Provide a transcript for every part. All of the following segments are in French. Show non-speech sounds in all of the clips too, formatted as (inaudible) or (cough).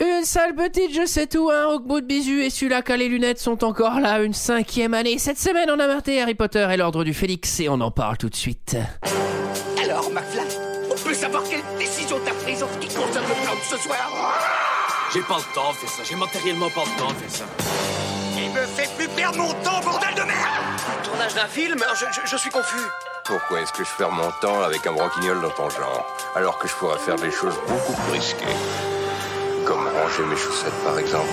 Une sale petite, je sais tout, hein. Roquebeau de Bisu et celui-là qui a les lunettes sont encore là, une cinquième année. Cette semaine, on a marté Harry Potter et l'Ordre du Félix et on en parle tout de suite. Alors, McFly, on peut savoir quelle décision t'as prise en ce qui concerne le plan de ce soir J'ai pas le temps de faire ça, j'ai matériellement pas le temps de faire ça. Il me fait plus perdre mon temps, bordel de merde Tournage d'un film Euh, je, suis confus. Pourquoi est-ce que je perds mon temps avec un broquignol dans ton genre, alors que je pourrais faire des choses beaucoup plus risquées Comme ranger mes chaussettes, par exemple.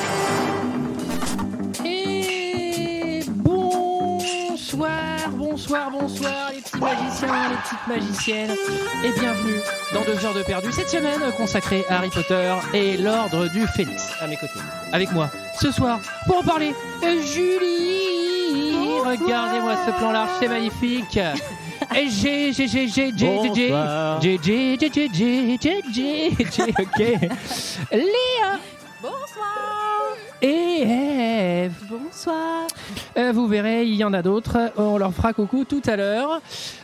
Et bonsoir, bonsoir, bonsoir les petits magiciens, les petites magiciennes et bienvenue dans deux heures de perdu cette semaine consacrée à Harry Potter et l'ordre du Phénix à mes côtés. Avec moi ce soir pour en parler euh, Julie. Regardez-moi ce plan large, c'est magnifique. Et j'ai j'ai j'ai j'ai j'ai j'ai j'ai Bonsoir. j'ai j'ai j'ai j'ai j'ai j'ai j'ai j'ai ok Léa Bonsoir et Ève. Bonsoir Euh, vous verrez, il y en a d'autres. On leur fera coucou tout à l'heure.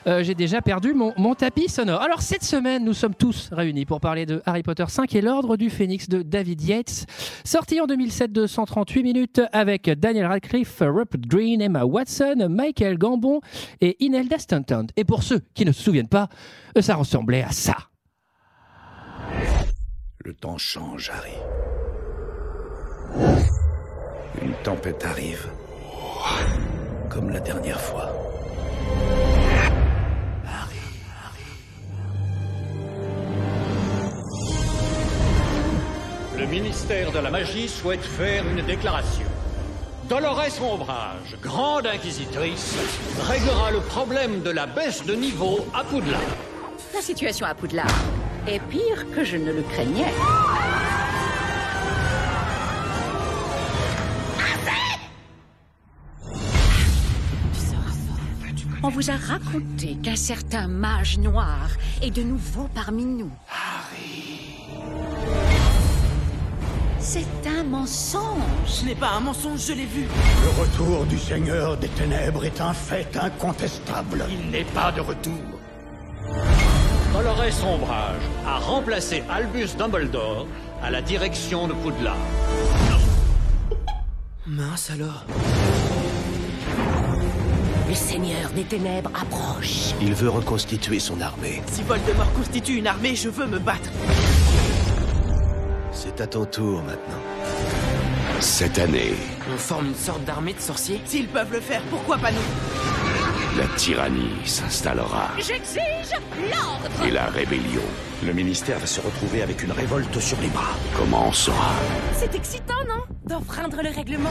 Euh, J'ai déjà perdu mon, mon tapis sonore. Alors, cette semaine, nous sommes tous réunis pour parler de Harry Potter 5 et l'Ordre du Phénix de David Yates. Sorti en 2007 de 138 minutes avec Daniel Radcliffe, Rupert Green, Emma Watson, Michael Gambon et Imelda Stanton. Et pour ceux qui ne se souviennent pas, euh, ça ressemblait à ça. Le temps change, Harry. Une tempête arrive. Comme la dernière fois. Le ministère de la Magie souhaite faire une déclaration. Dolores Ombrage, grande inquisitrice, réglera le problème de la baisse de niveau à Poudlard. La situation à Poudlard est pire que je ne le craignais. On vous a raconté qu'un certain mage noir est de nouveau parmi nous. C'est un mensonge. Ce n'est pas un mensonge, je l'ai vu. Le retour du Seigneur des Ténèbres est un fait incontestable. Il n'est pas de retour. Dolores Ombrage a remplacé Albus Dumbledore à la direction de Poudlard. Mince alors. Le Seigneur des Ténèbres approche. Il veut reconstituer son armée. Si Voldemort constitue une armée, je veux me battre. C'est à ton tour maintenant. Cette année, On forme une sorte d'armée de sorciers S'ils peuvent le faire, pourquoi pas nous la tyrannie s'installera J'exige l'ordre. et la rébellion Le ministère va se retrouver avec une révolte sur les bras. commencera. C'est excitant, non D'enfreindre le règlement.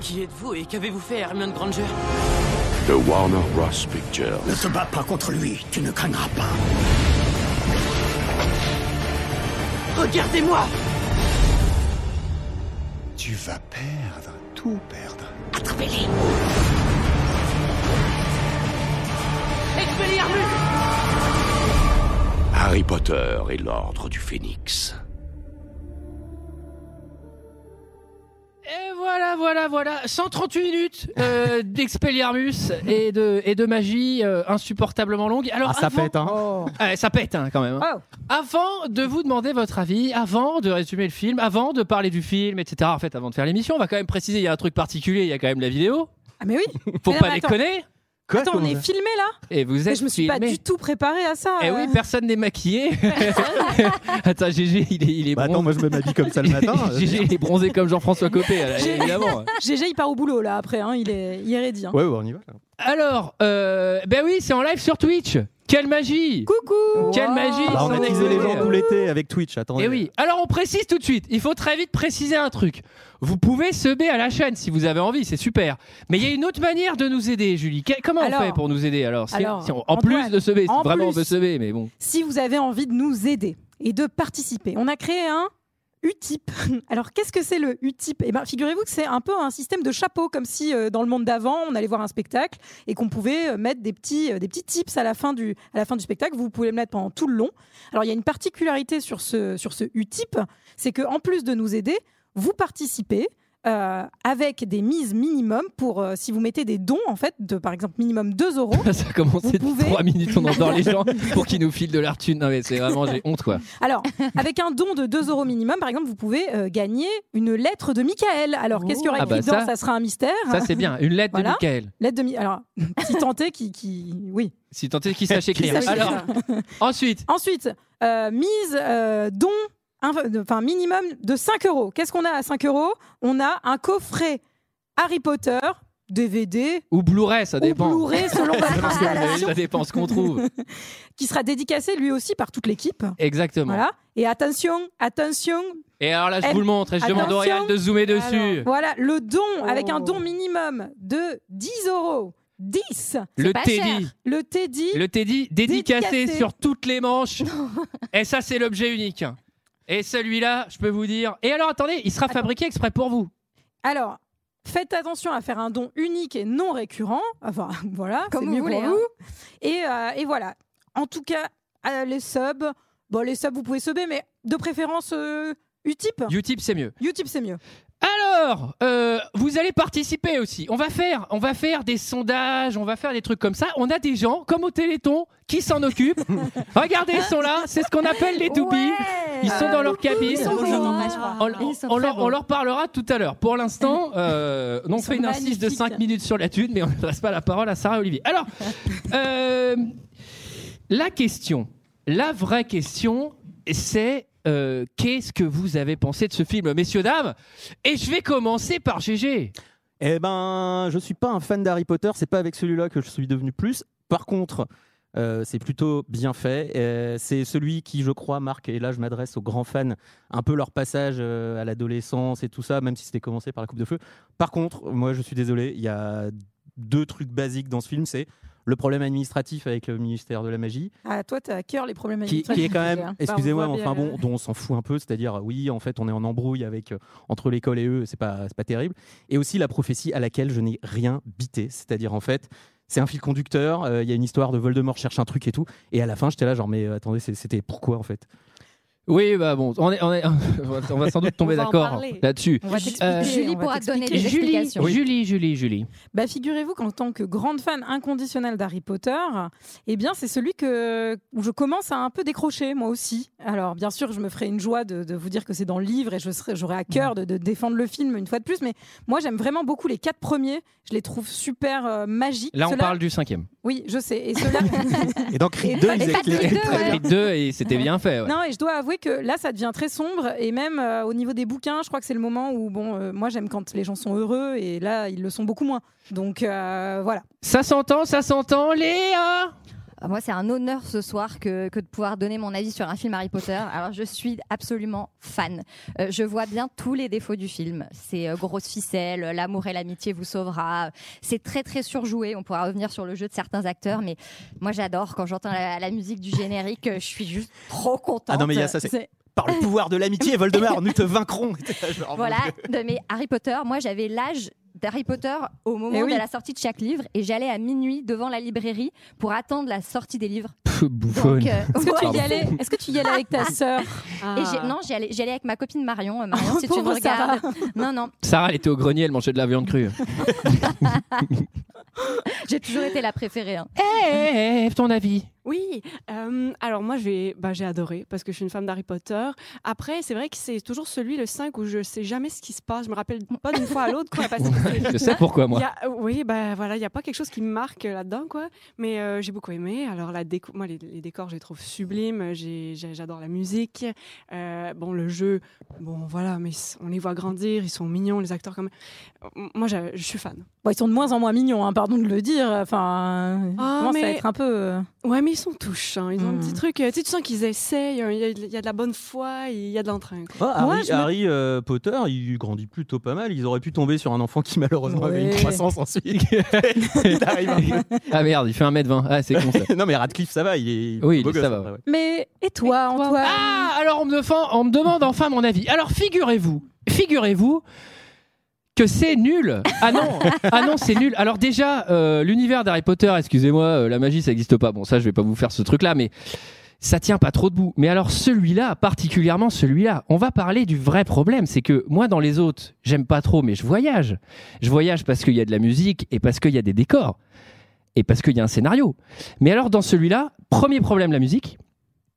Qui êtes-vous et qu'avez-vous fait à Hermione Granger The Warner Bros. Pictures Ne te bats pas contre lui, tu ne craindras pas. Regardez-moi Tu vas perdre, tout perdre. Attrapez-les. Harry Potter et l'Ordre du Phénix. Et voilà, voilà, voilà. 138 minutes (laughs) euh, d'Expelliarmus et de, et de magie euh, insupportablement longue. Alors, Ah, ça avant- pète, hein. Ah ouais, ça pète hein, quand même. hein. Avant de vous demander votre avis, avant de résumer le film, avant de parler du film, etc., en fait, avant de faire l'émission, on va quand même préciser, il y a un truc particulier, il y a quand même la vidéo. Ah mais oui (laughs) Faut Mais non, pas mais attends. déconner. Quoi Attends, on comment est ça filmé là Et vous Mais êtes je me suis pas filmé. du tout préparé à ça Eh euh. oui, personne n'est (laughs) maquillé. (laughs) attends, GG, il est, il est Bah attends, bronzé. moi je me m'habille comme ça (laughs) le matin. euh. GG, il est bronzé comme Jean-François Copé, là, évidemment. (laughs) GG il part au boulot là après, hein. il est, il est ready, hein. Ouais, ouais, on y va. Alors, euh, ben oui, c'est en live sur Twitch. Quelle magie Coucou Quelle magie Bah, on ça a n'existe teasé les pas. gens tout l'été avec Twitch, attends. Eh oui. Alors on précise tout de suite. Il faut très vite préciser un truc. Vous pouvez semer à la chaîne si vous avez envie, c'est super. Mais il y a une autre manière de nous aider, Julie. Que- comment Alors- on fait pour nous aider alors, si- Alors, si on- En Antoine, plus de semer, si en vraiment on plus. veut semer, mais bon. Si vous avez envie de nous aider et de participer, on a créé un Utip. (laughs) Alors qu'est-ce que c'est le Utip Eh ben figurez-vous que c'est un peu un système de chapeau, comme si euh, dans le monde d'avant on allait voir un spectacle et qu'on pouvait euh, mettre des petits, euh, des petits tips à la fin du, à la fin du spectacle. Vous pouvez le mettre pendant tout le long. Alors il y a une particularité sur ce, sur ce Utip, c'est que en plus de nous aider, vous participez. euh, avec des mises minimum pour euh, si vous mettez des dons en fait de par exemple minimum 2 euros. (laughs) Ça commence Vous pouvez- 3 (laughs) minutes, on endort les (laughs) gens pour qu'ils nous filent de la thune. Non, mais c'est vraiment, j'ai honte quoi. (laughs) Alors, avec un don de 2 euros minimum, par exemple, vous pouvez euh, gagner une lettre de Michael. Alors, qu'est-ce qu'il y aura Ah bah écrit dedans ça- ça, sera un mystère. Ça, c'est bien. Une lettre de Voilà. Michael. Lettre de Mi- Alors, si tenté qui, qui. Oui. Si tant est qu'ils sachent écrire. sache Alors, écrire. ensuite, Ensuite, euh, mise euh, don, inv- enfin minimum de 5 euros. Qu'est-ce qu'on a à 5 euros On a un coffret Harry Potter, DVD, ou Blu-ray, ça dépend. (laughs) Blu-ray selon la Parce que vous avez vu, constellation, ça dépend ce qu'on trouve. qui sera dédicacé lui aussi par toute l'équipe. Exactement. Voilà. Et attention, attention. Et alors là, je Eh, vous le montre et je demande attention. à Auriel de zoomer dessus. Voilà, le don, avec Oh. un don minimum de 10 euros. 10 Le pas Teddy. cher. Le Teddy. Le Teddy dédicacé, Dédicacé. sur toutes les manches. (laughs) et ça, c'est l'objet unique. Et celui-là, je peux vous dire. Et alors, attendez, il sera fabriqué exprès pour vous. Alors, faites attention à faire un don unique et non récurrent. Enfin, (laughs) voilà, Comme c'est vous mieux voulez, pour hein. vous. Et, euh, et voilà. En tout cas, euh, les subs, bon, les subs, vous pouvez subber, mais de préférence euh, Utip. Utip, c'est mieux. Utip, c'est mieux. Alors, euh, vous allez participer aussi. On va faire, on va faire des sondages, on va faire des trucs comme ça. On a des gens, comme au Téléthon, qui s'en (laughs) occupent. Regardez, ils sont là. C'est ce qu'on appelle les toupies. Ils sont dans Euh, Ah, leur cabine. Ils sont bons. On, on leur, on leur parlera tout à l'heure. Pour (laughs) l'instant, euh, on sont fait une insiste de magnifiques. 5 minutes sur la thune, mais on n'adresse pas la parole à Sarah et Olivier. (laughs) Alors, euh, la question, la vraie question, c'est euh, qu'est-ce que vous avez pensé de ce film, messieurs, dames Et je vais commencer par GG. Eh ben, je suis pas un fan d'Harry Potter. C'est pas avec celui-là que je suis devenu plus. Par contre, euh, c'est plutôt bien fait. Euh, c'est celui qui, je crois, marque. Et là, je m'adresse aux grands fans. Un peu leur passage euh, à l'adolescence et tout ça, même si c'était commencé par la Coupe de Feu. Par contre, moi, je suis désolé. Il y a deux trucs basiques dans ce film. C'est le problème administratif avec le ministère de la magie Ah, toi, t'as à cœur les problèmes qui, qui est administratifs, quand déjà. même, Bah, on excusez-moi, voit mais enfin bien, bon, dont on s'en fout un peu, c'est-à-dire euh, oui, en fait, on est en embrouille avec euh, entre l'école et eux, c'est pas c'est pas terrible. Et aussi la prophétie à laquelle je n'ai rien bité, c'est-à-dire en fait, c'est un fil conducteur. euh, Il y a une histoire de Voldemort cherche un truc et tout, et à la fin, j'étais là genre mais euh, attendez, c'est- c'était pourquoi en fait Oui, bah bon, on, est- (laughs) on est- on va sans doute tomber On va en d'accord parler. là-dessus. Euh, On va t'expliquer, Julie on va pourra te donner t'expliquer. des Julie, explications. oui. Julie, Julie, Julie. Bah, figurez-vous qu'en tant que grande fan inconditionnelle d'Harry Potter, eh bien, c'est celui que où je commence à un peu décrocher, moi aussi. Alors, bien sûr, je me ferai une joie de, de vous dire que c'est dans le livre et je serai- j'aurai à cœur de, de défendre le film une fois de plus, mais moi, j'aime vraiment beaucoup les quatre premiers. Je les trouve super euh, magiques. Là, on Ceux-là- parle du cinquième. Oui, je sais. Et ceux-là... Et dans Creed Et Creed 2, deux, pas- ils et ils pas Creed éclairaient deux, très ouais. bien. Et deux, et c'était bien fait. (laughs) ouais. Non, et je dois avouer que là, ça devient très sombre. Et même euh, au niveau des bouquins, je crois que c'est le moment où, bon, euh, moi, j'aime quand les gens sont heureux et là, ils le sont beaucoup moins. Donc, euh, voilà. Ça s'entend, ça s'entend, Léa Ah, Moi, c'est un honneur ce soir que, que de pouvoir donner mon avis sur un film Harry Potter. Alors, je suis absolument fan. Euh, je vois bien tous les défauts du film. C'est euh, grosse ficelle, l'amour et l'amitié vous sauvera. C'est très, très surjoué. On pourra revenir sur le jeu de certains acteurs, mais moi, j'adore. Quand j'entends la, la musique du générique, euh, je suis juste trop contente. Ah non mais il y a ça, c'est par le pouvoir de l'amitié, Voldemort, nous te (laughs) vaincrons. J'étais là, genre, mon Voilà, Dieu. de- mais Harry Potter, moi j'avais l'âge d'Harry Potter au moment Eh oui. de la sortie de chaque livre et j'allais à minuit devant la librairie pour attendre la sortie des livres. bouffonne. Donc, euh, Est-ce que, tu Pardon. y allais, est-ce que tu y allais avec ta sœur Et j'ai- non, j'y allais, j'y allais avec ma copine Marion. Euh, Marion, Oh, si tu me pauvre regardes. Non, non, Sarah, elle était au grenier, elle mangeait de la viande crue. j'ai toujours été la préférée. hein. Eh, eh, eh, ton avis Oui, euh, alors moi je vais- bah, j'ai adoré parce que je suis une femme d'Harry Potter. Après, c'est vrai que c'est toujours celui, le 5, où je sais jamais ce qui se passe. Je me rappelle pas d'une fois à l'autre. Quoi, parce que- (laughs) Je sais pourquoi, moi. Il y a- oui, bah, voilà, il n'y a pas quelque chose qui me marque euh, là-dedans. quoi. Mais euh, j'ai beaucoup aimé. Alors, la déco- moi, les, les décors, je les trouve sublimes. J'ai- j'ai- J'adore la musique. Euh, bon, le jeu, bon, voilà, mais c- on les voit grandir. Ils sont mignons, les acteurs. Comme... Moi, j'a- je suis fan. Bon, ils sont de moins en moins mignons, hein, pardon de le dire. Enfin, ils Ah, commencent à mais- être un peu. euh, Ouais, mais ils sont hein, touchants. Ils ont un Hmm. petit truc. euh, Tu sais, tu sens qu'ils essayent. euh, Il y, a- il y a de la bonne foi. Il y a de l'entrain. quoi. Ah, Harry, Harry, euh, Potter, il grandit plutôt pas mal. Ils auraient pu tomber sur un enfant qui malheureusement avait Ouais. une croissance (laughs) ensuite. Il arrive un peu. Ah merde, il fait 1m20. Ah, c'est con ça. (laughs) non mais Radcliffe ça va, il est Oui, beau ça gosse, va, après, ouais. Mais et toi, Antoine Ah, alors on me, défend- on me demande enfin mon avis. Alors figurez-vous, figurez-vous que c'est nul. Ah non, ah non, c'est nul. Alors déjà, euh, l'univers d'Harry Potter, excusez-moi, euh, la magie ça n'existe pas. Bon, ça je vais pas vous faire ce truc-là, mais ça tient pas trop debout. Mais alors celui-là, particulièrement celui-là, on va parler du vrai problème, c'est que moi dans les autres, j'aime pas trop, mais je voyage. Je voyage parce qu'il y a de la musique et parce qu'il y a des décors et parce qu'il y a un scénario. Mais alors dans celui-là, premier problème, la musique.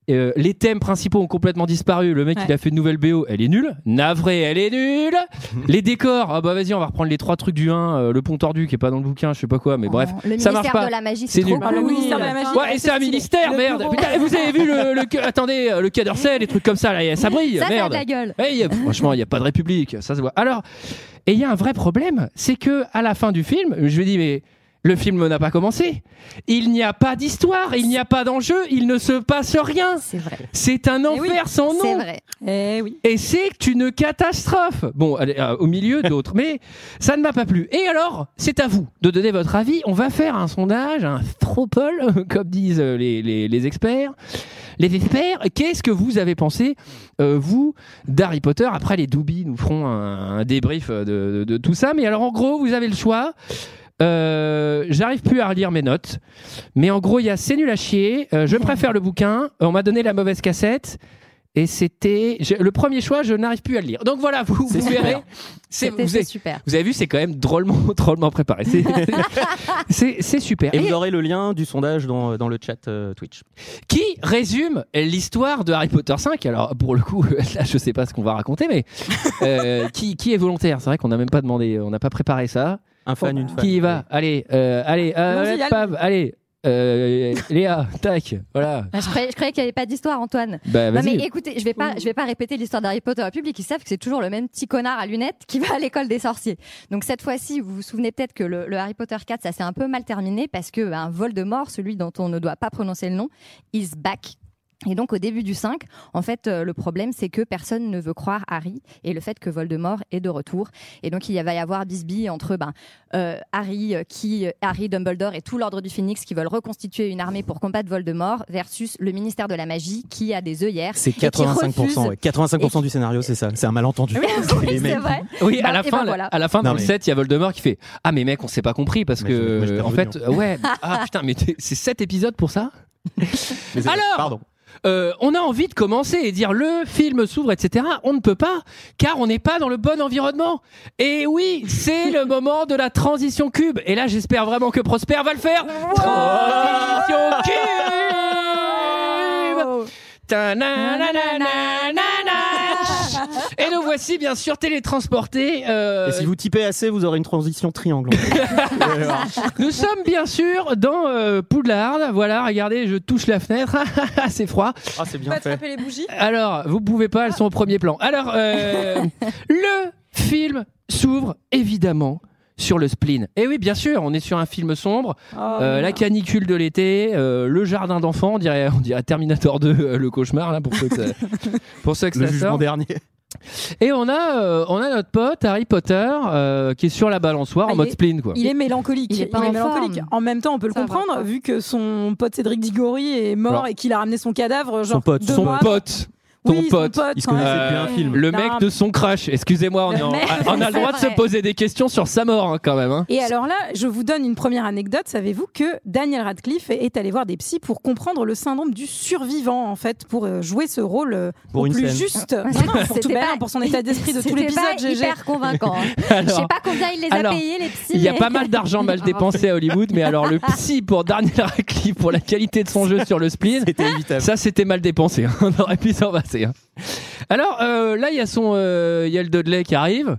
Euh, les thèmes principaux ont complètement disparu. Le mec, Ouais. il a fait une nouvelle BO, elle est nulle. Navré, elle est nulle. les décors, ah bah vas-y, on va reprendre les trois trucs du 1, euh, le pont tordu qui est pas dans le bouquin, je sais pas quoi, mais bref. Oh, le ça marche ministère pas. de la magie, c'est nul. trop Ah, bah le cool. ministère de la magie, Ouais, et c'est c'est un stylé. ministère, Le merde. bureau. Putain, et vous avez vu (laughs) le, le que- attendez, euh, le Quai d'Orsay, les trucs comme ça, là, ça brille. Ça, ça a de merde. la gueule. Hey, euh, franchement, il n'y a pas de république, ça se voit. Alors, et il y a un vrai problème, c'est que à la fin du film, je me dis, mais le film n'a pas commencé. Il n'y a pas d'histoire, il n'y a pas d'enjeu, il ne se passe rien. C'est vrai. C'est un enfer sans nom. C'est vrai. Eh oui. Et c'est une catastrophe. Bon, allez, euh, au (laughs) milieu d'autres, mais ça ne m'a pas plu. Et alors, c'est à vous de donner votre avis. On va faire un sondage, un tropol, (laughs) comme disent euh, les, les- les experts. Les experts, qu'est-ce que vous avez pensé, euh, vous, d'Harry Potter Après, les doubis nous feront un, un débrief euh, de, de- de tout ça. Mais alors, en gros, vous avez le choix. Euh, J'arrive plus à relire mes notes, mais en gros, il y a C'est nul à chier. euh, je préfère le bouquin. On m'a donné la mauvaise cassette. Et c'était je- le premier choix, je n'arrive plus à le lire. Donc voilà, vous, vous C'est super. verrez. C'est C'était- vous avez- c'est super. Vous avez vu, c'est quand même drôlement, (laughs) drôlement préparé. C'est- C'est c'est super. Et Et vous aurez le lien du sondage dans, dans le chat euh, Twitch. qui résume l'histoire de Harry Potter 5 Alors pour le coup, (laughs) là, je sais pas ce qu'on va raconter, mais euh, qui, qui est volontaire C'est vrai qu'on n'a même pas demandé, on n'a pas préparé ça. Un fan, une fan. Qui y va Allez, euh, allez, euh, Allons-y, Pav, allez, euh, Léa, tac, voilà. Ah, Je croyais, je croyais qu'il n'y avait pas d'histoire, Antoine. Bah, non, mais vas-y. écoutez, je vais pas, je vais pas répéter l'histoire d'Harry Potter au public. Ils savent que c'est toujours le même petit connard à lunettes qui va à l'école des sorciers. Donc cette fois-ci, vous vous souvenez peut-être que le, le Harry Potter 4, ça s'est un peu mal terminé parce que bah, un Voldemort, celui dont on ne doit pas prononcer le nom, is back. Et donc au début du 5, en fait, euh, le problème c'est que personne ne veut croire Harry et le fait que Voldemort est de retour. Et donc il y va y avoir bisbille entre ben, euh, Harry, euh, qui, euh, Harry Dumbledore et tout l'ordre du Phoenix qui veulent reconstituer une armée pour combattre Voldemort versus le ministère de la magie qui a des œillères. C'est et qui refuse- 85%. ouais. 85% du scénario, c'est ça. C'est un malentendu. (laughs) oui, Les c'est mecs. vrai. Oui, Bah, à, la et fin, ben la- voilà. à la fin, dans Non, le mais- set, il y a Voldemort qui fait Ah, mais mec, on s'est pas compris parce que, je l'ai en revenu, fait, hein. ouais, ah putain, mais t'es- c'est 7 épisodes pour ça Mais- Alors, Pardon. euh, on a envie de commencer et dire le film s'ouvre, etc. On ne peut pas, car on n'est pas dans le bon environnement. Et oui, c'est le moment de la transition cube. Et là, j'espère vraiment que Prosper va le faire. (laughs) Transition cube Ta-na-na-na-na-na-na. Et nous voici bien sûr télétransportés. euh, Et si vous typez assez, vous aurez une transition (laughs) triangle. nous sommes bien sûr dans euh, Poudlard. Voilà, regardez, je touche la fenêtre. (laughs) c'est froid. Ah, c'est bien Pas fait. attraper les bougies Alors, vous pouvez pas, elles sont au premier plan. Alors, (laughs) euh, le film s'ouvre évidemment sur le spleen. Et oui, bien sûr, on est sur un film sombre. Oh, Euh, la canicule de l'été, euh, le jardin d'enfants, on dirait, on dirait Terminator 2, euh, le cauchemar, là, pour ceux que (laughs) ça, pour ceux que Le ça jugement sort. dernier. Et on a, euh, on a notre pote Harry Potter euh, qui est sur la balançoire Ah, en il mode est- spleen, quoi. Il est mélancolique. Il est pas en mélancolique. forme. En même temps, on peut le Ça va comprendre, pas. vu que son pote Cédric Diggory est mort Alors. et qu'il a ramené son cadavre. Genre Son pote, deux son mois. pote. Oui, Ton son pote. pote, Ils se connaissaient ouais. depuis un film. Le Non, mec mais- de son crash. Excusez-moi, on, Le est en- mec, on a c'est le droit de se vrai. poser des questions sur sa mort hein, quand même. hein. Et euh, alors là, je vous donne une première anecdote. Savez-vous que Daniel Radcliffe est allé voir des psys pour comprendre le syndrome du survivant, en fait, pour euh, jouer ce rôle euh, Pour au une plus scène. juste, Ouais, Non, non, pour, c'était tout bien, pas- pour son état (laughs) d'esprit de tout c'était l'épisode. pas GG. hyper (laughs) convaincant. hein. Je sais (laughs) Alors- pas combien il les a Alors, payés, les psys. Il y a mais- pas mal (laughs) d'argent (laughs) mal dépensé à Hollywood, mais alors le psy pour Daniel Radcliffe, pour la qualité de son jeu sur le spleen, ça c'était mal dépensé. hein. (laughs) On aurait pu s'en passer. hein. Alors euh, là, il y a son, euh, il y a le Dudley qui arrive,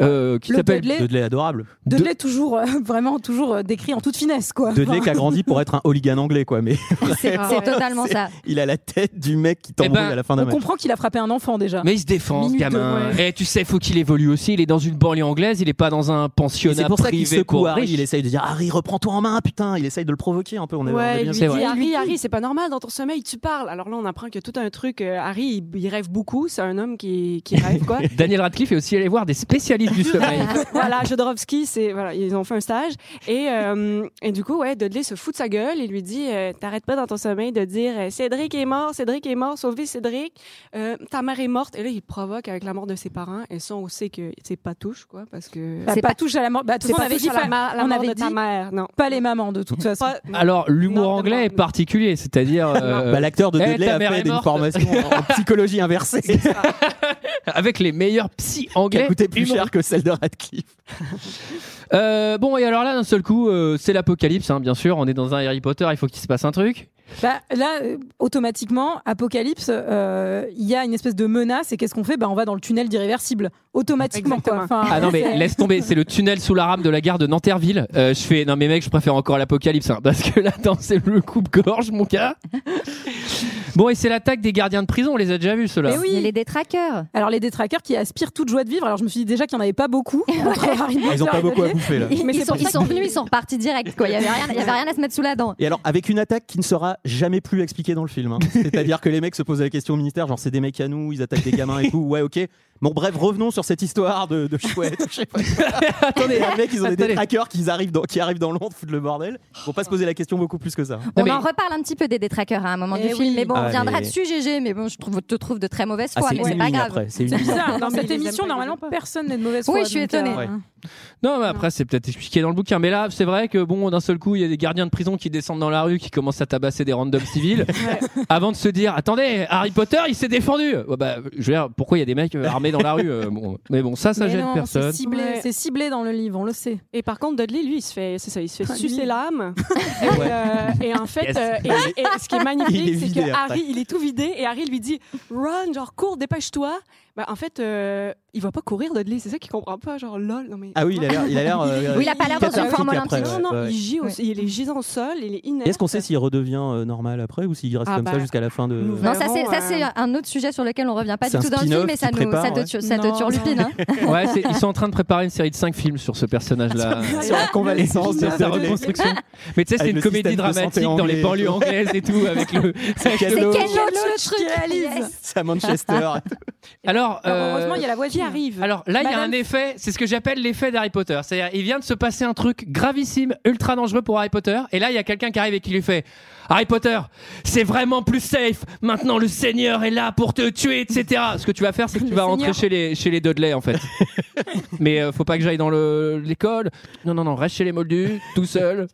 euh, qui Le s'appelle Dudley. Dudley adorable. Dudley toujours euh, vraiment toujours euh, décrit en toute finesse quoi. Dudley Enfin, qui a grandi pour être un hooligan anglais, quoi. Mais (laughs) C'est- vraiment, c'est totalement c'est- ça. (laughs) Il a la tête du mec qui t'embrouille à la fin d'un on match. comprend qu'il a frappé un enfant déjà. Mais il se défend, ce Minute gamin. de- Et Eh, tu sais, faut qu'il évolue aussi. Il est dans une banlieue anglaise, il est pas dans un Et pensionnat C'est pour ça qu'il privé secoue pour Harry. riches. Il essaye de dire Harry, reprends-toi en main, putain. Il essaye de le provoquer un peu. On est, on est Ouais, il bien lui dit sûr. Harry, Harry, c'est pas normal dans ton sommeil, tu parles. Alors là, on apprend (laughs) que tout un truc. euh, Harry, il, il rêve beaucoup. C'est un homme qui, qui rêve, quoi. Daniel Radcliffe est aussi allé voir des spécialiste du sommeil. (laughs) voilà, Jodorowsky, c'est voilà, ils ont fait un stage et, euh, et du coup, ouais, Dudley se fout de sa gueule et lui dit euh, t'arrêtes pas dans ton sommeil de dire euh, Cédric est mort, Cédric est mort, sauvez Cédric, euh, ta mère est morte et là il provoque avec la mort de ses parents et ça on sait que c'est pas touche quoi parce que Bah, pas touche à la mort. Bah, de C'est toute façon, pas on avait touche dit à la pas- ma- la on mort avait de ta dit mère, non. Pas les mamans de toute façon. Alors, l'humour anglais est particulier, (laughs) c'est-à-dire. euh, Eh, Bah, l'acteur de Dudley a fait une formation en psychologie inversée. (laughs) Avec les meilleurs psy anglais. Qui a coûté plus humoristes. cher que celle de Radcliffe. Euh, bon, et alors là, d'un seul coup, euh, c'est l'apocalypse, hein, bien sûr. On est dans un Harry Potter, il faut qu'il se passe un truc. Bah, là, euh, automatiquement, Apocalypse, euh, il y a une espèce de menace et qu'est-ce qu'on fait bah, On va dans le tunnel d'irréversible. Automatiquement, quoi. Enfin, Ah non, mais c'est- laisse tomber, c'est le tunnel sous la rame de la gare de Nanterville. Euh, je fais, non, mais mec, je préfère encore l'apocalypse, hein, parce que là, dans c'est le coupe-gorge, mon gars. Bon, et c'est l'attaque des gardiens de prison, on les a déjà vus, ceux-là. Mais oui. les détraqueurs. Alors les détraqueurs qui aspirent toute joie de vivre. Alors je me suis dit déjà qu'il n'y en avait pas beaucoup. entre Harry Ah, ils ont Potter pas et beaucoup à Dudley. bouffer, là. Mais ils, c'est sont, pour ils ça sont que- venus, ils sont repartis direct. Quoi. Il n'y avait, rien- il y avait rien à se mettre sous la dent. Et alors, avec une attaque qui ne sera jamais plus expliquée dans le (laughs) film. hein. C'est-à-dire que les mecs se posent la question au ministère, genre c'est des mecs à nous, ils attaquent des gamins et tout. Ouais, ok. Bon, bref, revenons sur cette histoire de, de chouette. (laughs) je sais pas. Attendez, les mecs, ils ont des attendez. trackers qui arrivent dans, qui arrivent dans Londres, foutent le bordel. Ils vont pas se poser la question beaucoup plus que ça. On en reparle un petit peu des détraqueurs hein, à un moment Eh du oui. film, mais bon, Ah, on viendra mais- dessus, GG. Mais bon, je trouve- te trouve de très mauvaise Ah, foi, c'est mais c'est une pas ligne grave. après, c'est une C'est ligne. bizarre. Dans mais ils cette les aiment émission, pas, ils normalement, personne n'est de mauvaise foi. Oui, je suis donc, euh, étonnée. ouais. Non, mais après, c'est peut-être expliqué dans le bouquin. Mais là, c'est vrai que, bon, d'un seul coup, il y a des gardiens de prison qui descendent dans la rue, qui commencent à tabasser des randoms (laughs) civils, avant de se dire Attendez, Harry Potter, il s'est défendu Ouais, bah, Je veux dire, pourquoi il y a des mecs euh, armés dans la rue euh, bon. Mais bon, ça, ça Mais gêne non, personne. C'est ciblé, Ouais. c'est ciblé dans le livre, on le sait. Et par contre, Dudley, lui, il se fait, c'est ça, il se fait Ah, lui. sucer l'âme. et, euh, et en fait, Yes. euh, et, et ce (laughs) qui est Il est magnifique, c'est vidé que après. Harry, il est tout vidé et Harry lui dit Run, genre cours, dépêche-toi. Bah, en fait, euh, il va pas courir, Dudley, c'est ça qu'il comprend pas, genre lol. Non, mais... Ah oui, il a l'air- il a l'air, euh, Oui, il a pas l'air dans catastrophique une forme après, olympique. ouais, Non, non, ouais. il gît, au- il est gisant au sol, il est inerte. Est-ce qu'on sait s'il redevient euh, normal après ou s'il reste Ah comme ça bah, jusqu'à la fin de. nous Non, ça c'est, ça, Vraiment, c'est un autre sujet sur lequel on revient pas C'est du un tout dans le spin-off film, mais ça, qui nous, prépare, ça te, ouais. tu- ça te Non, turlupine. hein. (laughs) Ouais, c'est- ils sont en train de préparer une série de 5 films sur ce personnage-là. Sur la convalescence de Sur sa Dudley. (laughs) reconstruction. Mais tu sais, c'est Avec une le comédie système de santé dramatique dans les anglais. banlieues anglaises et tout, avec le. (laughs) C'est Ken Loach. Quel autre le truc Yes. C'est à Manchester. Alors, Alors, euh, heureusement, il y a la voix qui arrive. Alors là, il y a Madame- un effet, c'est ce que j'appelle l'effet d'Harry Potter. C'est-à-dire, il vient de se passer un truc gravissime, ultra dangereux pour Harry Potter, et là, il y a quelqu'un qui arrive et qui lui fait Harry Potter, c'est vraiment plus safe. Maintenant, le Seigneur est là pour te tuer, etc. Ce que tu vas faire, c'est que tu vas rentrer Seigneur. chez les, chez les Dudley, en (laughs) fait. Mais euh, faut pas que j'aille dans le- l'école. Non, non, non, reste chez les Moldus, tout seul.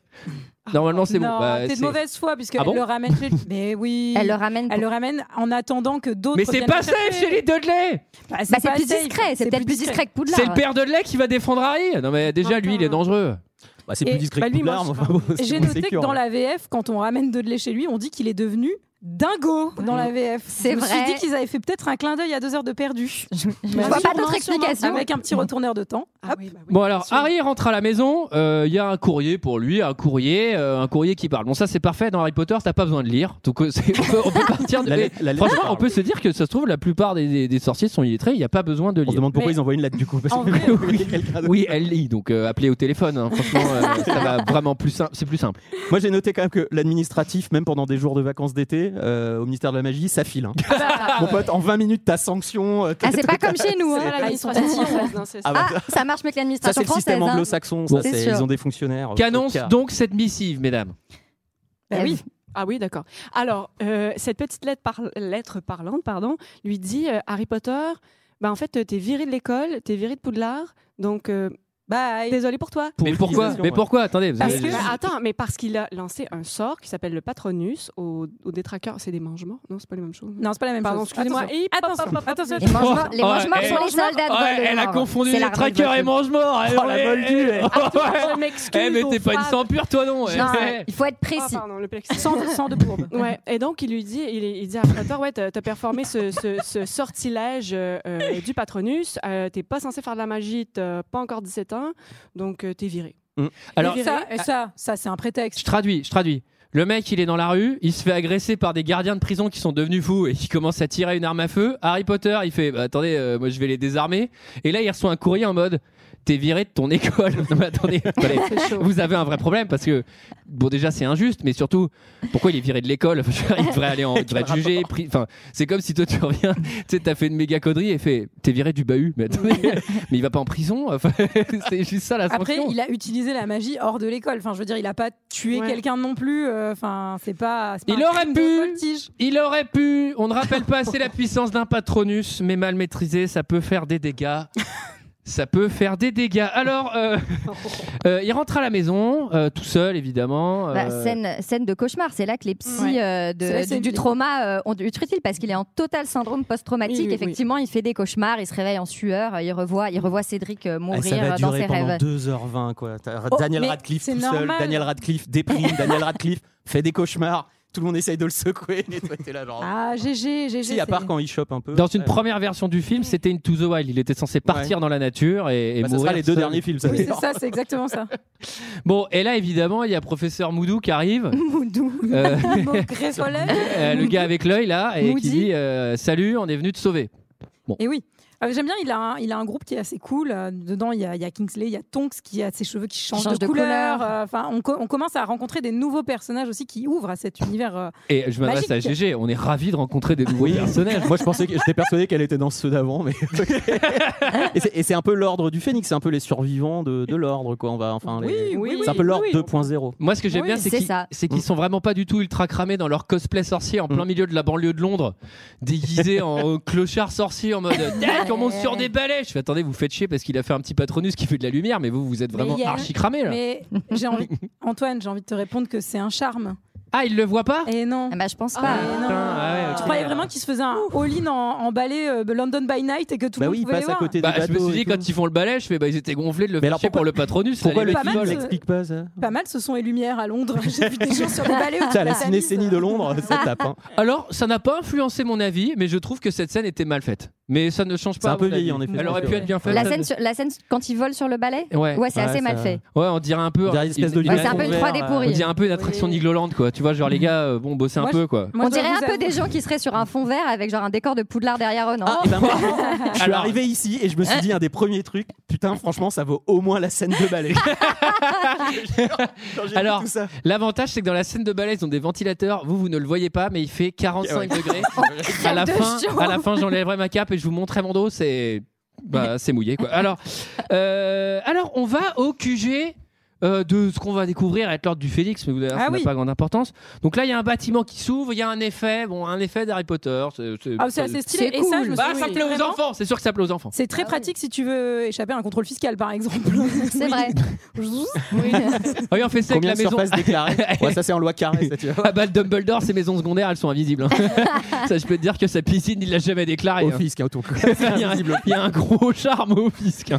Normalement, c'est Ah, non, bon. Bah, t'es de c'est- mauvaise foi puisqu'elle Ah bon le ramène. (laughs) chez- Mais oui. Elle le ramène Elle le ramène en attendant que d'autres. Mais c'est viennent pas la safe chercher. chez les Dudley Bah, Bah, c'est pas plus safe. discret, c'est peut-être plus discret que Poudlard. C'est le père Dudley qui va défendre Harry Non, mais déjà, lui, il est dangereux. Bah, c'est plus hein. Et- discret bah, que lui, Poudlard, moi, mais enfin, bon, c'est J'ai bon, noté c'est que sûr. dans la VF, quand on ramène Dudley chez lui, on dit qu'il est devenu dingo dans la VF. C'est Je me vrai. suis dit qu'ils avaient fait peut-être un clin d'œil à deux heures de perdu. Je vois pas d'autre explication. Avec un petit retourneur de temps. Hop. Bon alors Harry rentre à la maison, euh, il y a un courrier pour lui, un courrier, euh, un courrier qui parle. Bon ça c'est parfait dans Harry Potter, t'as pas besoin de lire. Donc euh, c'est- on peut, (laughs) on peut partir. De... La- mais la lettre franchement, parle. on peut se dire que ça se trouve la plupart des, des- des sorciers sont illettrés, il n'y a pas besoin de lire. On se demande pourquoi Mais- ils envoient une lettre du coup. parce En que- (laughs) vrai, oui, quelqu'un d'autre. Oui, elle lit, donc euh, appelez au téléphone. hein. Franchement, (laughs) euh, ça va vraiment plus simple. C'est plus simple. Moi j'ai noté quand même que l'administratif, même pendant des jours de vacances d'été, euh, au ministère de la magie, ça file. hein. (laughs) Mon pote, en 20 minutes, ta sanction. euh, bah. Ah, c'est pas comme chez nous. C'est hein. pas Ah, ils sont l'administration française, non, c'est ça. Ah, bah, Ah, ça marche mieux que ça, (laughs) c'est l'administration le française. système hein. anglo-saxon. Bon. ça, C'est c'est- sûr. ils ont des fonctionnaires. euh, Qu'annonce au cas. donc cette missive, mesdames Bah oui. Ah oui, d'accord. Alors, euh, cette petite lettre, par- lettre parlante, pardon, lui dit euh, Harry Potter, bah en fait, euh, t'es viré de l'école, t'es viré de Poudlard, donc euh, Bye. désolé pour toi. Mais pourquoi l'utilisation, Mais ouais. pourquoi Attendez. vous Parce avez- que, Bah, attends, mais parce qu'il a lancé un sort qui s'appelle le Patronus aux au détraqueurs. C'est des mangements Non, c'est pas les mêmes choses. Non, c'est pas la même Pardon, chose. excusez-moi. Attention. Et pop, pop, Attention. pop, pop. Attention. Les mange-morts Oh, les mange-morts elle- sont les soldats de Ouais, Voldemort. elle a confondu C'est les la revanche traqueurs et Voldemort. mange-morts. Oh, la moldue, elle. À tout, je m'excuse. Eh mais aux t'es pas une fans. sang pure toi non. eh. Non, Eh. Il faut être Ah, précis. pardon, le plexiglas. Sans, sans de courbe. (laughs) Ouais, et donc il lui dit, il, il dit à Potter, ouais, t'as t'as performé ce, ce- ce sortilège euh, euh, du Patronus, euh, t'es pas censé faire de la magie, t'as pas encore 17 ans, donc euh, t'es viré. Alors viré. Ça, et ça, ça c'est un prétexte. je traduis, je traduis. Le mec, il est dans la rue, il se fait agresser par des gardiens de prison qui sont devenus fous et qui commencent à tirer une arme à feu. Harry Potter, il fait bah, attendez, euh, moi je vais les désarmer. Et là, il reçoit un courrier en mode t'es viré de ton (laughs) école. Non, mais attendez, attendez, vous avez un vrai problème parce que bon déjà c'est injuste, mais surtout pourquoi il est viré de l'école (laughs) Enfin, je veux dire, Il devrait aller en, il devrait être jugé. pris- Enfin, c'est comme si toi tu reviens, (laughs) tu sais, t'as fait une méga connerie et fait t'es viré du bahut. Mais attendez, mais il va pas en prison. Enfin, (laughs) c'est juste ça la Après, sanction. il a utilisé la magie hors de l'école. Enfin, je veux dire, il a pas tué quelqu'un non plus. euh, Enfin, c'est pas. c'est pas Il un aurait crime de pu, voltige. il aurait pu. On ne rappelle pas assez la puissance d'un patronus, mais mal maîtrisé, ça peut faire des (laughs) dégâts. Ça peut faire des dégâts. Alors, euh, euh, il rentre à la maison, euh, tout seul évidemment. Bah, euh, scène, scène de cauchemar, c'est là que les psys euh, de- C'est là que du- c'est- du, trauma euh, ont dû être utiles parce qu'il est en total syndrome post-traumatique. Oui, oui, oui. Effectivement, il fait des cauchemars, il se réveille en sueur, euh, il revoit, il revoit Cédric euh, Ah, mourir ça va euh, dans durer ses pendant rêves. 2h20 quoi. T'as Oh, Daniel mais Radcliffe c'est tout seul, normal. Daniel Radcliffe déprime, Daniel Radcliffe fait des cauchemars, tout le monde essaye de le secouer (laughs) et toi t'es là genre. Ah, GG, GG. si à part quand il chope un peu. Dans une Ouais. première version du film, c'était une to the wild. Il était censé partir Ouais. dans la nature et, et Bah, ça mourir. sera les deux seul. derniers films. Oui, c'est ça, c'est exactement ça. (laughs) Bon, et là évidemment, il y a professeur Moudou qui (laughs) arrive. Moudou. (laughs) Euh, Mon gré soleil. Euh, le gars avec l'œil là et Moody. qui dit euh, salut, on est venu te sauver. Bon. Et oui. Euh, J'aime bien, il a, un, il a un groupe qui est assez cool. Euh, dedans, il y, a, il y a Kingsley, il y a Tonks qui a ses cheveux qui changent change de, de couleur. couleur. Euh, Enfin, on, co- on commence à rencontrer des nouveaux personnages aussi qui ouvrent à cet univers. euh, Et je m'adresse à Magique. GG. On est ravi de rencontrer des nouveaux Oui. personnages. Moi, je pensais que j'étais persuadé qu'elle était dans ceux d'avant, mais (laughs) et c'est- et c'est un peu l'ordre du phénix, c'est un peu les survivants de, de l'ordre, quoi. On va enfin. les- Oui, oui, c'est un oui, peu l'ordre oui. 2.0. Moi, ce que j'aime Oui, bien, c'est c'est qu'ils, ça. c'est Mm. qu'ils sont vraiment pas du tout ultra cramés dans leur cosplay sorcier en plein milieu de la banlieue de Londres, déguisés en (laughs) euh, clochard sorcier (laughs) en mode Tac, on monte sur des balais. Je fais attendez, vous faites chier parce qu'il a fait un petit patronus qui fait de la lumière, mais vous, vous êtes (laughs) vraiment mais il y a- archi cramé là. Mais j'ai envie, (laughs) Antoine, j'ai envie de te répondre que c'est un charme. Ah, il le voit pas Et non. bah, je pense pas. Putain, ah ouais, Tu ok. croyais vraiment qu'il se faisait un all-in en, en balai euh, London by Night et que tout le Bah monde oui, il pouvait passe les à voir côté des Bah, je me suis bateaux et dit, quand tout. ils font le balai, je fais bah, ils étaient gonflés de le faire alors chier pour le patronus. Pourquoi ça le les pas film mal, ne ce- l'explique pas ça Pas mal se sont élumières à Londres. (laughs) J'ai vu des gens sur des balais. Putain, la cinécénie de Londres, ça tape. hein. (laughs) Alors, ça n'a pas influencé mon avis, mais je trouve que cette scène était mal faite. Mais ça ne change pas. C'est un à peu mon avis. vieilli, en effet. Elle aurait pu Ouais. être bien faite. La ça scène, ne- sur- la scène quand il vole sur le balai Ouais. Bah, c'est assez mal fait. Ouais, on dirait un peu. On dirait une espèce de Ouais, c'est un peu une lumière 3D ouverte, On pourrie. dirait un peu une attraction d'Igloland, quoi. Tu vois, genre les gars, euh, bon, bossez un Moi, peu, je- quoi. Moi, on je dois dirait un vous peu avouer- des gens qui seraient sur un fond vert avec genre un décor de poudlard derrière eux, non Ah, et bah, ben, moi, je suis Alors- arrivé ici et je me Ah. suis dit un des premiers trucs. Putain, franchement, ça vaut au moins la scène de (laughs) ballet. Quand j'ai vu Alors, tout ça. l'avantage, c'est que dans la scène de ballet, ils ont des ventilateurs. Vous, vous ne le voyez pas, mais il fait 45 (laughs) degrés. à la de fin, chaud. à la fin, j'enlèverai ma cape et je vous montrerai mon dos. C'est, (laughs) bah, c'est mouillé, quoi. Alors, euh, alors, on va au QG. euh, de ce qu'on va découvrir être l'ordre du Félix, mais vous verrez, Ah ça n'a oui. pas grande importance. Donc là, il y a un bâtiment qui s'ouvre, il y a un effet, bon, un effet d'Harry Potter. C'est, c'est- Ah, c'est assez stylé. C'est Et ça, cool. je me Bah, suis- ça plaît aux vraiment, enfants, c'est sûr que ça plaît aux enfants. C'est Ah très pratique si tu veux échapper à un contrôle fiscal, par exemple. C'est Oui. vrai. Oui. (laughs) Ah oui, on fait ça avec Combien la de maison. (laughs) surface déclarée ouais, Ça, c'est en loi carrée, ça, tu vois. Ah bah le Dumbledore, ses maisons secondaires, elles sont invisibles. (laughs) hein. ça, je peux te dire que sa piscine, il l'a jamais déclarée. Au hein. fisc, hein, autour. (laughs) Il y, a, il y a un gros charme au fisc. hein.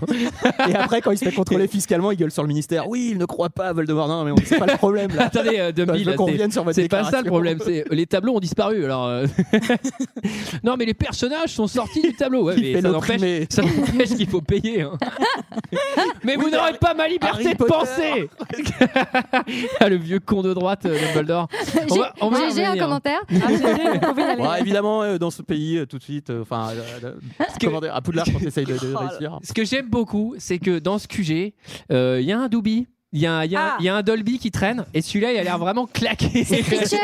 Et après, quand il se fait contrôler fiscalement, il gueule sur le ministère. Oui, il ne croit pas à Voldemort. Non, mais on- (laughs) c'est pas le problème là. Attendez, euh, Dumby, Je veux là, qu'on c'est- revienne sur votre c'est pas ça le déclaration. problème. c'est- euh, Les tableaux ont disparu. Alors, euh, non, mais les personnages sont sortis du tableau. Ouais, Il mais fait ça l'opprimé. n'empêche ça n'empêche qu'il faut payer. (laughs) hein. mais vous n'aurez pas ma liberté Harry de Potter. (laughs) penser. Ah, le vieux con de droite, euh, (laughs) Dumbledore. On va- on va (laughs) J'ai- J'ai un revenir. commentaire. Bah, Ouais, évidemment, euh, dans ce pays, euh, tout de suite, euh, enfin, euh, euh, comment dire, à Poudlard, quand on (laughs) essaye de, de réussir. Oh Ce que j'aime beaucoup, c'est que dans ce QG, euh, il y a un Doobie, il y, a- il y a- Ah. il y a un Dolby qui traîne, et celui-là, il a l'air vraiment claqué. (laughs) C'est (laughs) Creature.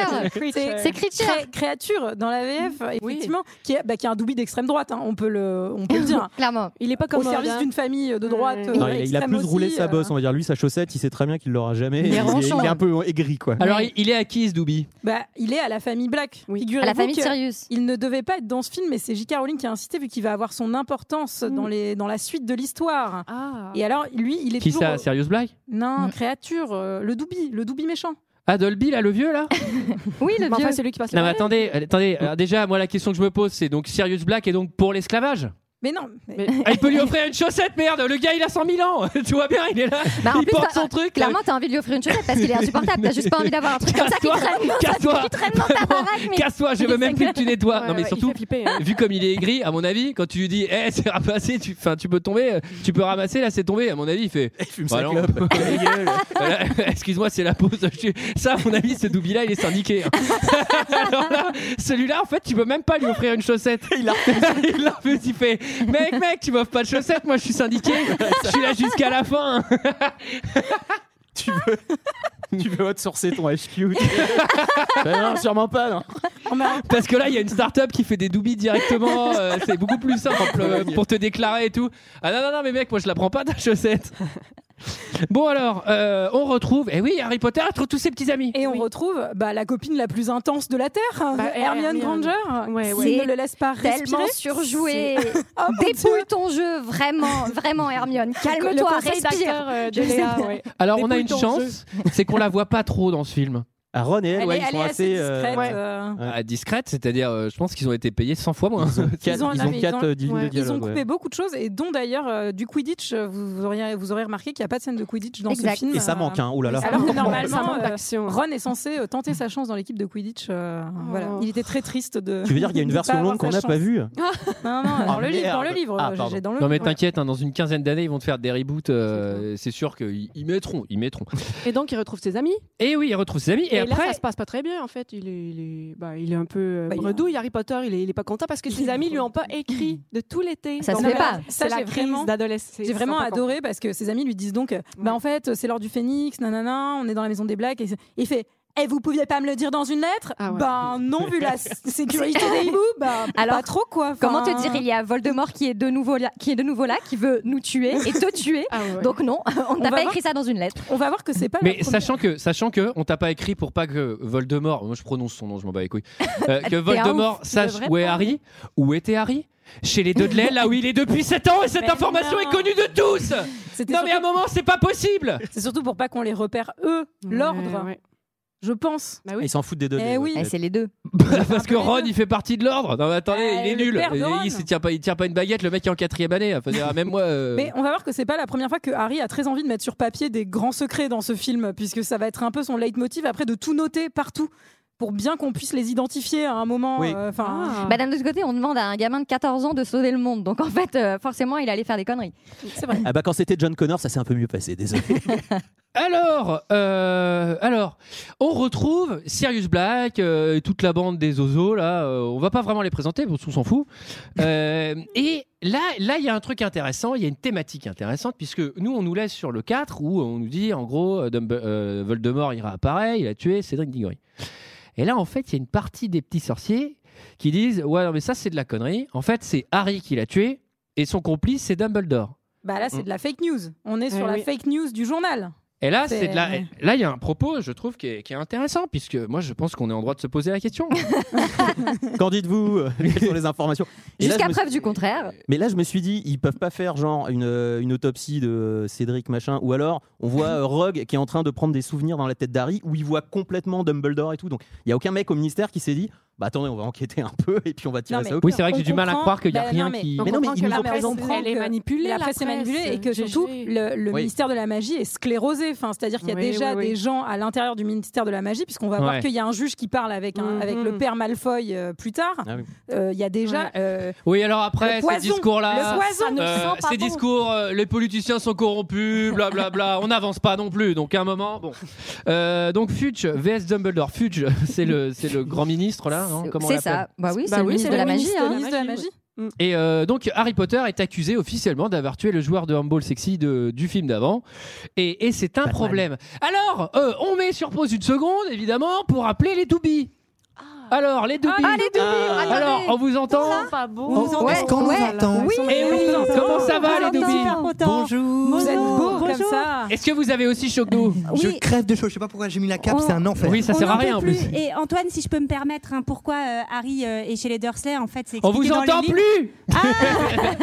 C'est- C'est Creature. cré- créature dans la VF, effectivement, qui, est, bah, qui est un doubi d'extrême droite, hein, on, peut le, on peut le dire. Clairement. Il est pas hein. Au service d'une famille de droite. Ouais. euh, Non, il, a- il a extrême plus roulé aussi, sa euh. bosse, on va dire. Lui, sa chaussette, il sait très bien qu'il l'aura jamais. Il est ronchon. il est un peu aigri, quoi. Alors, (laughs) il, il est à qui ce Doobie Bah, il est à la famille Black. À Figurez-vous la famille que Sirius. Il ne devait pas être dans ce film, mais c'est J.K. Rowling qui a insisté vu qu'il va avoir son importance Mm. dans, les, dans la suite de l'histoire. Ah. Et alors, lui, il est Qui toujours... ça Serious Black Non, Mm. créature, euh, le doubi, le doubi méchant. Ah, Dolby, là, le vieux, là Oui, (laughs) le Bah, vieux. enfin, c'est lui qui passe Non, euh, la mais attendez, euh, attendez. Alors, déjà, moi, la question que je me pose, c'est donc Sirius Black est donc pour l'esclavage Mais non. mais- (laughs) Ah, il peut lui offrir une chaussette, merde. Le gars, il a 100 000 ans. (laughs) Tout va bien, il est là. Bah, en il plus, porte t'as- son truc. Clairement, t'as envie de lui offrir une chaussette parce qu'il est insupportable. T'as juste pas envie d'avoir un truc comme ça qui Casse-toi, traîne dans casse-toi. ta, qui traîne dans ta baraque. mais- Casse-toi, je veux même plus que tu nettoies. Ouais, non, mais ouais, surtout, hein. vu comme il est aigri, à mon avis, quand tu lui dis, eh, c'est ramassé, tu, enfin, tu peux tomber, euh, tu peux ramasser, là, c'est tombé. À mon avis, il fait. fume bah sa non. (laughs) clope. (laughs) Voilà, (laughs) Excuse-moi, c'est la pause. Je suis- Ça, à mon avis, ce doubi-là, il est syndiqué. hein. (laughs) Alors là, Celui-là, en fait, tu peux même pas lui offrir une chaussette. Il l'a (laughs) Il l'a refusé, Il fait, mec, mec, tu m'offres pas de chaussettes. Moi, je suis syndiqué. Je suis là jusqu'à la fin. hein. tu veux outsourcer ton HQ Ben non, sûrement pas, non. Parce que là, il y a une start-up qui fait des doubis (laughs) directement. (laughs) euh, c'est beaucoup plus simple euh, pour te déclarer et tout. Ah non, non, non, mais mec, moi je la prends pas ta chaussette. Bon, alors, euh, on retrouve. Eh oui, Harry Potter trouve tous ses petits amis. Et on retrouve bah, la copine la plus intense de la Terre, hein, Hermione Hermione. Granger, Ouais, qui ouais. ne le laisse pas respirer. Tellement surjoué. (laughs) C'est- Dépouille ton jeu, vraiment, vraiment, Hermione. Oh le Calme-toi, conseil respire. d'acteur, euh, de Je sais Léa, pas. ouais. Alors, on a Dépouille une ton chance, (laughs) c'est qu'on la voit pas trop dans ce film. Ah, Ron et elle, Elle ouais, est- ils elle sont est assez assez. euh, discrète, ouais. euh, Ah, discrète, c'est-à-dire, euh, je pense qu'ils ont été payés 100 fois moins. Quatre- ils ont mais quatre, euh, lignes de ouais, ils ont dialogue, coupé ouais. beaucoup de choses et dont d'ailleurs euh, du Quidditch. euh, Vous, vous auriez, vous aurez remarqué qu'il n'y a pas de scène de Quidditch dans Exact. ce film. Et ça euh, manque, hein, oh là là. Alors que Ça normalement, manque euh, d'action. Ron est censé euh, tenter sa chance dans l'équipe de Quidditch. euh, Voilà, il était très triste de. Tu veux dire qu'il y a une (laughs) de version pas avoir longue qu'on sa n'a pas chance. vue Non, non, Oh, (laughs) dans le livre, dans le merde. livre. Ah, euh, pardon. j'ai dans le Non mais livre, ouais. t'inquiète, hein, dans une quinzaine d'années ils vont te faire des reboots, euh, c'est sûr qu'ils ils mettront, ils mettront. Et donc, il retrouve ses amis. Et oui, ils retrouvent ses amis Et, et, là, après... ça se passe pas très bien en fait. Il est, il est- bah, il est un peu euh, Bah, il- bredouille, Harry Potter. Il est, il est pas content parce que ses amis lui ont pas écrit de tout l'été. Ça se Donc, fait voilà, pas. C'est Ça, la j'ai crise vraiment- d'adolescence. J'ai vraiment Ils sont pas adoré parce que ses amis lui disent donc, euh, bah en fait c'est l'heure du phénix, nanana, on est dans la maison des blagues. Et c'est- il fait, eh vous pouviez pas me le dire dans une lettre Ah ouais. Ben non vu la (laughs) s- sécurité des hiboux, bah Alors, pas trop quoi. Enfin, Comment te dire, il y a Voldemort qui est de nouveau là, qui est de nouveau là, qui veut nous tuer et te tuer. Ah ouais. Donc non, on va n'a pas voir. écrit ça dans une lettre. On va voir que c'est pas. la Mais première- sachant que, sachant que, on t'a pas écrit pour pas que Voldemort, moi je prononce son nom, je m'en bats les couilles, (laughs) euh, que T'es un Voldemort ouf, tu sache devrais où est pas. Harry, où était Harry, chez les Dudley, là où il est depuis 7 ans et cette Mais information non. est connue de tous. C'était Non mais à un surtout- moment c'est pas possible. (laughs) c'est surtout pour pas qu'on les repère eux, contents. l'ordre, Ouais, ouais. je pense. Bah (laughs) oui. Ils s'en foutent des deux. Eh des- oui. Eh, c'est les deux. Bah, Parce que Ron il fait partie de l'ordre. Non mais attendez, Euh, il est le nul. père de Il- Ron. Il, se tient pas, il tient pas une baguette. Le mec est en quatrième année. Enfin, je veux dire, même moi. euh, Mais on va voir que c'est pas la première fois que Harry a très envie de mettre sur papier des grands secrets dans ce film, puisque ça va être un peu son leitmotiv après de tout noter partout pour bien qu'on puisse les identifier à un moment. Oui. euh, Enfin, Ah. Bah, d'un autre côté, on demande à un gamin de 14 ans de sauver le monde. Donc en fait, euh, forcément, il allait faire des conneries. c'est vrai. Ah bah quand c'était John Connor, ça s'est un peu mieux passé, désolé. Alors, euh, alors, on retrouve Sirius Black, euh, et toute la bande des Ozo là. euh, on va pas vraiment les présenter, parce qu'on s'en fout. Euh, et là, là, il y a un truc intéressant. Il y a une thématique intéressante puisque nous, on nous laisse sur le 4 où on nous dit en gros, euh, Dumb- euh, Voldemort ira à pareil, il a tué Cédric Diggory. Et là, en fait, il y a une partie des petits sorciers qui disent ouais, non mais ça c'est de la connerie. En fait, c'est Harry qui l'a tué et son complice c'est Dumbledore. Bah là, c'est de la fake news. On est Eh sur la oui. fake news du journal. Et là, C'est- c'est de la- ouais. là, il y a un propos, je trouve, qui est, qui est intéressant, puisque moi, je pense qu'on est en droit de se poser la question. (laughs) Qu'en dites-vous euh, Quelles sont les informations Et là, je Jusqu'à me preuve suis- du contraire. Mais là, je me suis dit, ils peuvent pas faire genre une, euh, une autopsie de euh, Cédric machin, ou alors on voit euh, Rogue qui est en train de prendre des souvenirs dans la tête d'Harry, où il voit complètement Dumbledore et tout. Donc il y a aucun mec au ministère qui s'est dit, bah attendez, on va enquêter un peu et puis on va tirer Non, ça au Oui, c'est vrai que On j'ai du mal à comprend- croire qu'il n'y a bah, rien non, mais- qui. Mais non, mais comprend ils que nous la ont presse, présenté- comprend Elle est que manipulée, La la presse est presse. manipulée et que GG. surtout le, le Oui. ministère de la magie est sclérosé. Enfin, c'est-à-dire qu'il y a Oui, déjà oui, oui. des gens à l'intérieur du ministère de la magie, puisqu'on va Ouais. voir qu'il y a un juge qui parle avec un- Mhm. avec le père Malfoy euh, plus tard. Ah oui. Euh, Il y a déjà Ouais. euh, Oui, alors après, ces le poison. discours-là. Le poison. euh, ces discours, euh, les politiciens sont corrompus, blablabla, on n'avance pas non plus, donc à un moment, bon. Euh, donc Fudge, VS Dumbledore, Fudge, (laughs) c'est le, c'est le grand ministre là, non Comment on C'est l'appelle ça. Bah oui, Bah c'est le oui, ministre c'est de le la magie. ministre de le hein. ministre de la magie. Mm. Et euh, donc Harry Potter est accusé officiellement d'avoir tué le joueur de handball sexy de- du film d'avant. Et, et c'est un Batman. problème. Alors, euh, on met sur pause une seconde, évidemment, pour appeler les toubies. Ah. Alors, les toubies. Ah, les deux livres, attendez. Alors, on vous entend Pas beau. On vous entend Ouais, ouais, Oh, Eh oui, comment ça va les Bonjour. toubies Vous êtes beaux, Bonjour. comme comme ça. Est-ce que vous avez aussi Chocdou Je crève de chaud. Je sais pas pourquoi j'ai mis la cape, c'est un enfer. Oui, ça Oh. On sert à n'en peut rien en plus. Et Antoine, si je peux me permettre, hein, pourquoi euh, Harry euh, est chez les Dursley, en fait, c'est On vous expliqué dans les entend livres. plus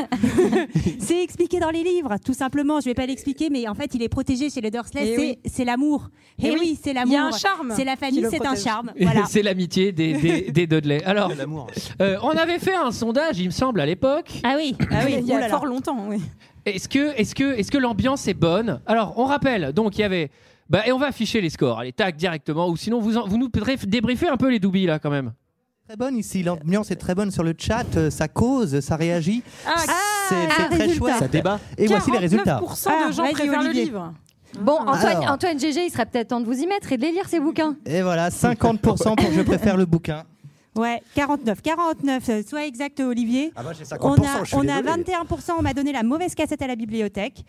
C'est expliqué dans les livres, tout simplement. Je vais pas l'expliquer, mais en fait, il est protégé chez les Dursley. Eh C'est c'est l'amour. Eh Et oui, oui, c'est il y a l'amour. un charme C'est la qui famille, le c'est un protège. charme. Voilà. (laughs) C'est l'amitié des, (laughs) des, des Dudley. Alors, euh, on avait fait un sondage, il me semble, à l'époque. Ah oui, il y a fort longtemps. Oui. Est-ce que, est-ce que, est-ce que l'ambiance est bonne Alors, on rappelle, donc il y avait. Bah, et on va afficher les scores, allez, tac, directement. Ou sinon, vous, en- vous nous bref- débriefez un peu les doubis, là, quand même. Très bonne ici, l'ambiance est très bonne sur le chat, euh, ça cause, ça réagit. Ah, c'est c'est très chouette. Ça débat. Et voici les résultats. 49% de gens Ah, vas-y, préfèrent le Olivier. livre. Ah. Bon, Antoine, Alors. Antoine GG, il serait peut-être temps de vous y mettre et de les lire, ces Mm. bouquins. Et voilà, 50% pour je préfère le bouquin. Ouais, 49, 49, euh, sois exact Olivier. Ah bah, j'ai on 50%, je a, suis on a désolé. 21%, on m'a donné la mauvaise cassette à (laughs) la bibliothèque.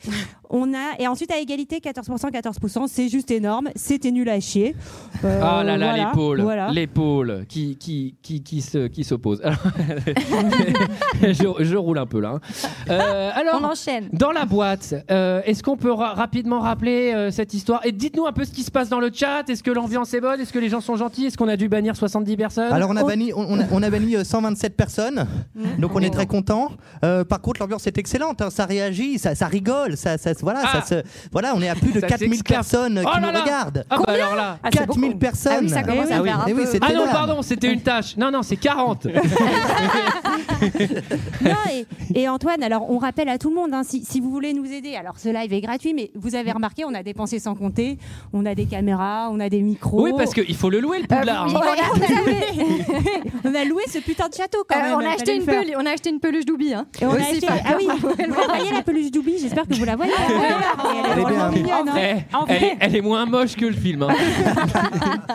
on a, et ensuite à égalité, 14%, 14%, c'est juste énorme, c'était nul à chier. Euh, Ah là là, voilà, l'épaule, voilà. l'épaule qui, qui, qui, qui, se, qui s'oppose. (laughs) Alors, je, je roule un peu là. hein. Euh, alors, On enchaîne. Dans la boîte, euh, est-ce qu'on peut ra- rapidement rappeler euh, cette histoire Et dites-nous un peu ce qui se passe dans le chat. Est-ce que l'ambiance est bonne Est-ce que les gens sont gentils Est-ce qu'on a dû bannir 70 personnes Alors on a Oh. banni, on, on a, on a banni euh, 127 personnes, donc on est Oh, très content. Euh, par contre, l'ambiance est excellente, hein, ça réagit, ça, ça rigole, ça, ça, voilà, Ah. ça se, voilà, on est à plus de Ça 4000 s'exclame. personnes euh, Oh qui là nous là regardent. Ah bah alors là. Ah, c'est 4000 beaucoup. personnes. Ah oui, ça commence Eh à oui. faire un Eh oui, peu. c'est Ah non, énorme. pardon, c'était une tâche. Non, non, c'est 40. Non, et, et Antoine, alors on rappelle à tout le monde, hein, si, si vous voulez nous aider, alors ce live est gratuit, mais vous avez remarqué, on a dépensé sans compter, on a des caméras, on a des micros. oui, parce qu'il faut le louer, Euh, le poudlard. hein. (laughs) oui, voilà, on a loué. on a loué ce putain de château quand Euh, même. hein, on, a acheté fallait une le faire. pelu- on a (laughs) acheté une peluche d'Oubi. Hein. Et on a Aussi, acheté- pas- Ah oui, (laughs) vous voyez voilà. la peluche d'Oubi, j'espère que vous la voyez. Elle est bien. mignonne, hein. Eh, En elle, vrai. est- elle est moins moche que le film. hein.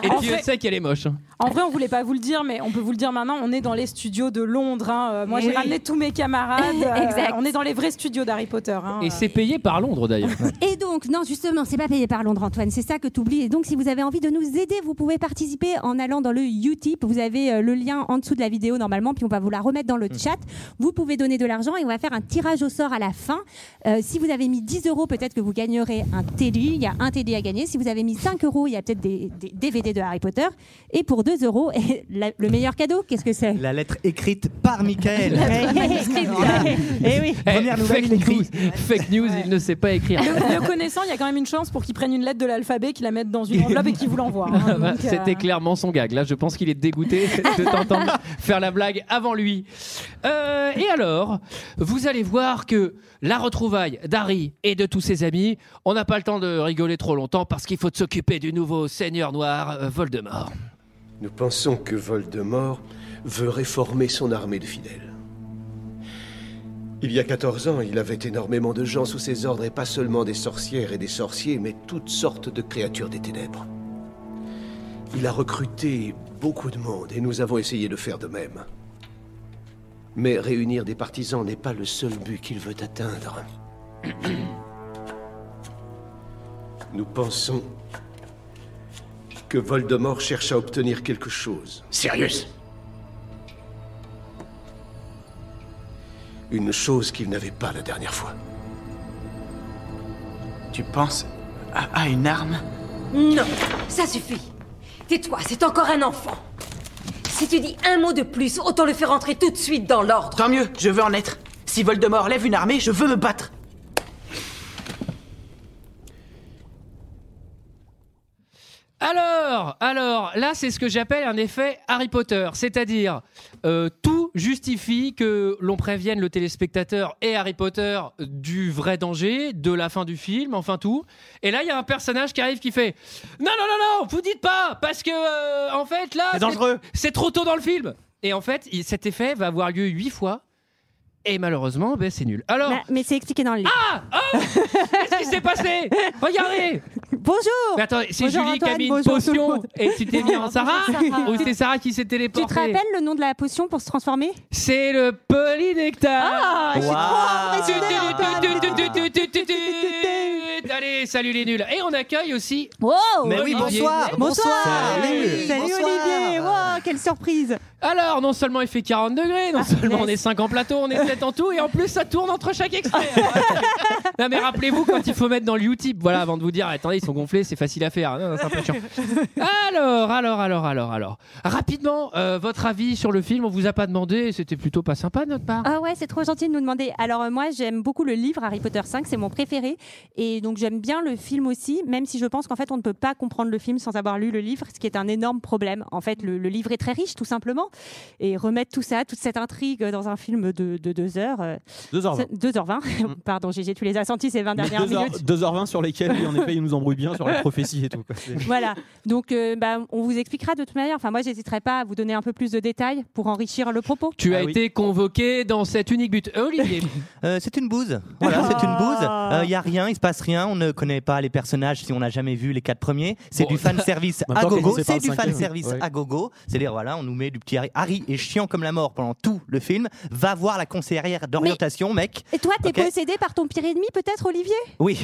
Et Dieu sait qu'elle est moche. hein. En vrai, on voulait pas vous le dire, mais on peut vous le dire maintenant. On est dans les studios de Londres. hein. Euh, Moi, Eh j'ai oui. ramené tous mes camarades. Euh, Exact. on est dans les vrais studios d'Harry Potter. hein. Et c'est payé par Londres d'ailleurs. Et donc, non, justement, c'est pas payé par Londres, Antoine, c'est ça que tu oublies. Et donc, si vous avez envie de nous aider, vous pouvez participer en allant dans le Utip. Vous avez euh, le lien en dessous de la vidéo normalement, puis on va vous la remettre dans le chat. Vous pouvez donner de l'argent et on va faire un tirage au sort à la fin. Euh, si vous avez mis 10 euros, peut-être que vous gagnerez un TD. Il y a un TD à gagner. Si vous avez mis 5 euros, il y a peut-être des, des DVD de Harry Potter. Et pour 2 euros, (laughs) la- le meilleur cadeau, qu'est-ce que c'est La lettre écrite par Michael. Eh oui. Première Eh, nouvelle, fake il écrit. news, fake news, il ne sait pas écrire. Le, le connaissant, il y a quand même une chance pour qu'il prenne une lettre de l'alphabet, qu'il la mette dans une enveloppe et qu'il vous l'envoie. (laughs) hein. Bah, Donc, euh, C'était clairement son gag. Là, je pense qu'il est (laughs) dégoûté de t'entendre faire la blague avant lui. Euh, et alors, vous allez voir que la retrouvaille d'Harry et de tous ses amis, on n'a pas le temps de rigoler trop longtemps parce qu'il faut s'occuper du nouveau seigneur noir, euh, Voldemort. Nous pensons que Voldemort veut réformer son armée de fidèles. Il y a 14 ans, il avait énormément de gens sous ses ordres, et pas seulement des sorcières et des sorciers, mais toutes sortes de créatures des ténèbres. Il a recruté beaucoup de monde, et nous avons essayé de faire de même. Mais réunir des partisans n'est pas le seul but qu'il veut atteindre. Nous pensons que Voldemort cherche à obtenir quelque chose. Sérieux Une chose qu'il n'avait pas la dernière fois. Tu penses à, à une arme Non, ça suffit. Tais-toi, c'est encore un enfant. Si tu dis un mot de plus, autant le faire entrer tout de suite dans l'ordre. Tant mieux, je veux en être. Si Voldemort lève une armée, je veux me battre. Alors, alors, là, c'est ce que j'appelle un effet Harry Potter, c'est-à-dire euh, tout justifie que l'on prévienne le téléspectateur et Harry Potter du vrai danger, de la fin du film, enfin tout. Et là, il y a un personnage qui arrive qui fait non, non, non, non, vous dites pas, parce que euh, en fait, là, c'est dangereux, c'est trop tôt dans le film. Et en fait, il- cet effet va avoir lieu huit fois. Et malheureusement, ben, c'est nul. Alors, Bah, mais c'est expliqué dans le livre. Ah qu'est-ce qui s'est passé Regardez Bonjour Mais attends, c'est Bonjour, Julie qui a Antoine, mis une bonjour tout le potion monde. et tu t'es mis en Sarah (laughs) Bonjour, Sarah. Ou c'est Sarah qui s'est Tu téléportée te rappelles le nom de la potion pour se transformer C'est le polynectar Ah, je suis trop Tu, tu, impressionnée, Antoine. tu, tu, tu, tu, tu, tu, tu, tu, tu. Allez, salut les nuls Et on accueille aussi... Wow Mais oui, Olivier. bonsoir, bonsoir. Salut, Olivier Wow, quelle surprise Ah, Alors, non seulement il fait (laughs) 40 degrés, non seulement on est 5 en plateau, on est 7 en tout, et en plus ça tourne entre chaque extrait. Non, mais rappelez-vous quand il faut mettre dans le Utip, voilà, avant de vous dire, attendez, ils sont gonflés, c'est facile à faire. hein, Non, non, c'est un peu chiant. Alors, alors, alors, alors, alors. Rapidement, euh, votre avis sur le film, on vous a pas demandé, c'était plutôt pas sympa de notre part. Ah ouais, c'est trop gentil de nous demander. Alors euh, moi, j'aime beaucoup le livre Harry Potter 5, c'est mon préféré. Et donc j'aime bien le film aussi, même si je pense qu'en fait, on ne peut pas comprendre le film sans avoir lu le livre, ce qui est un énorme problème. En fait, le, le livre est très riche, tout simplement. Et remettre tout ça, toute cette intrigue euh, dans un film de, de deux heures... euh, 2h20. c'est- 2h20. (laughs) Pardon, GG, tu les as sentis ces 20 dernières minutes. 2h20 sur lesquelles, oui, en effet, il nous embrouille bien sur la prophétie et tout. (laughs) quoi. C'est- voilà. Donc, euh, bah, on vous expliquera de toute manière. Enfin, moi, j'hésiterai pas à vous donner un peu plus de détails pour enrichir le propos. Tu as été convoqué dans cet unique but. Euh, Olivier, Euh, c'est une bouse. Voilà, c'est une bouse. Il n'y a rien, il se passe rien. On ne connaît pas les personnages si on n'a jamais vu les quatre premiers. C'est Bon, du fan service en (laughs) même à temps, gogo. commencer par C'est le du cinquième, fan service ouais. à gogo. C'est-à-dire, voilà, on nous met du petit Harry. Harry est chiant comme la mort pendant tout le film. Va voir la conseillère d'orientation, mec. Et toi, t'es Ok. possédé par ton pire ennemi, peut-être, Olivier Oui.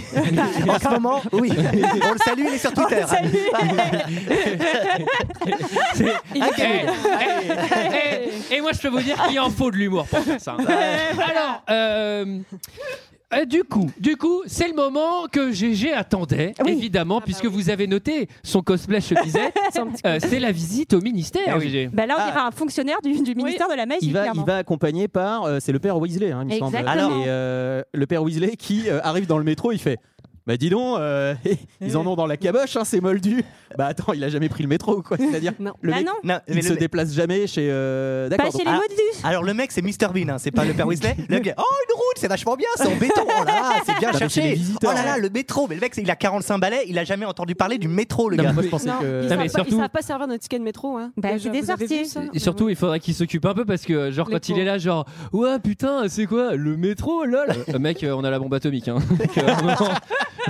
en ce moment, oui. On le salue, il est sur Twitter. Eh, eh, eh, Et moi, je peux vous dire qu'il en faut de l'humour pour faire ça. Alors, euh, euh, du coup, du coup, c'est le moment que GG attendait, Ah, évidemment, bah puisque vous avez noté son cosplay (laughs) chemisette. Euh, c'est la visite au ministère, GG. Bah là, on Ah. dira un fonctionnaire du, du ministère de la magie, Il va, clairement. il va accompagné par, euh, c'est le père Weasley, hein, il me semble. hein. Exactement. Alors- Et, euh, le père Weasley qui euh, arrive dans le métro, il fait. Bah dis donc, euh, (laughs) ils en ont dans la caboche, hein, c'est moldu. Bah attends, il a jamais pris le métro ou quoi C'est-à-dire, le Bah mec, non. Non, il mais se le- déplace jamais chez. euh, D'accord. donc- Ah, Alors le mec c'est Mr Bean, hein, c'est pas le père Weasley. Le (laughs) mec, oh une route, c'est vachement bien, c'est en béton. Oh là là, c'est bien Non, mais c'est les cherché. visiteurs, Oh là là, ouais. le métro. Mais le mec, c'est- il a 45 balais, il a jamais entendu parler du métro, le Non, gars. mais moi, je pensais Non, ils savent pas- ils savent pas servir notre ticket de métro. Hein. Bah, Déjà, c'est des vous avez vu sorties. ça Et surtout, il faudrait qu'il s'occupe un peu parce que, genre, quand il est là, genre, ouais, putain, c'est quoi le métro, lol Euh, Mec, euh, on a la bombe atomique. (laughs) Hein. Donc, euh, vraiment,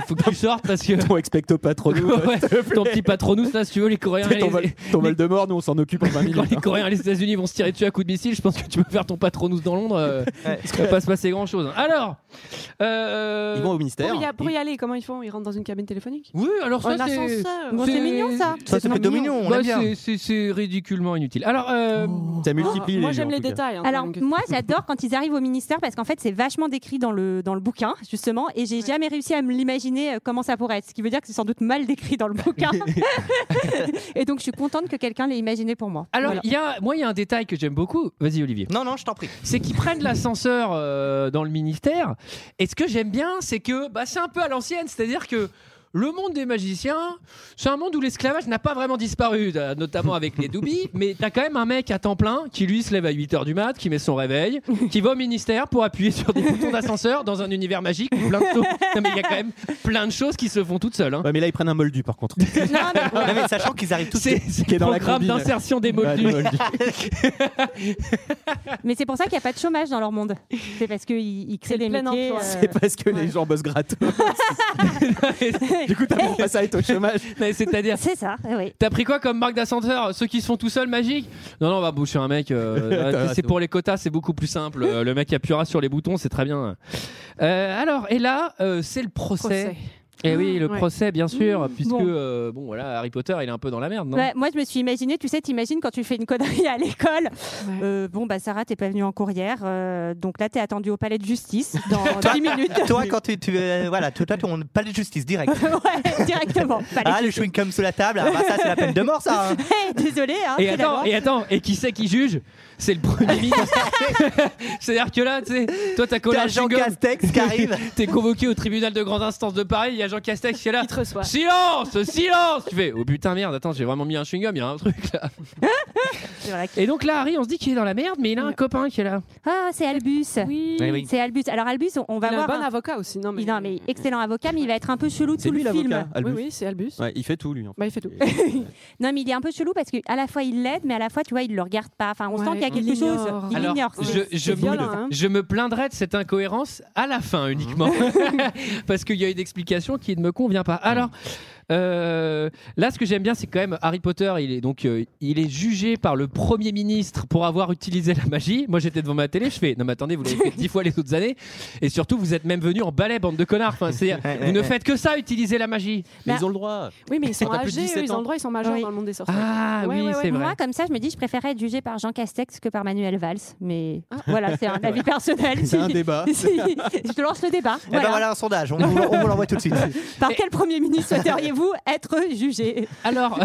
faut que tu sortes parce que. Ton expecto patronus. (laughs) Ouais, ton petit patronus, là, si tu veux, les Coréens. Ton les- vol, ton vol de mort, nous on s'en occupe en 20 (laughs) minutes. Quand les hein. Coréens et les États-Unis vont se tirer dessus à coups de missile, je pense que tu peux faire ton patronus dans Londres. euh, Il va pas se passer grand-chose. Alors, euh, Ils vont au ministère. Pour y, pour y aller, comment ils font Ils rentrent dans une cabine téléphonique Oui, alors ça, Un c'est- ascenseur. Bon, c'est c'est- mignon, ça. Ça, c'est plutôt mignon, on Bah, aime bien. c'est- c'est ridiculement inutile. Alors, euh, ça multiplie. Moi, les j'aime gens, en les tout cas. détails, hein, quand Alors, même, que- (laughs) moi, j'adore quand ils arrivent au ministère parce qu'en fait, c'est vachement décrit dans le, dans le bouquin, justement, et j'ai jamais réussi à me l'imaginer euh, comment ça pourrait être. Ce qui veut dire que c'est sans doute mal décrit dans (laughs) le bouquin. (laughs) et donc, je suis contente que quelqu'un l'ait imaginé pour moi. Alors, Voilà. il y a, moi, il y a un détail que j'aime beaucoup. Vas-y, Olivier. Non, non, je t'en prie. C'est qu'ils prennent l'ascenseur euh, dans le ministère. Et ce que j'aime bien, c'est que bah, c'est un peu à l'ancienne. C'est-à-dire que le monde des magiciens, c'est un monde où l'esclavage n'a pas vraiment disparu, euh, notamment avec les doubis. Mais t'as quand même un mec à temps plein qui, lui, se lève à 8h du mat, qui met son réveil, qui va au ministère pour appuyer sur des boutons d'ascenseur dans un univers magique où plein de choses- Non, mais il y a quand même plein de choses qui se font toutes seules. hein. Ouais, mais là ils prennent un moldu par contre. Non, mais sachant qu'ils arrivent tous. C'est Qui est le dans la programme combine. d'insertion des Ouais, des moldus. moldus. Mais c'est pour ça qu'il n'y a pas de chômage dans leur monde. C'est parce qu'ils ils créent des plein métiers. emploi. euh, (laughs) C'est parce que les gens bossent (laughs) gratos. du coup, t'as pas ça à être au chômage. Mais c'est-à-dire. C'est ça, oui. T'as pris quoi comme marque d'ascenseur Ceux qui sont tout seuls, magique Non, non, on va boucher un mec. (laughs) euh, T'as c'est raison. pour les quotas, c'est beaucoup plus simple. Euh, le mec appuiera sur les boutons, c'est très bien. Euh, alors, et là, euh, c'est le procès. Procès. Et oui, le Ouais. Mmh, procès, bien sûr, puisque Bon. euh, bon voilà, Harry Potter, il est un peu dans la merde, non Ouais, moi, je me suis imaginé, tu sais, t'imagines quand tu fais une connerie à l'école. Euh, bon, bah, Sarah, t'es pas venue en courrière. euh, donc là, t'es attendue au palais (laughs) de justice dans 10 minutes. Toi, quand tu, tu, euh, voilà, toi, toi, ton palais de justice (laughs) direct. ouais, directement. Palais Ah, le chewing cum sous la table. Ah, bah, ça, c'est la peine de mort, ça. hein. (laughs) Hey, désolé, hein, Et c'est attends, d'abord. et attends, et qui c'est qui juge C'est le premier (laughs) ministre. C'est-à-dire que là, tu sais, toi, t'as collé T'as un Jean chewing-gum. Castex qui arrive. (laughs) T'es convoqué au tribunal de grande instance de Paris. Il y a Jean Castex qui est là. Silence, silence. Tu fais, oh putain merde, attends, j'ai vraiment mis un chewing-gum. Il y a un truc là. Et donc là, Harry, on se dit qu'il est dans la merde, mais il a un copain qui est là. Ah, c'est Albus. Eh oui. C'est Albus. Alors, Albus, on, on va Il a un voir. bon avocat aussi, non mais. Il- non, mais excellent avocat, mais il va être un peu chelou C'est tout lui le film. l'avocat, Albus. Oui, oui, c'est Albus. Ouais, il fait tout lui. En fait. Bah, il fait tout. (laughs) Non, mais il est un peu chelou parce que à la fois il l'aide, mais à la fois, tu vois, il le regarde pas. Enfin, on sent Ouais, qu'il y a il quelque l'ignore. chose. Il Alors, ignore. je, je, violent, me- hein. je me plaindrai de cette Mhm. (laughs) Mhm. incohérence à la fin uniquement. Parce qu'il y a une explication qui ne me convient pas. Alors, Euh, là, ce que j'aime bien, c'est quand même Harry Potter. Il est donc, euh, il est jugé par le Premier ministre pour avoir utilisé la magie. Moi, j'étais devant ma télé, je fais, non mais attendez, vous l'avez fait dix fois les autres années, et surtout, vous êtes même venu en balai, bande de connards. Enfin, c'est, vous ne faites que ça, utiliser la magie. Mais Bah, ils ont le droit. Oui, mais ils sont Quand t'as plus de âgés, eux, 17 ils ont ans. le droit, ils sont majeurs dans le monde des sorciers. Ah Ouais, oui, ouais, ouais. c'est vrai. Moi, comme ça, je me dis, je préférais être jugée par Jean Castex que par Manuel Valls. Mais Ah. voilà, (laughs) c'est un avis personnel. C'est un (laughs) (laughs) débat. je te lance le débat. Eh ben Voilà. voilà un sondage, on vous, on vous l'envoie tout de suite. Par quel Premier (laughs) ministre souhaiteriez-vous être jugé (laughs) Alors,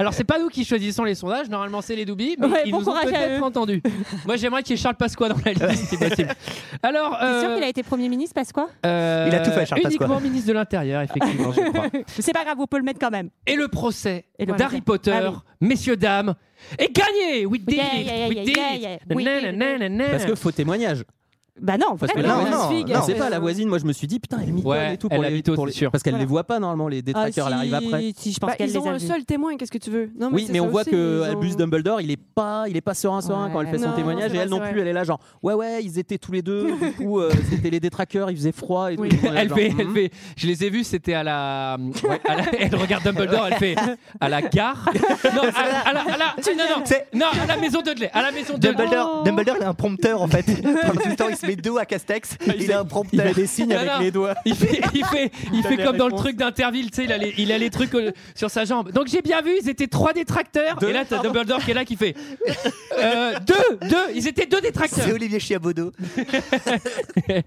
Alors, c'est pas nous qui choisissons les sondages. Normalement, c'est les doubis, mais Ouais, ils bon nous ont courage à peut-être eux. entendu. Moi, j'aimerais qu'il y ait Charles Pasqua dans la liste, si possible. Alors, T'es sûr euh, qu'il a été Premier ministre, parce quoi euh, Il a tout fait, Charles Pasqua. Uniquement ministre de l'Intérieur, effectivement, je crois. C'est pas grave, on peut le mettre quand même. Et le procès (laughs) Et le d'Harry procès. Potter, Ah messieurs, dames, est gagné We did Yeah, it yeah, yeah, We yeah, did yeah, it. yeah. Na, We na, did na, na, na. Parce que faux témoignage. Bah non, Parce que Ouais, là, mais euh, non, la non, voisine, non, elle c'est fait pas ça. la voisine. Moi, je me suis dit, putain, hein. elle m'y Ouais, et tout elle pour les, habite au- pour les- sûr. parce qu'elle les voit pas normalement les Ah, détracteurs. elle arrive après. Bah, ils ont un seul témoin, qu'est-ce que tu veux Non, oui, c'est mais ça on voit aussi, que (laughs) ils ont- Albus Dumbledore, il est pas, il est pas serein, serein quand elle fait Non, son témoignage c'est et elle vrai, non c'est plus, elle est là genre, ouais, ouais, ils étaient tous les deux. (laughs) du coup, euh, c'était les détraqueurs, il faisait froid et tout. On est là, elle genre, fait, hmm. elle fait, je les ai vus, c'était à la, à la- elle regarde Dumbledore, elle fait, à (laughs) la gare, non, à, la- à la, à la- non, non, non, à la maison de à la maison de Oh. Dumbledore, Dumbledore, il a un prompteur en fait. (laughs) Pendant tout le temps, il se met dos à Castex. Il a un prompteur. il fait (laughs) des signes Non, non. Il fait, il fait, il T'as fait les comme dans le réponses. truc d'Interville, tu sais, il a les, il a les trucs euh, sur sa jambe. Donc j'ai bien vu, ils étaient trois détracteurs. et là, t'as Dumbledore qui est là qui fait euh, deux, deux. Ils étaient deux détracteurs. C'est Olivier Chiabodo. Et,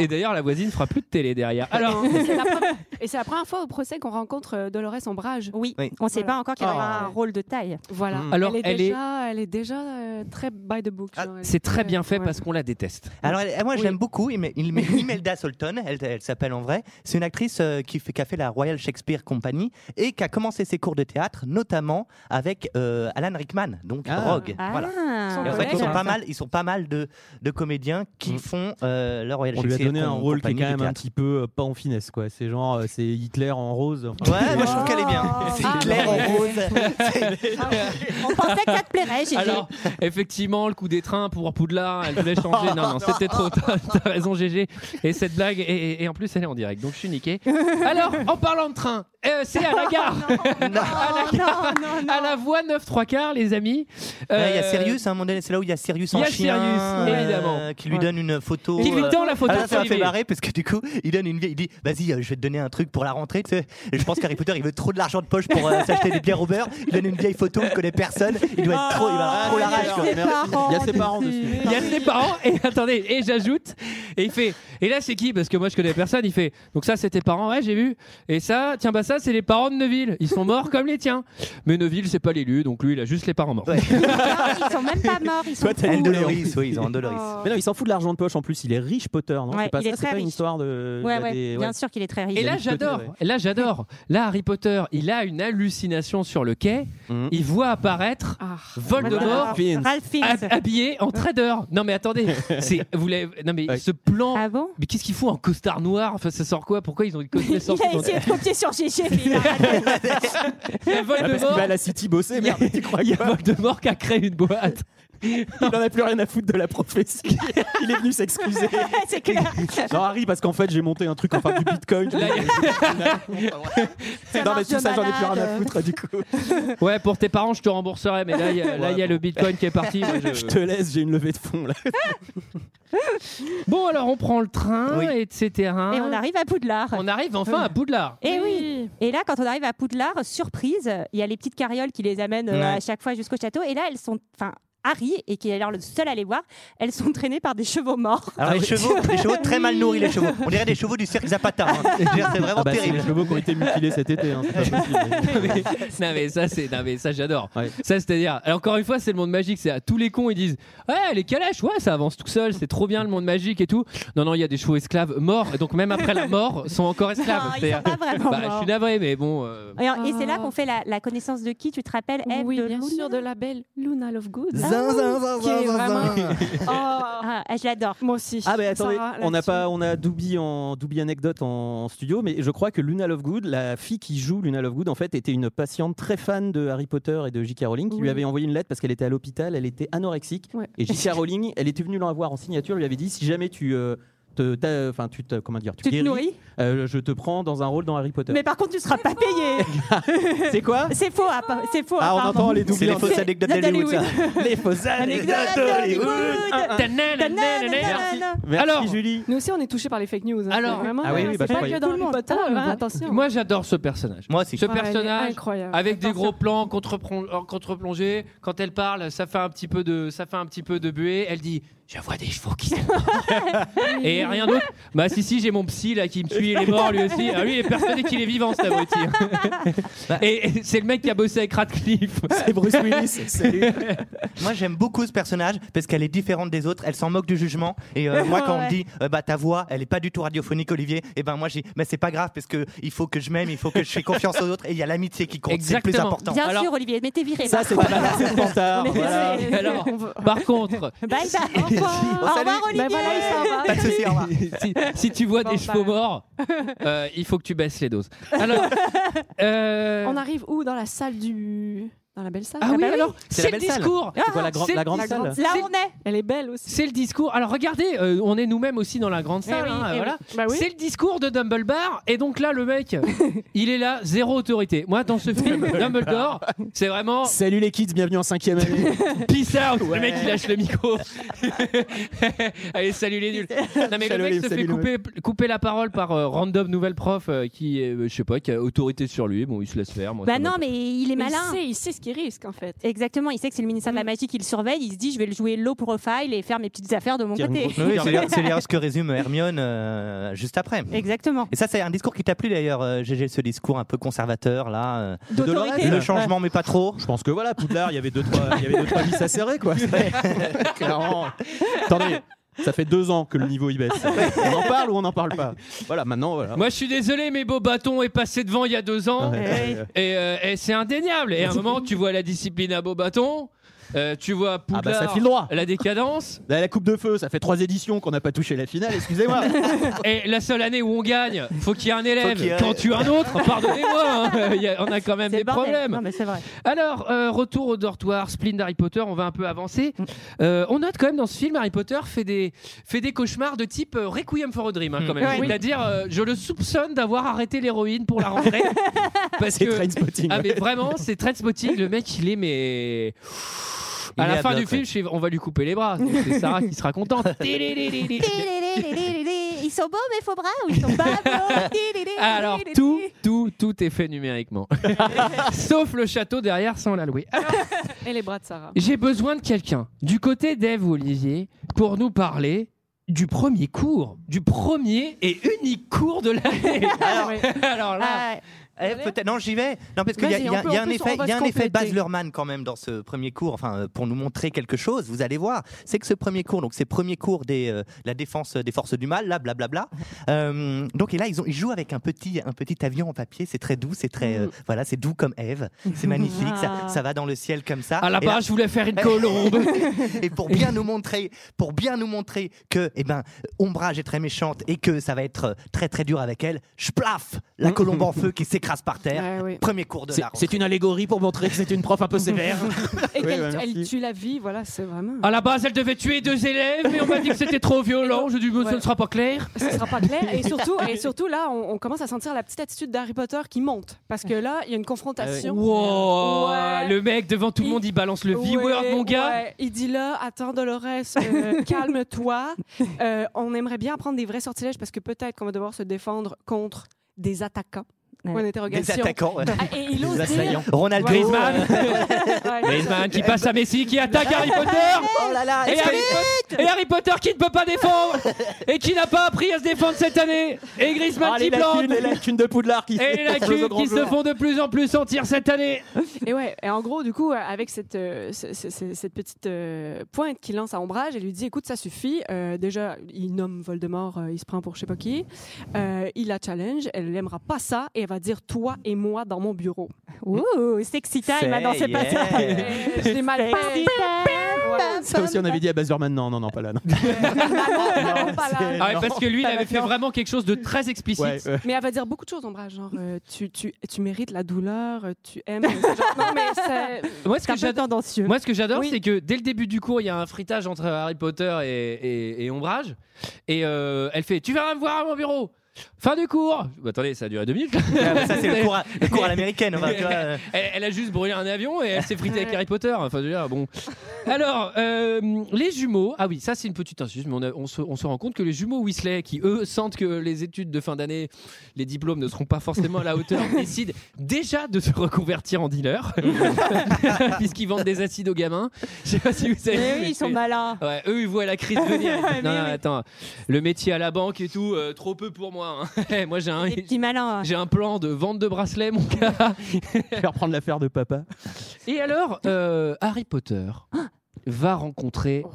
et d'ailleurs, la voisine fera plus de télé derrière. Alors, Et c'est la première- Et c'est la première fois au procès qu'on rencontre euh, Dolores Ombrage. Oui, Oui. on sait pas encore qu'il y aura Oh. un rôle de taille. Voilà. Mm. Alors, elle est elle est- déjà, elle est déjà euh, très by the book. genre, elle- c'est très bien fait Ouais. parce qu'on la déteste. Alors, elle- moi, je l'aime beaucoup. Il m'est- il m'est- Imelda Solton, elle, elle s'appelle en vrai. C'est une actrice euh, qui, fait, qui a fait la Royal Shakespeare Company et qui a commencé ses cours de théâtre, notamment avec euh, Alan Rickman, donc Ah. Rogue. Ah. Voilà. Son Et en fait, collègue, ils sont ça. pas mal, ils sont pas mal de, de comédiens qui Mm. font euh, la Royal On lui a Shakespeare donné un Com- rôle qui est Company quand de même un théâtre. petit peu euh, pas en finesse, quoi. C'est genre, euh, c'est Hitler en rose. enfin, Ouais, Ah. moi je trouve qu'elle (laughs) est bien. Ah. C'est clair en rose. (laughs) On pensait que ça te plairait, Gigi. Alors, effectivement, le coup des trains pour Poudlard, elle voulait changer. Non, non, c'était trop. T'as t'as raison, GG. Et cette blague, et, et- et en plus, elle est en direct, donc je suis niqué. (laughs) Alors, en parlant de train, euh, c'est à la gare. (laughs) à la gare, à la voie 9 3 quarts, les amis. Ouais, Il y a Euh, Sirius, hein, à un moment donné, c'est là où il y a Sirius en il y a chien, Sirius, euh, évidemment. qui lui Ouais. donne une photo. Qui lui euh, tend la photo ah, là, ça m'a fait d'Olivier. marrer parce que du coup, il donne une vieille. Il dit Vas-y, euh, je vais te donner un truc pour la rentrée. tu sais. Et Je pense qu'Harry Potter, il veut trop de l'argent de (laughs) poche pour euh, s'acheter des bières au beurre. Il donne une vieille photo, il connaît personne. Il doit être trop. Il va Ah, avoir trop la rage. d'accord, Ah, merci. quoi. Il y a ses parents dessus. Il y a ses parents et (laughs) attendez et j'ajoute et il fait et là c'est qui parce que moi je connais personne il fait donc ça c'est tes parents ouais j'ai vu et ça tiens bah ça c'est les parents de Neville ils sont morts comme les tiens mais Neville c'est pas l'élu donc lui il a juste les parents morts (laughs) Ils sont même pas morts, ils sont Toi, t'as Un une Doloris, oui, ils ont un Doloris. Mais non, il s'en fout de l'argent de poche en plus. Il est riche, Potter, non Ouais, C'est pas, il est ça, c'est très pas une riche. histoire Euh, de. il y Ouais, a ouais, des- bien sûr qu'il est très riche. Et là, j'adore. Là, j'adore. Là, Harry Potter, il a une hallucination sur le quai. Mmh. Il voit apparaître Voldemort Ah. Ralph Fiennes. Ralph Fiennes. hab- habillé en trader. Non, mais (laughs) attendez. C'est vous l'avez. Non, mais ce plan. Ah mais qu'est-ce qu'il faut en costard noir Enfin, ça sort quoi Pourquoi ils ont une (laughs) Il costume sorti a essayé de copier sur (laughs) Gigi, mais il a Ah, parce qu'il va à Voldemort. la City bosser, merde, tu crois Il y a Voldemort qui a créé une boîte. Il en a plus rien à foutre de la profession. Il est venu (laughs) s'excuser. C'est clair. (laughs) Non, Harry, parce qu'en fait, j'ai monté un truc enfin du bitcoin. Là, il y a- non, mais tout ça, j'en ai plus rien à (laughs) foutre du coup. Ouais, pour tes parents, je te rembourserai, mais là, il y a, là, il y a le bitcoin qui est parti. Moi, je- (laughs) Je te laisse, j'ai une levée de fonds là. Bon, alors, on prend le train, etc. Et on arrive à Poudlard. On arrive enfin à Poudlard. Eh Et Eh oui. Et là, quand on arrive à Poudlard, surprise, il y a les petites carrioles qui les amènent euh, Ouais. à chaque fois jusqu'au château. Et là, elles sont, enfin, Harry et qui est alors le seul à les voir, elles sont traînées par des chevaux morts. Ah Alors Ah les chevaux, les (laughs) chevaux très mal nourris, les chevaux. On dirait des chevaux du cirque Zapata. hein. Je veux dire, C'est vraiment Ah bah, c'est terrible. les chevaux qui ont été mutilés cet été. hein, c'est pas possible. (laughs) non mais ça c'est non mais ça j'adore. Ça c'est-à-dire alors, encore une fois c'est le monde magique, c'est à tous les cons ils disent "Ouais, les calèches, ouais, ça avance tout seul, c'est trop bien le monde magique et tout." Non non, il y a des chevaux esclaves morts et donc même après la mort sont encore esclaves. Non, ils C'est-à-dire- sont pas vraiment Bah, je morts. suis navré mais bon euh, Et, et c'est là qu'on fait la, la connaissance de qui Tu te rappelles Eve Ah. Oui, de bien Luna sûr, de la belle Luna Lovegood. Zin, zin, zin, Qui est zin, zin, vraiment- zin. (laughs) Ah, je l'adore. Moi aussi. Ah mais attendez, Sarah, on a là-dessus. pas, on a Doobie en Doobie anecdote en studio, mais je crois que Luna Lovegood, la fille qui joue Luna Lovegood, en fait, était une patiente très fan de Harry Potter et de J.K. Rowling, qui lui Oui. avait envoyé une lettre parce qu'elle était à l'hôpital, elle était anorexique, Ouais. et J.K. Rowling, elle était venue l'en avoir en signature, lui avait dit si jamais tu euh, te, ta- enfin, tu te, comment dire, tu, Tu te guéris. nourris Euh, je te prends dans un rôle dans Harry Potter. Mais par contre, tu seras pas payé. C'est quoi C'est faux, ah, pa- c'est faux. Ah, on pardon. entend les doublés. C'est les fausses C'est anecdotes Nathalie d'Hollywood, ça. Wood. Les fausses anecdotes d'Hollywood. Merci, Alors- Julie. Nous aussi on est touchés par les fake news. hein, Alors- c'est vraiment, Ah oui, oui, c'est bah, je pas croyais. que Tout dans le le monde. poteur, Ah, hein, bah. attention. Moi, j'adore ce personnage. Moi aussi. Ce Ouais, elle est personnage, incroyable. avec des gros plans, contre-plong- en contre-plongée. Quand elle parle, ça fait un petit peu de, ça fait un petit peu de buée. Elle dit, je vois des chevaux qui. s'éloignent. Et rien d'autre. Bah si si, j'ai mon psy là qui me suit. Il est mort lui aussi. Ah, lui, il est persuadé qu'il est vivant, cet abruti. Bah. Et, et c'est le mec qui a bossé avec (laughs) Radcliffe. C'est Bruce (laughs) Willis. moi j'aime beaucoup ce personnage parce qu'elle est différente des autres, elle s'en moque du jugement et euh, moi quand on me Ouais. dit euh, bah ta voix elle est pas du tout radiophonique Olivier et ben moi j'ai mais c'est pas grave parce que il faut que je m'aime, il faut que je fais confiance aux autres et il y a l'amitié qui compte, c'est le plus Exactement. important. Bien Alors- sûr, Olivier, mais t'es viré. Ça, par c'est contre. pas- (laughs) c'est le Pantard, Mais voilà. désolé. Alors, par contre, Bye bye. Au revoir. Au revoir, Olivier. Ben voilà, il s'en va. Pas de souci, au revoir. si, si tu vois Bon, des bah. chevaux morts, (laughs) euh, il faut que tu baisses les doses. Alors, euh, On arrive où dans la salle du dans la belle salle Ah, Ah oui, alors, C'est la c'est le belle salle. discours. C'est quoi, la grand- C'est la grande salle Là on est. Elle est belle aussi. C'est le discours. Alors (laughs) regardez, euh, on est nous-mêmes aussi dans la grande Eh salle. oui, hein, eh voilà. oui. Bah oui. C'est le discours de Dumbledore. Et donc là, le mec, (laughs) il est là, zéro autorité. Moi, dans ce (laughs) film, Dumbledore, c'est vraiment Salut les kids, bienvenue en cinquième année. (laughs) (laughs) peace out. Le mec, il lâche le micro. (laughs) Allez, salut les nuls. Non, mais le Salut mec les- se salut fait le couper, couper la parole par euh, random nouvelle prof euh, qui, est, euh, je sais pas, qui a autorité sur lui. Bon, il se laisse faire. moi, Bah ça m'a non, pas- mais il est malin. sait, il sait ce qu'il risque en fait. Exactement, il sait que c'est le ministère de la magie qui le surveille. Il se dit, je vais le jouer low profile et faire mes petites affaires de mon côté. Bah, Oui, (laughs) c'est les- c'est les- ce que résume Hermione euh, juste après. Exactement. Et ça, c'est un discours qui t'a plu d'ailleurs, euh, GG, ce discours un peu conservateur là. euh, D'autorité. Le changement, mais pas Oh. trop. Je pense que voilà, Poudlard, il y avait deux trois, il y avait deux trois vis à serrer (laughs) quoi. (laughs) (laughs) Clairement. Attendez, ça fait deux ans que le niveau il (laughs) baisse. On en parle ou on n'en parle pas Voilà, maintenant voilà. Moi, je suis désolé, mais Beau Bâton est passé devant il y a deux ans. Ouais. Et, euh, et c'est indéniable. Et à un moment, tu vois la discipline à Beau Bâton. euh, tu vois Poudlard, bah, ça file droit. la décadence. Là, Bah, la coupe de feu, ça fait trois éditions qu'on n'a pas touché la finale. (laughs) Excusez-moi. Et la seule année où on gagne, faut qu'il y ait un élève Faut qu'il y ait- qui en tue un autre. Pardonnez-moi, hein. Il y a- on a quand même C'est le des bordel. problèmes. Non, mais c'est vrai. Alors, euh, retour au dortoir, spleen d'Harry Potter, on va un peu avancer. Euh, on note quand même dans ce film, Harry Potter fait des, fait des cauchemars de type euh, Requiem for a Dream, hein, quand même. Ouais. Oui. C'est-à-dire, euh, je le soupçonne d'avoir arrêté l'héroïne pour la rentrer. parce C'est que Trainspotting, Ah, mais ouais. vraiment, c'est Trainspotting, le mec, il est mais. Il À est la à fin bloc, du film, je suis- on va lui couper les bras. Donc, C'est Sarah qui sera contente. Télélélélé. Ils sont beaux mes faux bras ou ils sont pas Alors tout, tout, tout est fait numériquement. (laughs) Sauf le château derrière sans la louer. Alors, Et les bras de Sarah. J'ai besoin de quelqu'un du côté d'Ève ou Olivier pour nous parler du premier cours, du premier et unique cours de l'année. Alors, (laughs) Alors ah, là, Eh, peut-être non, j'y vais. Non, parce qu'il y a, Vas-y, il y a- on peut- il y a en un plus, effet, on va il y a se un effet Baz compléter. Luhrmann quand même dans ce premier cours. Enfin, euh, pour nous montrer quelque chose, vous allez voir. C'est que ce premier cours, donc c'est premier cours des euh, la défense des forces du mal, (laughs) là, blablabla. Euh, donc et là, ils, ont, ils jouent avec un petit un petit avion en papier. C'est très doux, c'est très euh, voilà, c'est doux comme Eve. (laughs) C'est magnifique. ça, Mm. Ah. ça va dans le ciel comme ça. à la Et là- base, je voulais faire (laughs) une colombe. et pour bien nous montrer, pour bien nous montrer que, eh ben, Ombrage est très méchante et que ça va être euh, très très dur avec elle. Je plaf Mm. la colombe en feu qui s'écrase par terre. Premier cours de C'est- la rentrée. C'est une allégorie pour montrer que c'est une prof un peu sévère. (laughs) Et Oui, qu'elle bah, elle tue la vie, voilà, c'est vraiment. À la base, elle devait tuer deux élèves, mais on m'a dit que c'était trop violent. Je dis, mais ça ne sera pas clair. Ce sera pas clair. Et surtout, et surtout là, on, on commence à sentir la petite attitude d'Harry Potter qui monte. Parce que là, il y a une Euh, confrontation. Wow, Ouais. le mec devant tout le monde, il balance le V-word, Ouais, mon gars. ouais. Il dit là, attends Dolores, (laughs) euh, calme-toi. Euh, on aimerait bien prendre des vrais sortilèges parce que peut-être qu'on va devoir se défendre contre des attaquants. Point d'interrogation. Des attaquants, ouais. Ah, et il Des ose assaillants. (laughs) dire... Ronaldo. Griezmann. (laughs) Ouais. (laughs) Griezmann qui passe à Messi, qui attaque Harry Potter. Oh là là, Et est-ce que- Harry, Po- et Harry Potter qui ne peut pas défendre et qui n'a pas appris à se défendre cette année. Et Griezmann Ah, qui les plante. lacunes, les lacunes de Poudlard qui Et les lacunes qui se font de plus en plus sentir cette année. Et ouais, et en gros, du coup, euh, avec cette, euh, ce- ce- ce- cette petite euh, pointe qu'il lance à Ombrage, elle lui dit écoute, ça suffit. Euh, déjà, il nomme Voldemort, euh, il se prend pour je sais pas qui. Euh, il la challenge, elle n'aimera pas ça et elle va dire toi et moi dans mon bureau. Ouh, sexy time, C'est ah non, c'est pas ça. yeah. Je Euh, l'ai mal fait. Sexy time. Ça aussi, on avait dit à Bazurman, non, non, non, pas là. non. là. Ah ouais, Non. parce que lui, il Pas avait fait d'accord. vraiment quelque chose de très explicite. Ouais, (laughs) ouais. Mais elle va dire beaucoup de choses, Ombra. Genre, euh, tu, tu, tu mérites la douleur, euh, tu aimes. ce genre- Non, mais c'est. Moi, ce que j'adore, moi, ce que j'adore, Oui. c'est que dès le début du cours, il y a un fritage entre Harry Potter et, et- et Ombrage. Et euh, elle fait Tu vas me voir à mon bureau Fin du cours Bah, Attendez, ça a duré deux minutes. bah, ça, c'est le cours à- le cours à l'américaine, on va, tu vois, euh. elle, elle a juste brûlé un avion et elle s'est fritée avec Harry Potter. Enfin, je veux dire, bon. Alors, euh, les jumeaux. Ah oui, ça, c'est une petite insulte, mais on, a- on se, on se rend compte que les jumeaux Weasley, qui eux sentent que les études de fin d'année, les diplômes ne seront pas forcément à la (laughs) hauteur, décident déjà de se reconvertir en dealer. Puisqu'ils vendent des acides aux gamins. Je sais pas si vous avez Mais vu, oui, ils sont c'est- malins. Ouais, eux, ils voient la crise venir. Mais non, non, oui. attends. Le métier à la banque et tout, euh, trop peu pour moi. hein. (laughs) Eh, moi, j'ai un, Petit malin. j'ai un plan de vente de bracelets, mon gars. Faire prendre l'affaire de papa. Et alors, euh, Harry Potter (gasps) va rencontrer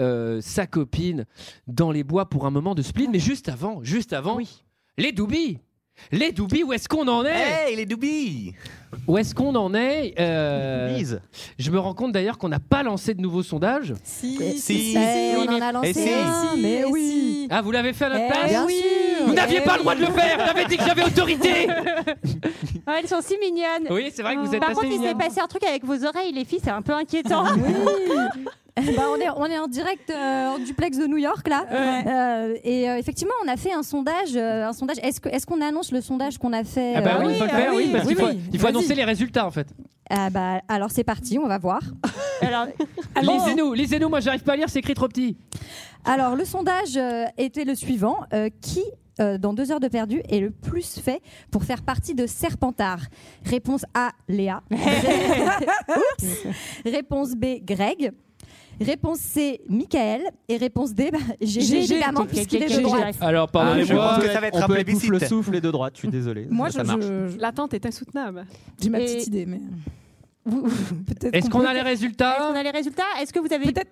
euh, sa copine dans les bois pour un moment de spleen, mais juste avant, juste avant, les Doubis. Les Doubis, où est-ce qu'on en est Hey, les Doubis Où est-ce qu'on en est Euh, Je me rends compte d'ailleurs qu'on n'a pas lancé de nouveau sondage. Si, Eh, si, eh, si, on en a lancé un, mais oui. Ah, vous l'avez fait à notre Eh place bien Vous n'aviez pas le droit de Eh le faire Vous avez dit que j'avais autorité Oh, elles sont si mignonnes. Oui, c'est vrai que vous êtes Par assez contre, il s'est mignonnes. passé un truc avec vos oreilles, les filles, c'est un peu inquiétant. (laughs) Bah, on, est, on est en direct euh, en duplex de New York là. Euh, et euh, effectivement, on a fait un sondage. euh, un sondage. Est-ce que- est-ce qu'on annonce le sondage qu'on a fait Ah bah euh, oui, il faut le faire, oui, parce qu'il faut, il faut annoncer les résultats en fait. Ah bah, alors c'est parti, on va voir. Lisez-nous, lisez-nous, moi j'arrive pas à lire, c'est écrit trop petit. Alors le sondage euh, était le suivant Euh, qui euh, dans deux heures de perdu est le plus fait pour faire partie de Serpentard Réponse A, (laughs) Léa. Oups. Réponse B, Greg. Réponse C, Michael. Et réponse D, bah, GG, GG, évidemment, donc, puisqu'il est quelqu'un de qui droite. gère. Alors, pardonnez-moi. je pense que ça va être on un peut plébiscite. souffle souffle et de droite, je suis désolé. (laughs) Moi, ça je- marche. L'attente est insoutenable. J'ai ma Et- petite idée, mais. (laughs) Est-ce qu'on a les Est-ce résultats qu'on a les résultats Est-ce que vous avez Ah peut-être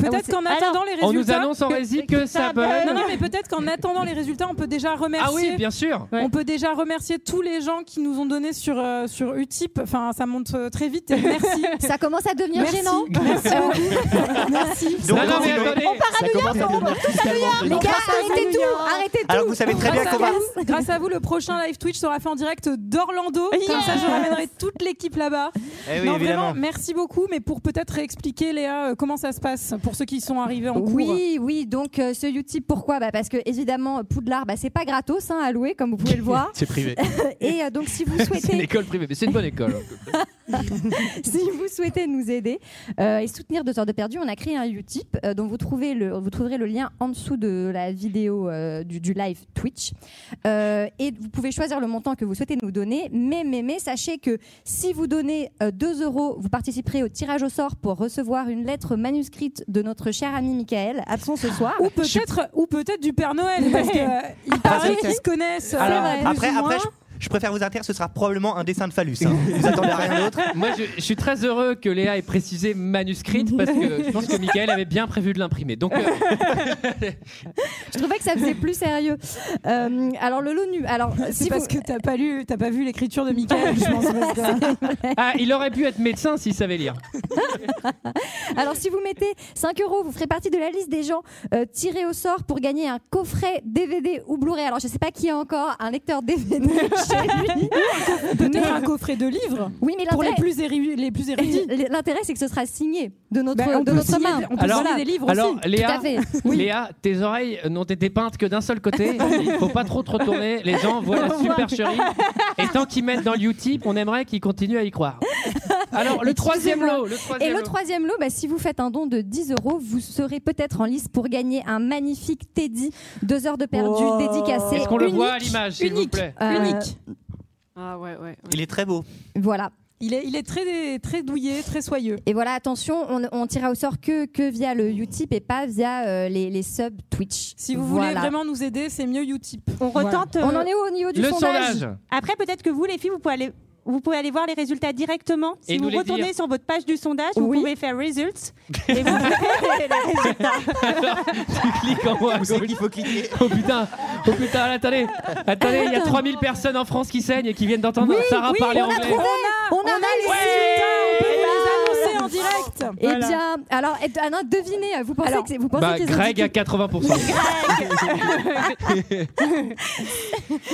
Peut-être qu'en attendant les résultats. on nous annonce en régie que ça peut. Non, non, mais peut-être qu'en attendant les résultats, on peut déjà remercier. Ah oui, bien sûr. On peut déjà remercier tous les gens qui nous ont donné sur, euh, sur Utip. Enfin, ça monte euh, très vite. Et merci. (laughs) Ça commence à devenir Merci. gênant. Merci (laughs) beaucoup. Merci. non, non, mais continuez. attendez. Ça commence à devenir totalement Les gênant. gars, Grâce à arrêtez vous, tout, Léa. arrêtez tout. Alors que vous savez très bien Grâce à, qu'on va. vous, grâce à vous, le prochain live Twitch sera fait en direct d'Orlando. Comme ça, je ramènerai toute l'équipe là-bas. Eh oui, non, évidemment. vraiment, merci beaucoup. Mais pour peut-être réexpliquer, Léa, euh, comment ça se passe pour ceux qui sont arrivés en cours. Oui, oui, donc euh, ce Utip, pourquoi bah, Parce que évidemment, Poudlard, bah, c'est pas gratos hein, à louer, comme vous pouvez le (laughs) voir. C'est privé. Et euh, donc, si vous C'est une souhaitez, école privée, mais c'est une bonne école. (laughs) si vous souhaitez nous aider euh, et soutenir Deux heures de perdu, on a créé un Utip euh, dont vous, trouvez le, vous trouverez le lien en dessous de la vidéo euh, du, du live Twitch. Euh, et vous pouvez choisir le montant que vous souhaitez nous donner. Mais, mais, mais, sachez que si vous donnez euh, 2 euros, vous participerez au tirage au sort pour recevoir une lettre manuscrite de notre cher ami Michael, absent ce soir. Ou peut-être, ou peut-être du Père Noël, parce (laughs) que euh, il paraît qu'ils se connaissent. euh, Alors, plus après, ou moins. après je, je préfère vous interdire, ce sera probablement un dessin de phallus. hein. Vous attendez à rien d'autre. (laughs) Moi, je, je suis très heureux que Léa ait précisé manuscrite parce que je pense que Michael avait bien prévu de l'imprimer. Donc, euh, Je trouvais que ça faisait plus sérieux. Euh, alors le Lonu, alors C'est si parce vous... que t'as pas lu, t'as pas vu l'écriture de (laughs) Michael, je pense. parce que- (laughs) ah, il aurait pu être médecin s'il savait lire. alors si vous mettez 5 euros, vous ferez partie de la liste des gens euh, tirés au sort pour gagner un coffret DVD ou Blu-ray. Alors je sais pas qui a encore un lecteur DVD chez (laughs) lui. Peut-être un coffret de livres Oui, mais pour les l'intérêt, plus, éru- les (laughs) plus érudits. l'intérêt c'est que ce sera signé de notre, Ben, on de peut notre signer- main. on peut Alors- signer des livres Alors, aussi. Tout Léa, (laughs) à fait. Léa, tes oreilles n'ont été peintes que d'un seul (laughs) côté. Il faut pas trop te retourner. Les gens voient la supercherie. Et tant qu'ils mettent dans l'Utip, on aimerait qu'ils continuent à y croire. Alors, le troisième lot. Le troisième Et le lot. troisième lot, bah, si vous faites un don de 10 euros, vous serez peut-être en lice pour gagner un magnifique Teddy, deux heures de perdu, Wow. dédicacé. Est-ce qu'on le unique. voit à l'image, s'il vous Unique. (laughs) plaît Euh, Unique. Ah ouais, ouais. ouais. Il est très beau. Voilà. Il est, il est très, très douillé, très soyeux. Et voilà, attention, on, on tirera au sort que, que via le Utip et pas via euh, les, les subs Twitch. Si vous Voilà. voulez vraiment nous aider, c'est mieux Utip. On retente. On euh, en est où au niveau du Le sondage, sondage. Après, peut-être que vous, les filles, vous pouvez aller. Vous pouvez aller voir les résultats directement. Si Et nous vous les retournez dire. sur votre page du sondage, vous Oui. pouvez faire results et vous verrez les résultats. Tu cliques en haut à gauche. faut cliquer. Oh putain, oh putain, attendez, attendez, il y a 3000 personnes en France qui saignent et qui viennent d'entendre Sarah parler On a anglais. trouvé On a, Ouais les On peut les annoncer en direct. suite. Eh bien, alors, et- ah non, devinez, vous pensez que c'est- vous pensez Bah, qu'ils ont Greg dit- à 80%. (laughs)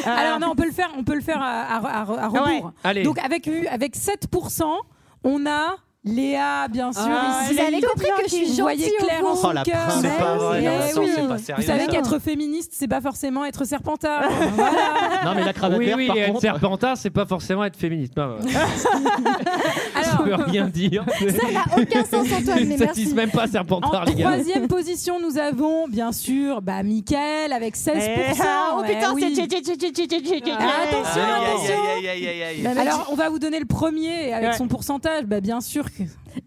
Alors non, on peut le faire, on peut le faire à, à- à- à rebours. Allez. Donc avec eu- avec 7%, on a Léa, bien sûr. Ah, ici. vous avez compris que je suis Vous voyez gentille au clair en fond. son Oh, la cœur. princesse. C'est pas vrai, Eh non, attends, oui. c'est pas sérieux, Vous savez ça. qu'être féministe, c'est pas forcément être serpentard. (laughs) Non, mais la cravate Oui, verte, oui, par être contre. serpentard, c'est pas forcément être féministe. (laughs) Non, non, non. Ça veut rien dire. Ça n'a aucun sens, Antoine, mais Ça merci. tisse même pas serpentard, En les gars. troisième position, nous avons bien sûr bah, Michael avec 16%. Oh ouais, putain, Eh oui. c'est. Ah, attention, Aïe, aïe, attention. Bah, aïe, aïe, aïe, aïe. Alors, on va vous donner le premier avec Ouais. son pourcentage. Bah, bien sûr que.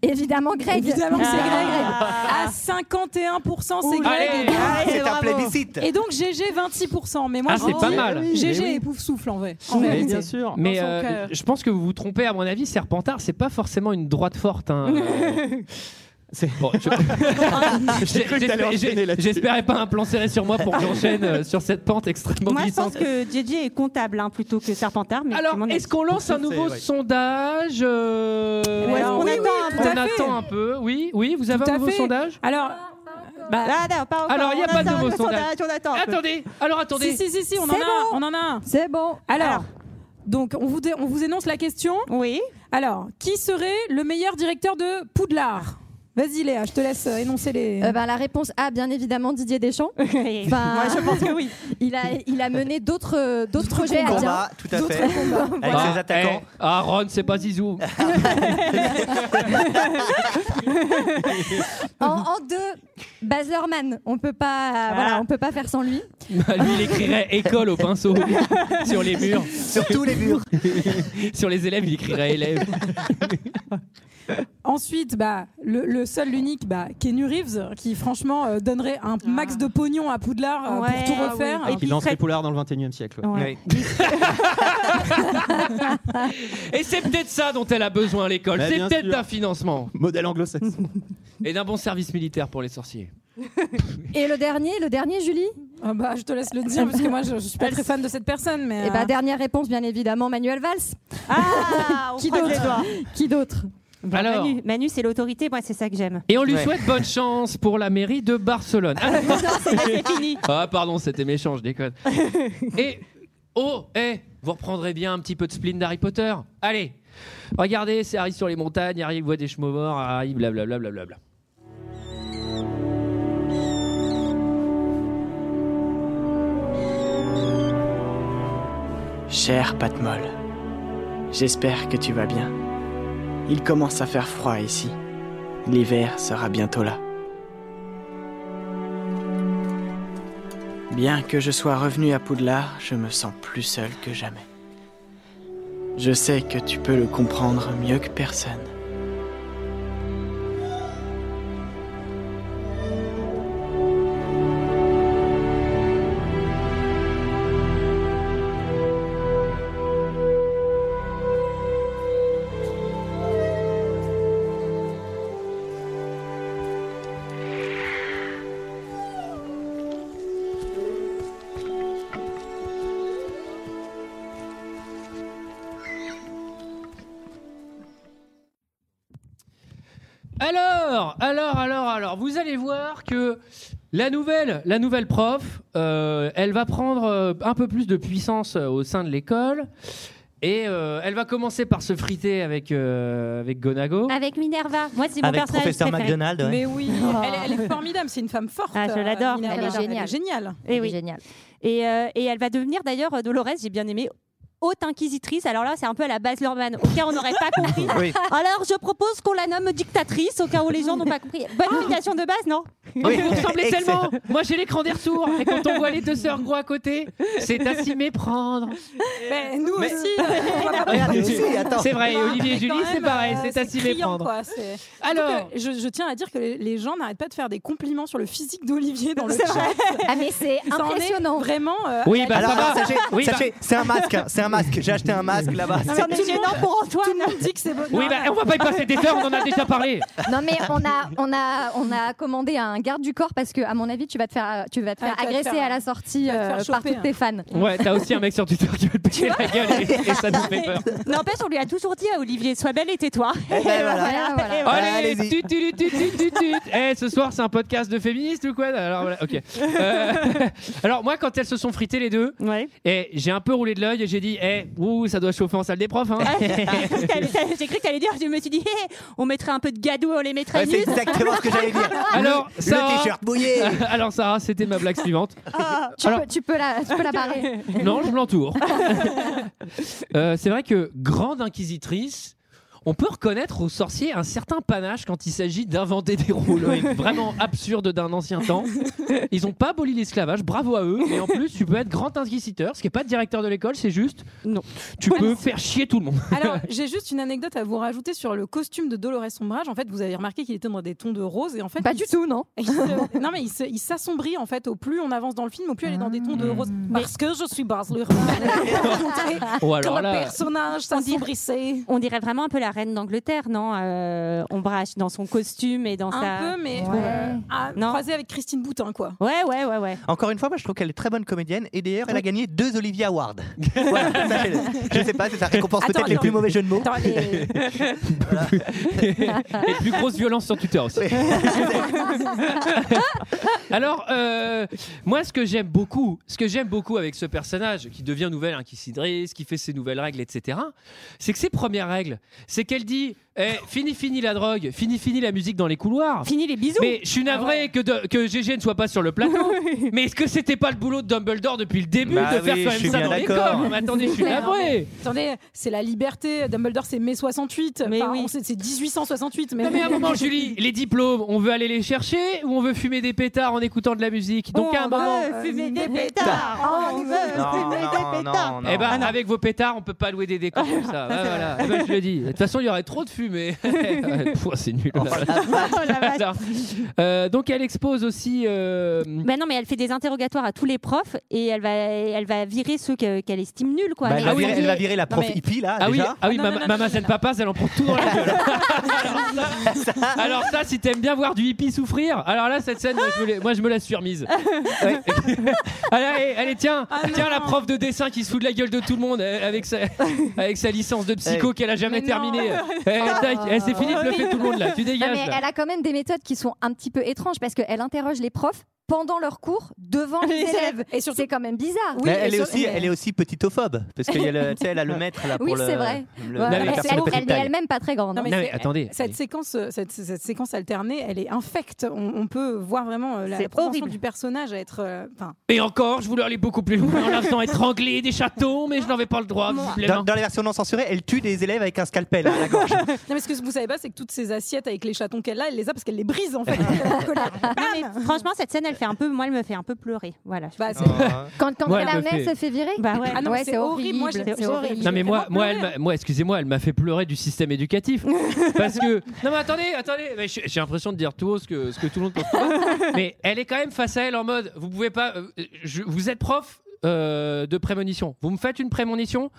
Évidemment, Greg. Évidemment, que c'est Ah. Greg. À 51%, c'est Ouh. Greg. Allez, Et donc- allez, C'est un bravo. plébiscite. Et donc, GG 26%. Mais moi, Ah, je c'est dis- pas mal. Oui, mais GG oui. est pouf souffle en vrai. Mais- réalité. Mais Dans son euh, cœur. je pense que vous vous trompez, à mon avis, Serpentard, c'est pas forcément une droite forte. (laughs) hein. Euh, Bon, je- (laughs) J'ai cru que t'allais J'espérais- enchaîner j'ai- J'espérais pas un plan serré sur moi pour que j'enchaîne euh, sur cette pente extrêmement Moi, je pense glissante. que JJ est comptable hein, plutôt que Serpentard. Mais Alors, est-ce qu'on lance un nouveau sondage euh, Ou est-ce qu'on oui, Eh ben, attend oui, un peu on Tout à fait. attend un peu. Oui, oui, vous avez Tout un à nouveau fait. Ah, sondage Alors, bah- non, pas encore. Alors, il n'y a On pas de attend nouveau le sondage. sondage, on attend un peu. Attendez, alors attendez. Si, si, si, si, on en, C'est a, un, on en a un. C'est bon. Alors, donc, on vous, dé- on vous énonce la question. Oui. Alors, qui serait le meilleur directeur de Poudlard Vas-y, Léa, je te laisse euh, énoncer les. Euh, bah, la réponse A, bien évidemment, Didier (laughs) Deschamps. Moi, je pense que oui. (laughs) Il a, il a mené d'autres euh, d'autres projets à bien. Combat, tout à fait. combats. Avec Ah, ses attaquants. eh, Aaron, c'est pas (laughs) Zizou. Bah, En, en deux, Baz Luhrmann. On peut pas, voilà, on peut pas faire sans lui. Bah, Lui, il écrirait école au pinceau (laughs) sur les murs. Sur tous les murs. (laughs) sur les élèves, il écrirait élèves. Ensuite, bah, le, le seul, l'unique, bah, Kenny Reeves, qui franchement euh, donnerait un max de pognon à Poudlard euh, Ah. Ouais, pour tout ah oui. refaire. Et Et qui puis lance très- les poulards dans le 21 e siècle. ouais. Ouais. Et c'est peut-être ça dont elle a besoin, l'école. Bah, C'est bien peut-être sûr. d'un financement Modèle anglo-saxon. et d'un bon service militaire pour les sorciers. Et le dernier, le dernier, Julie Ah bah, je te laisse le dire, parce que moi, je, (laughs) je suis pas très fan de cette personne, mais. Eh Et euh, ben, bah, dernière réponse, bien évidemment, Manuel Valls. (laughs) Ah, on Qui croise les d'autre doigts. Qui d'autre Alors. Manu, Manu, c'est l'autorité, moi c'est ça que j'aime. Et on lui souhaite bonne chance pour la mairie de Barcelone. Ah, non. (laughs) c'est fini. Ah, pardon, c'était méchant, je (laughs) déconne. Et oh, eh, vous reprendrez bien un petit peu de spleen d'Harry Potter. Allez, regardez, c'est Harry sur les montagnes, Harry voit des chevaux morts, Harry blablabla. blablabla. Cher Patmol, j'espère que tu vas bien. Il commence à faire froid ici. L'hiver sera bientôt là. Bien que je sois revenu à Poudlard, je me sens plus seul que jamais. Je sais que tu peux le comprendre mieux que personne. Alors, alors, alors, alors, vous allez voir que la nouvelle, la nouvelle prof, euh, elle va prendre euh, un peu plus de puissance euh, au sein de l'école. Et euh, elle va commencer par se friter avec, euh, avec Gonago. Avec Minerva. Moi, c'est mon Avec personnage professeur préféré. McDonald, ouais. Mais oui, Oh. Ah. elle, est- elle est formidable, c'est une femme forte. Ah, je euh, l'adore. Minerva. Et Elle est oui. géniale. Eh Et, euh, et elle va devenir d'ailleurs euh, Dolores, j'ai bien aimé, haute inquisitrice. Alors là, c'est un peu à la base Lurman, au cas où on n'aurait pas compris. Oui. Alors je propose qu'on la nomme dictatrice, au cas où les gens n'ont pas compris. Bonne imitation de base, non Vous vous ressemblez Excellent. tellement Moi j'ai l'écran des sourds et quand on voit les deux sœurs gros à côté, c'est à s'y méprendre. Eh, Mais nous Mais- aussi. (laughs) Regardez, (laughs) si, attends. C'est vrai, Olivier et mais quand Julie, c'est même, pareil, euh, c'est à s'y criant, méprendre. quoi, c'est- Alors- Surtout que je, je tiens à dire que les, les gens n'arrêtent pas de faire des compliments sur le physique d'Olivier dans le C'est chat. vrai. Ah, mais c'est Ça en est impressionnant. Vraiment. euh, Oui, à la- bah, Alors, ça va. sachez, Oui, sachez, bah. c'est un masque, hein, c'est un un masque, j'ai acheté un masque là-bas. Non, mais on est gênant pour Antoine. Tout le monde dit (laughs) que c'est bon. Oui, Non, bah, on va pas y passer des heures, on en a déjà parlé. Non mais on a on a on a commandé un garde du corps parce que à mon avis tu vas te faire tu vas te faire Ah, tu vas te agresser faire- à la sortie tu vas te faire euh, par choper, hein. tous tes fans. Ouais, t'as aussi un mec sur Twitter qui va te péter la gueule et, et ça nous fait peur. N'empêche, on lui a toujours dit euh, à Olivier, sois belle et tais-toi. Eh ben (laughs) voilà. Et voilà. Allez, tut, tut, tut, tut, tut, tut. Eh, ce soir, c'est un podcast de féministes ou quoi Alors, voilà, ok. Euh, (laughs) alors, moi, quand elles se sont fritées, les deux, et j'ai un peu roulé de l'œil et j'ai dit, eh, ouh, ça doit chauffer en salle des (laughs) profs. Hein. Ah, J'ai cru que t'allais dire, je me suis dit, eh, hé, on mettrait un peu de gadou, on les mettrait Ouais, c'est nus. (laughs) exactement ce que j'allais (laughs) dire. alors, le Sarah- t-shirt mouillé. (laughs) alors, Sarah, c'était ma blague suivante. Ah. Tu, Alors- peux, tu peux la tu peux la (laughs) barrer. Non, je (laughs) l'entoure. Euh, c'est vrai que grande inquisitrice, on peut reconnaître aux sorciers un certain panache quand il s'agit d'inventer des rôles ouais, vraiment absurdes d'un ancien temps. Ils n'ont pas aboli l'esclavage, bravo à eux. Et en plus, tu peux être grand inquisiteur, ce qui n'est pas directeur de l'école, c'est juste. Non. Tu peux faire chier tout le monde. (laughs) Alors, J'ai juste une anecdote à vous rajouter sur le costume de Dolores Sombrage. En fait, vous avez remarqué qu'il était dans des tons de rose et en fait pas du tout non. Il se- (laughs) non mais il se- il s'assombrit en fait au plus on avance dans le film au plus elle est dans des tons de rose Mm. parce que je suis Baz Luhrmann (laughs) (laughs) Ou alors Quand le là- (laughs) personnage On dirait- s'assombrissait On dirait vraiment un peu la reine d'Angleterre, non Euh, Ombrage dans son costume et dans un sa. peu mais euh, à croiser avec Christine Boutin quoi Ouais, ouais, ouais, ouais. Encore une fois, moi je trouve qu'elle est très bonne comédienne et d'ailleurs elle a gagné deux Olivia (laughs) Awards. Voilà, sachez-le. je sais pas, c'est sa récompense Attends, peut-être les attends. plus mauvais jeux de mots. Et plus (laughs) grosse violence sur Twitter (laughs) aussi. (laughs) Alors, euh, moi, ce que j'aime beaucoup, ce que j'aime beaucoup avec ce personnage qui devient nouvelle inquisitrice, qui fait ses nouvelles règles, etc., c'est que ses premières règles, c'est qu'elle dit eh, fini, fini la drogue, fini, fini la musique dans les couloirs. Fini les bisous. Ah Mais je suis navré que, de- que GG ne soit pas sur le (laughs) plateau. mais est-ce que c'était pas le boulot de Dumbledore depuis le début Bah de faire oui, quand je même suis ça bien dans les d'accord. corps Mais Attendez, (laughs) je suis navré. Attendez, c'est la liberté. Dumbledore, c'est mai 68. Mais oui. C'est 1868. Mais, Non mais à un moment (laughs) Julie, les diplômes, on veut aller les chercher ou on veut fumer des pétards en écoutant de la musique Donc Oh, à un Oh, moment, euh, fumer des pétards. Oh, On veut fumer Euh, des pétards. Ah, eh ben, avec vos pétards, on peut pas louer des décors comme (laughs) ça. Ouais, voilà. Eh ben, je le dis. De toute façon, il y aurait trop de fumée. Pouah, c'est nul. Oh, (laughs) Alors, euh, donc elle expose aussi. euh, Bah non, mais elle fait des interrogatoires à tous les profs et elle va, elle va virer ceux que- qu'elle estime nuls, quoi. Bah, elle, va virer, elle va virer la prof hippie là. Ah oui, déjà. ah oui Mama- Mama Zen Papas, elle en prend tout dans (laughs) la gueule. Ah, alors, ça, (laughs) alors ça, si t'aimes bien voir du hippie souffrir, alors là, cette scène, moi je me, l'ai- moi, je me la suis (laughs) remise. Ouais. (laughs) allez, allez, allez, tiens, Ah tiens la prof de dessin qui se fout de la gueule de tout le monde euh, avec (laughs) sa, avec sa licence de psycho Eh. qu'elle a jamais Mais (laughs) (laughs) terminée. non. Eh, tac, eh, c'est fini de bluffer Horrible. tout le monde là, tu Non, dégages. mais là. elle a quand même des méthodes qui sont un petit peu étranges parce qu'elle interroge les profs pendant leur cours (laughs) devant les, Les élèves. élèves. Et c'est quand même bizarre. Mais elle, est aussi, elle est aussi petitophobe parce qu'elle elle a le maître là pour Oui, le. c'est vrai. le- Voilà. la Elle, personne de elle- petite elle est taille. elle-même pas très grande. Non, mais Non, mais c'est- attendez. Cette séquence, euh, cette, cette séquence alternée, elle est infecte. On, on peut voir vraiment euh, la C'est proportion horrible. du personnage à être. euh, Enfin, (laughs) Et encore, je voulais aller beaucoup plus loin en la faisant étrangler des chatons, mais je n'en avais pas le droit. Dans, visiblement. dans la version non censurée, elle tue des élèves avec un scalpel hein, à (laughs) la gorge. non, mais ce que vous savez pas, c'est que toutes ces assiettes avec les chatons qu'elle a, elle les a parce qu'elle les (laughs) brise en fait. Non, mais franchement, cette scène, elle fait un peu, moi, elle me fait un peu pleurer. Voilà. Bah, je pense. Quand, quand Ah. Moi, elle la me mère fait- se fait virer Bah ouais. Ah non, mais c'est c'est horrible. horrible. Moi, j'ai- j'ai- horrible. Non mais moi, moi, elle m'a- moi, excusez-moi, elle m'a fait pleurer du système (laughs) éducatif parce que non mais attendez, attendez, mais j'ai j'ai l'impression de dire tout haut ce que ce que tout le monde pense. pas. (laughs) mais elle est quand même face à elle en mode, vous pouvez pas, euh, je- vous êtes prof. euh, de prémonition. Vous me faites une prémonition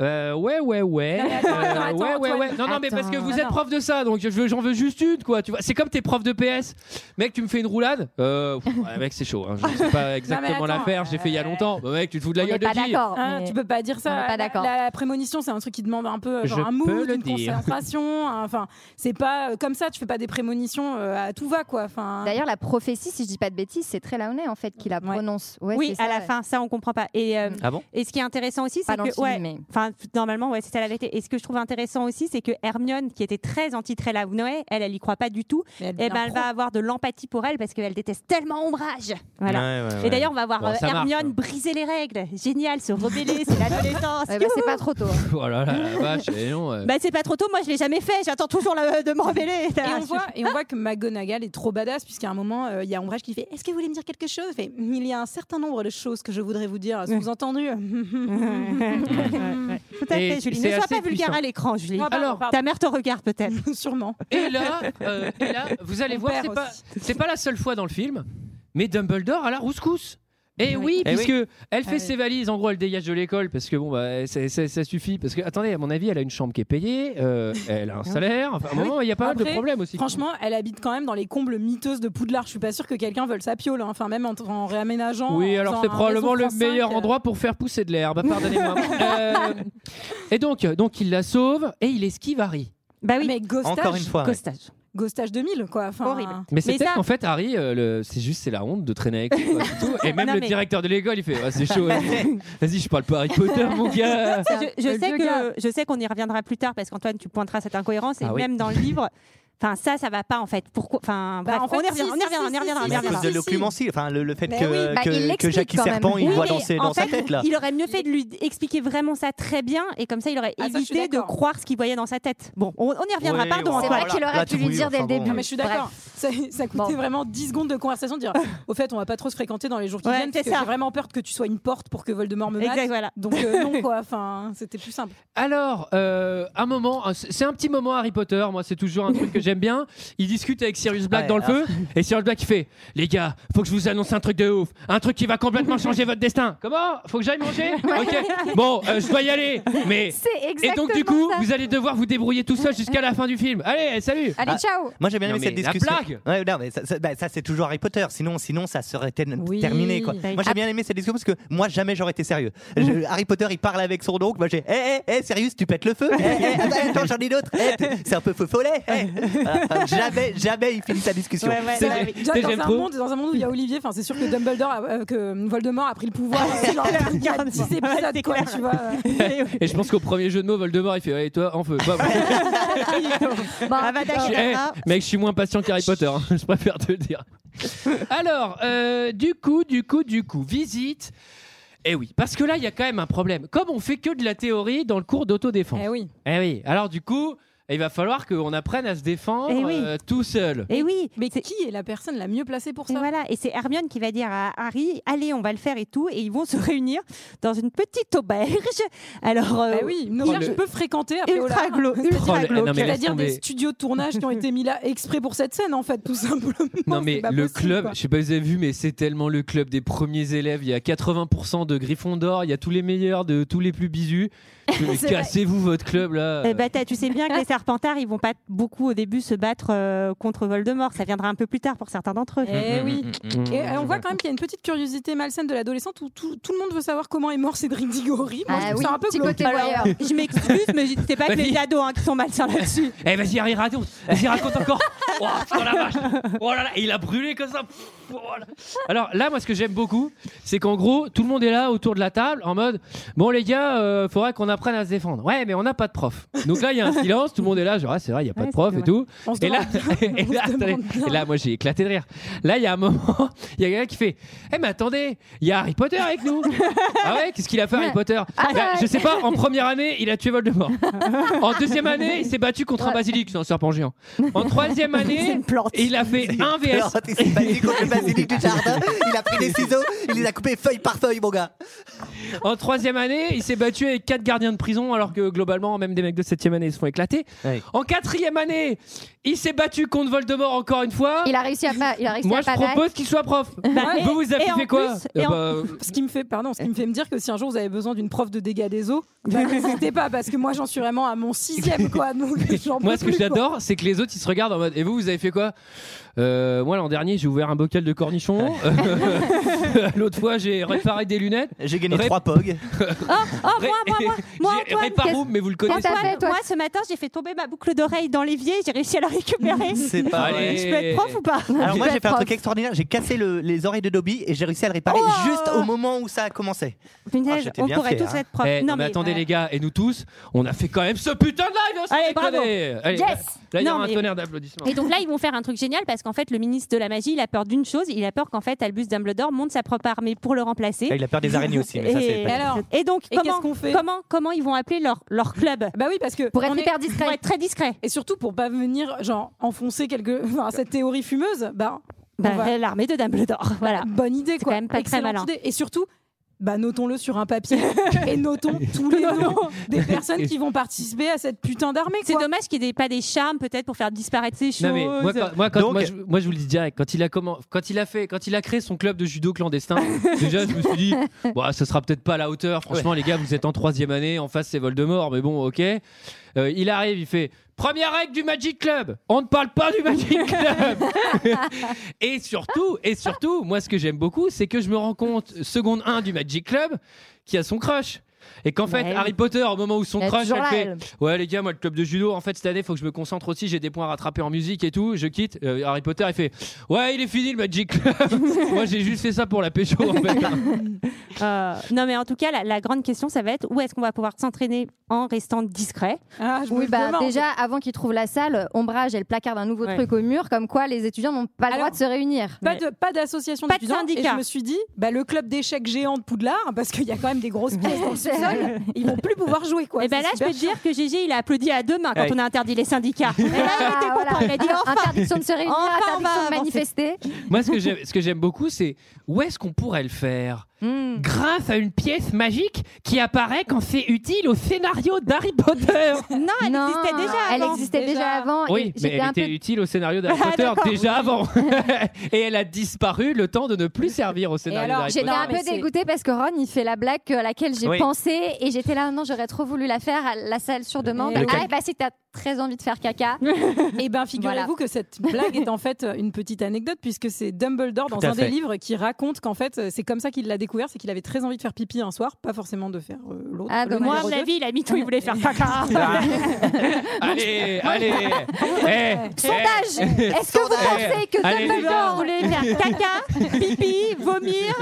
Euh, Ouais, ouais, ouais. Non, mais Euh, attends, attends, ouais, attends, ouais, Antoine. ouais. Non, non, mais parce que vous Attends. êtes prof de ça, donc je veux- j'en veux juste une, quoi. Tu vois, c'est comme tes profs de PS. Mec, tu me fais une roulade Euh, pff, ouais, Mec, c'est chaud. hein. Je sais pas exactement la attends, Euh, faire. J'ai fait il y a longtemps. Bah, mec, tu te fous de la on gueule de n'est pas qui (laughs) d'accord. Hein, mais- Tu peux pas dire On ça. est pas La, d'accord. la prémonition, c'est un truc qui demande un peu euh, genre Je un peux mood, le une dire. concentration. un- Enfin, c'est pas euh, comme ça. Tu fais pas des prémonitions euh, à tout va quoi. Enfin. D'ailleurs, la prophétie, si je dis pas de bêtises, c'est Trelawney en fait qui la prononce. Ouais, oui, c'est à ça, la ouais. fin, ça on comprend pas. Et, euh, Ah bon et ce qui est intéressant aussi, Pas c'est dans le que film, ouais, mais- enfin normalement ouais, c'est ça la vérité. Et ce que je trouve intéressant aussi, c'est que Hermione, qui était très anti Trelawney, elle, elle y croit pas du tout. Mais elle et devient ben elle pro. va avoir de l'empathie pour elle parce qu'elle déteste tellement Ombrage. Voilà. Ouais, ouais, ouais. Et d'ailleurs, on va voir Bon, euh, ça marche, hein. Hermione briser les règles. Génial, se rebeller, c'est l'adolescence. (laughs) Ouais, bah, c'est pas trop tôt. hein. Oh là là, la vache, eh non. euh. Bah, c'est pas trop tôt. Moi, je l'ai jamais fait. J'attends toujours la- de me rebeller. Et on, voit, et on voit que McGonagall est trop badass, puisqu'à un moment, euh, il y a Ombrage qui fait Est-ce que vous voulez me dire quelque chose Elle fait, Hum, Il y a un certain nombre de choses que je voudrais vous dire, sous-entendu. Tout à Et fait, Julie. c'est Ne sois assez pas vulgaire puissant. à l'écran, Julie. Ah, pardon, Alors, pardon. ta mère te regarde peut-être. Sûrement. Et là, euh, et là, vous allez On voir, perd c'est pas, aussi. c'est pas la seule fois dans le film, mais Dumbledore à la rouscousse. Et oui, Eh oui. puisque elle fait Ah oui. ses valises, en gros, elle dégage de l'école parce que bon, bah, ça, ça- ça suffit. Parce que attendez, à mon avis, elle a une chambre qui est payée, euh, elle a un salaire. (laughs) Enfin, à un Ah Oui. moment, il y a pas mal de Après, problèmes aussi. Franchement, elle habite quand même dans les combles miteuses de Poudlard. Je suis pas sûre que quelqu'un veuille sa piole. hein. Enfin, même en, en réaménageant. Oui, en alors faisant c'est un probablement réseau le France cinq, meilleur euh, endroit pour faire pousser de l'herbe, (laughs) pardonnez-moi. Euh, et donc, donc il la sauve et il esquive Harry. Bah oui, mais ghostage. Encore une fois, ouais. Ghostage. Ghostage 2000, quoi. Enfin, Horrible. Mais c'est peut-être qu'en fait, Harry, euh, le- c'est juste, c'est la honte de traîner avec lui. quoi, c'est tout. Oh, Et même Non, le mais- directeur de l'école, il fait Ah, C'est (laughs) chaud. hein. Vas-y, je parle pas Harry Potter, mon gars. je, je Le sais vieux que gars. je sais qu'on y reviendra plus tard parce qu'Antoine tu pointeras cette incohérence et Ah oui. même dans le livre enfin ça ça va pas en fait pourquoi enfin Bah, bref, en fait, on y reviendra si, on y reviendra si, on si, y reviendra on y à reviendra. cause de l'occlumencie, enfin le, le fait Mais que, oui. Bah, que, il que l'explique Jackie quand même. Serpent il Oui, voit mais dans, ses- en dans sa fait, tête là. Il aurait mieux fait de lui d- expliquer vraiment ça très bien et comme ça il aurait évité de croire ce qu'il voyait dans sa tête. Bon, on, on y reviendra. Oui, Pardon. on- C'est vrai voilà. qu'il aurait Là, dû tu- lui oui, dire dès le enfin, bon, Ah, début. Non, Ah, mais je (laughs) suis (laughs) d'accord. Ça, ça coûtait vraiment 10 secondes de conversation de dire Au fait, on va pas trop se fréquenter dans les jours qui Ouais, viennent c'est parce que ça. j'ai vraiment peur que tu sois une porte pour que Voldemort me mate. Exact, voilà. Donc, (laughs) euh, non, quoi. Enfin, c'était plus simple. Alors, euh, un moment, un- c'est un petit moment Harry Potter, moi c'est toujours un truc que j'aime bien. Il discute avec Sirius Black Ouais, dans le feu, alors- et Sirius Black il fait Les gars, faut que je vous annonce un truc de ouf, un truc qui va (laughs) complètement changer votre destin. Comment Faut que j'aille manger Ouais. Ok, bon, euh, je dois y aller, mais. (laughs) C'est Et donc du exactement coup, ça. vous allez devoir vous débrouiller tout seul jusqu'à la fin du film. Allez, salut Ah, Moi j'ai bien Non, aimé cette mais la discussion. blague Ouais, non, mais ça, ça- bah, ça, c'est toujours Harry Potter. Sinon, sinon ça serait ter- terminé quoi. Ben, Bah, Moi j'ai bien aimé cette discussion parce que moi jamais j'aurais été sérieux. Je- Harry Potter il parle avec son oncle. Moi j'ai, hé hé hé, sérieux, tu pètes le feu. Hé, hé, (laughs) attends, attends, j'en ai d'autres. Hé, t'es- c'est un peu faux follet. Hé. Voilà. Enfin, jamais, jamais il finit sa discussion. Ouais, ouais, ouais, ouais. Déjà, dans, un monde, dans un monde où il y a Olivier, enfin, c'est sûr que Dumbledore, a- euh, que Voldemort a pris (laughs) le pouvoir. euh, genre, Il y a 10 épisodes, quoi, tu vois. (laughs) Et je pense qu'au premier jeu de mots, Voldemort il fait Allez, toi, en feu. (laughs) Bah, bah. Bah, Avada Je suis- Kedavra. eh, mec, je suis moins patient qu'Harry Potter, hein. (laughs) je préfère te le dire. Alors, euh, du coup, du coup, du coup, visite. Eh oui, parce que là, il y a quand même un problème. Comme on fait que de la théorie dans le cours d'autodéfense. Eh oui. Eh oui. Alors, du coup, il va falloir qu'on apprenne à se défendre Eh oui. euh, tout seul. Eh Et oui, mais qui est la personne la mieux placée pour ça Voilà, et c'est Hermione qui va dire à Harry allez, on va le faire et tout, et ils vont (laughs) se réunir dans une petite auberge. Alors, euh, Bah oui, une auberge il- peu fréquentée à ultra Péola. glauque, ultra Oh, le- glauque. non, mais laisse C'est-à-dire des tomber. studios de tournage qui ont été mis là exprès pour cette scène, en fait, tout simplement. Non mais pas le possible, club, quoi. je sais pas si vous avez vu, mais c'est tellement le club des premiers élèves. Il y a 80% de Gryffondor, il y a tous les meilleurs, de tous les plus (laughs) bisus. Mais C'est Cassez-vous votre club là. Eh ben, t'as- tu sais bien que les Serpentards, ils vont pas beaucoup au début se battre euh, contre Voldemort. Ça viendra un peu plus tard pour certains d'entre eux. Mm, Eh oui. Et euh, on voit voit quand même qu'il y a une petite curiosité malsaine de l'adolescente où tout, tout le monde veut savoir comment est mort Cédric Diggory. Moi, je Ah trouve oui, ça un peu petit glauque. côté voyeur. Je m'excuse, mais je- c'est pas que les Vas-y. ados hein, qui sont malsains là-dessus. Bah Eh vas-y Harry raconte, vas-y raconte encore. Oh putain la vache, oh là là, et il a brûlé comme ça. Pff, oh là. Alors là, moi ce que j'aime beaucoup, c'est qu'en gros tout le monde est là autour de la table en mode bon les gars, euh, faudrait qu'on apprenne à se défendre. Ouais, mais on n'a pas de prof. Donc là il y a un silence, tout le monde est là, genre ah, c'est vrai, il y a pas de prof et tout. On se Et là, (laughs) demande et là, attendez, et là, moi j'ai éclaté de rire. Là il y a un moment, (laughs) il y a quelqu'un qui fait, eh mais attendez, il y a Harry Potter avec nous. ah ouais, qu'est-ce qu'il a fait Harry Potter Ah Bah, ouais. Je sais pas. En première année, il a tué Voldemort. En deuxième année, il s'est battu contre un Ouais. basilic, c'est un serpent géant. En troisième (laughs) C'est année, une plante. il a fait un VS. plante, il s'est battu contre le basilic (laughs) du jardin. Il a pris des ciseaux, il les a coupés feuille par feuille, mon gars. En troisième année, il s'est battu avec quatre gardiens de prison, alors que globalement, même des mecs de septième année ils se font éclater. En quatrième année, il s'est battu contre Voldemort encore une fois. Il a réussi à pas. Il a réussi Moi, à je pas battre. propose qu'il soit (laughs) prof. Bah, vous, vous avez et en fait quoi plus- Euh, et en- bah, Ce qui me fait, pardon, ce qui me fait me dire que si un jour vous avez besoin d'une prof de dégâts (laughs) des eaux, bah, n'hésitez pas parce que moi j'en suis vraiment à mon sixième quoi. (laughs) Donc j'en Moi, peux ce que plus, quoi. j'adore, c'est que les autres, ils se regardent en mode. Et vous, vous avez fait quoi Euh, Moi, l'an dernier, j'ai ouvert un bocal de (laughs) cornichons. (laughs) Euh, L'autre fois, j'ai réparé des lunettes. J'ai gagné (laughs) trois pogs. Oh, oh, moi, moi, moi, moi, J'ai Antoine, Réparoum, qu'est-ce- mais vous le Antoine, connaissez. Moi, ce matin, j'ai fait tomber ma boucle d'oreille dans l'évier, j'ai réussi à la (laughs) récupérer. C'est pas vrai. Je peux être prof ou pas Alors moi j'ai fait un truc extraordinaire, j'ai cassé le- les oreilles de Dobby et j'ai réussi à le réparer juste au moment où ça a commencé. Ah, j'étais on bien pourrait fier, tous hein. être prof. Eh, non, mais, attendez, les gars, et nous tous, on a fait quand même ce putain de live. hein, sans euh, Allez, bravo. déconner. Allez, Yes. là- Là, il y a Non, un mais- tonnerre d'applaudissements. Et donc là, ils vont faire un truc génial parce qu'en fait, le ministre de la magie, il a peur d'une chose. Il a peur qu'en fait, Albus Dumbledore monte sa propre armée pour le remplacer. Ah, il a peur des araignées aussi, mais ça, c'est Et- pas- alors, et donc, Et comment, qu'est-ce qu'on fait comment, comment ils vont appeler leur, leur club Bah oui, parce que Pour être on est- hyper discret. Pour être très discret. Et surtout pour pas venir genre enfoncer quelque enfin, cette théorie fumeuse, bah, on Bah, va- L'armée de Dumbledore. Voilà. bonne idée quoi. quand même pas très Excellente malin. idée. Et surtout bah, notons-le sur (laughs) un papier et notons tous (laughs) les noms (laughs) des personnes qui vont participer à cette putain d'armée. C'est dommage qu'il n'y ait pas des charmes peut-être pour faire disparaître ces choses. Non, mais moi, quand- moi, quand- moi, je, moi, je vous le dis direct, quand il a comment, quand il a fait, quand il a créé son club de judo clandestin, déjà je me suis dit, bah ce sera peut-être pas à la hauteur. Franchement, les gars, vous êtes en troisième année, en face c'est Voldemort, mais bon, ok. Euh, il arrive, il fait première règle du Magic Club, on ne parle pas du Magic Club. (laughs) et surtout, et surtout, moi ce que j'aime beaucoup, c'est que je me rends compte seconde 1 du Magic Club qui a son crush. Et qu'en fait, Ouais. Harry Potter, au moment où son Elle est crush, toujours elle là, fait elle. Ouais, les gars, moi, le club de judo, en fait, cette année, faut que je me concentre aussi. J'ai des points à rattraper en musique et tout. Je quitte. Euh, Harry Potter, il fait Ouais, il est fini le Magic (laughs) Club. moi, j'ai juste fait ça pour la pécho, en fait. Euh, non, mais en tout cas, la, la grande question, ça va être où est-ce qu'on va pouvoir s'entraîner en restant discret Ah, oui, bah, déjà, avant qu'ils trouvent la salle, Ombrage, elle placarde un nouveau Ouais. truc au mur, comme quoi les étudiants n'ont pas le droit de se réunir. Pas de- pas d'association Pas de d'étudiants. Et syndicat. je me suis dit, bah, le club d'échecs géant de Poudlard, parce qu'il y a quand même des grosses pièces dans le sous-sol, ils vont plus pouvoir (laughs) jouer. Quoi. Et ben (laughs) C'est là, je super peux te dire que Gégé, il a applaudi à deux mains quand Ouais. on a interdit les (laughs) syndicats. Et là, il était Ah, content. voilà. Il a dit enfin, Interdiction de se réunir, enfin, on va interdiction de avancer. manifester. moi, ce que j'aime- ce que j'aime beaucoup, c'est où est-ce qu'on pourrait le faire Hmm. Grâce à une pièce magique qui apparaît quand c'est utile au scénario d'Harry Potter. Non, elle Hein, existait déjà Elle avant. existait déjà, avant. Oui, et mais j'étais elle un peu était utile au scénario d'Harry (laughs) Ah, Potter d'accord, déjà avant. (laughs) et elle a disparu le temps de ne plus servir au Et scénario alors, d'Harry Potter. j'étais un peu dégoûtée parce que Ron, il fait la blague à laquelle j'ai Oui. pensé et j'étais là, non, j'aurais trop voulu la faire à la salle sur demande. Le Ah, cal- bah si t'as très envie de faire caca. Et ben, Figurez-vous que cette blague est en fait euh, une petite anecdote puisque c'est Dumbledore dans Tout à un fait. des livres qui raconte qu'en fait euh, c'est comme ça qu'il l'a découvert, c'est qu'il avait très envie de faire pipi un soir, pas forcément de faire euh, l'autre. Ah, le dommage. Moi, à numéro mon deux. avis, il a mis tout, (laughs) il voulait faire caca. (laughs) Allez, allez. eh, (laughs) Sondage. eh. Est-ce que vous Sondage. pensez que Allez, Dumbledore les gars. voulait (laughs) faire caca, pipi, vomir,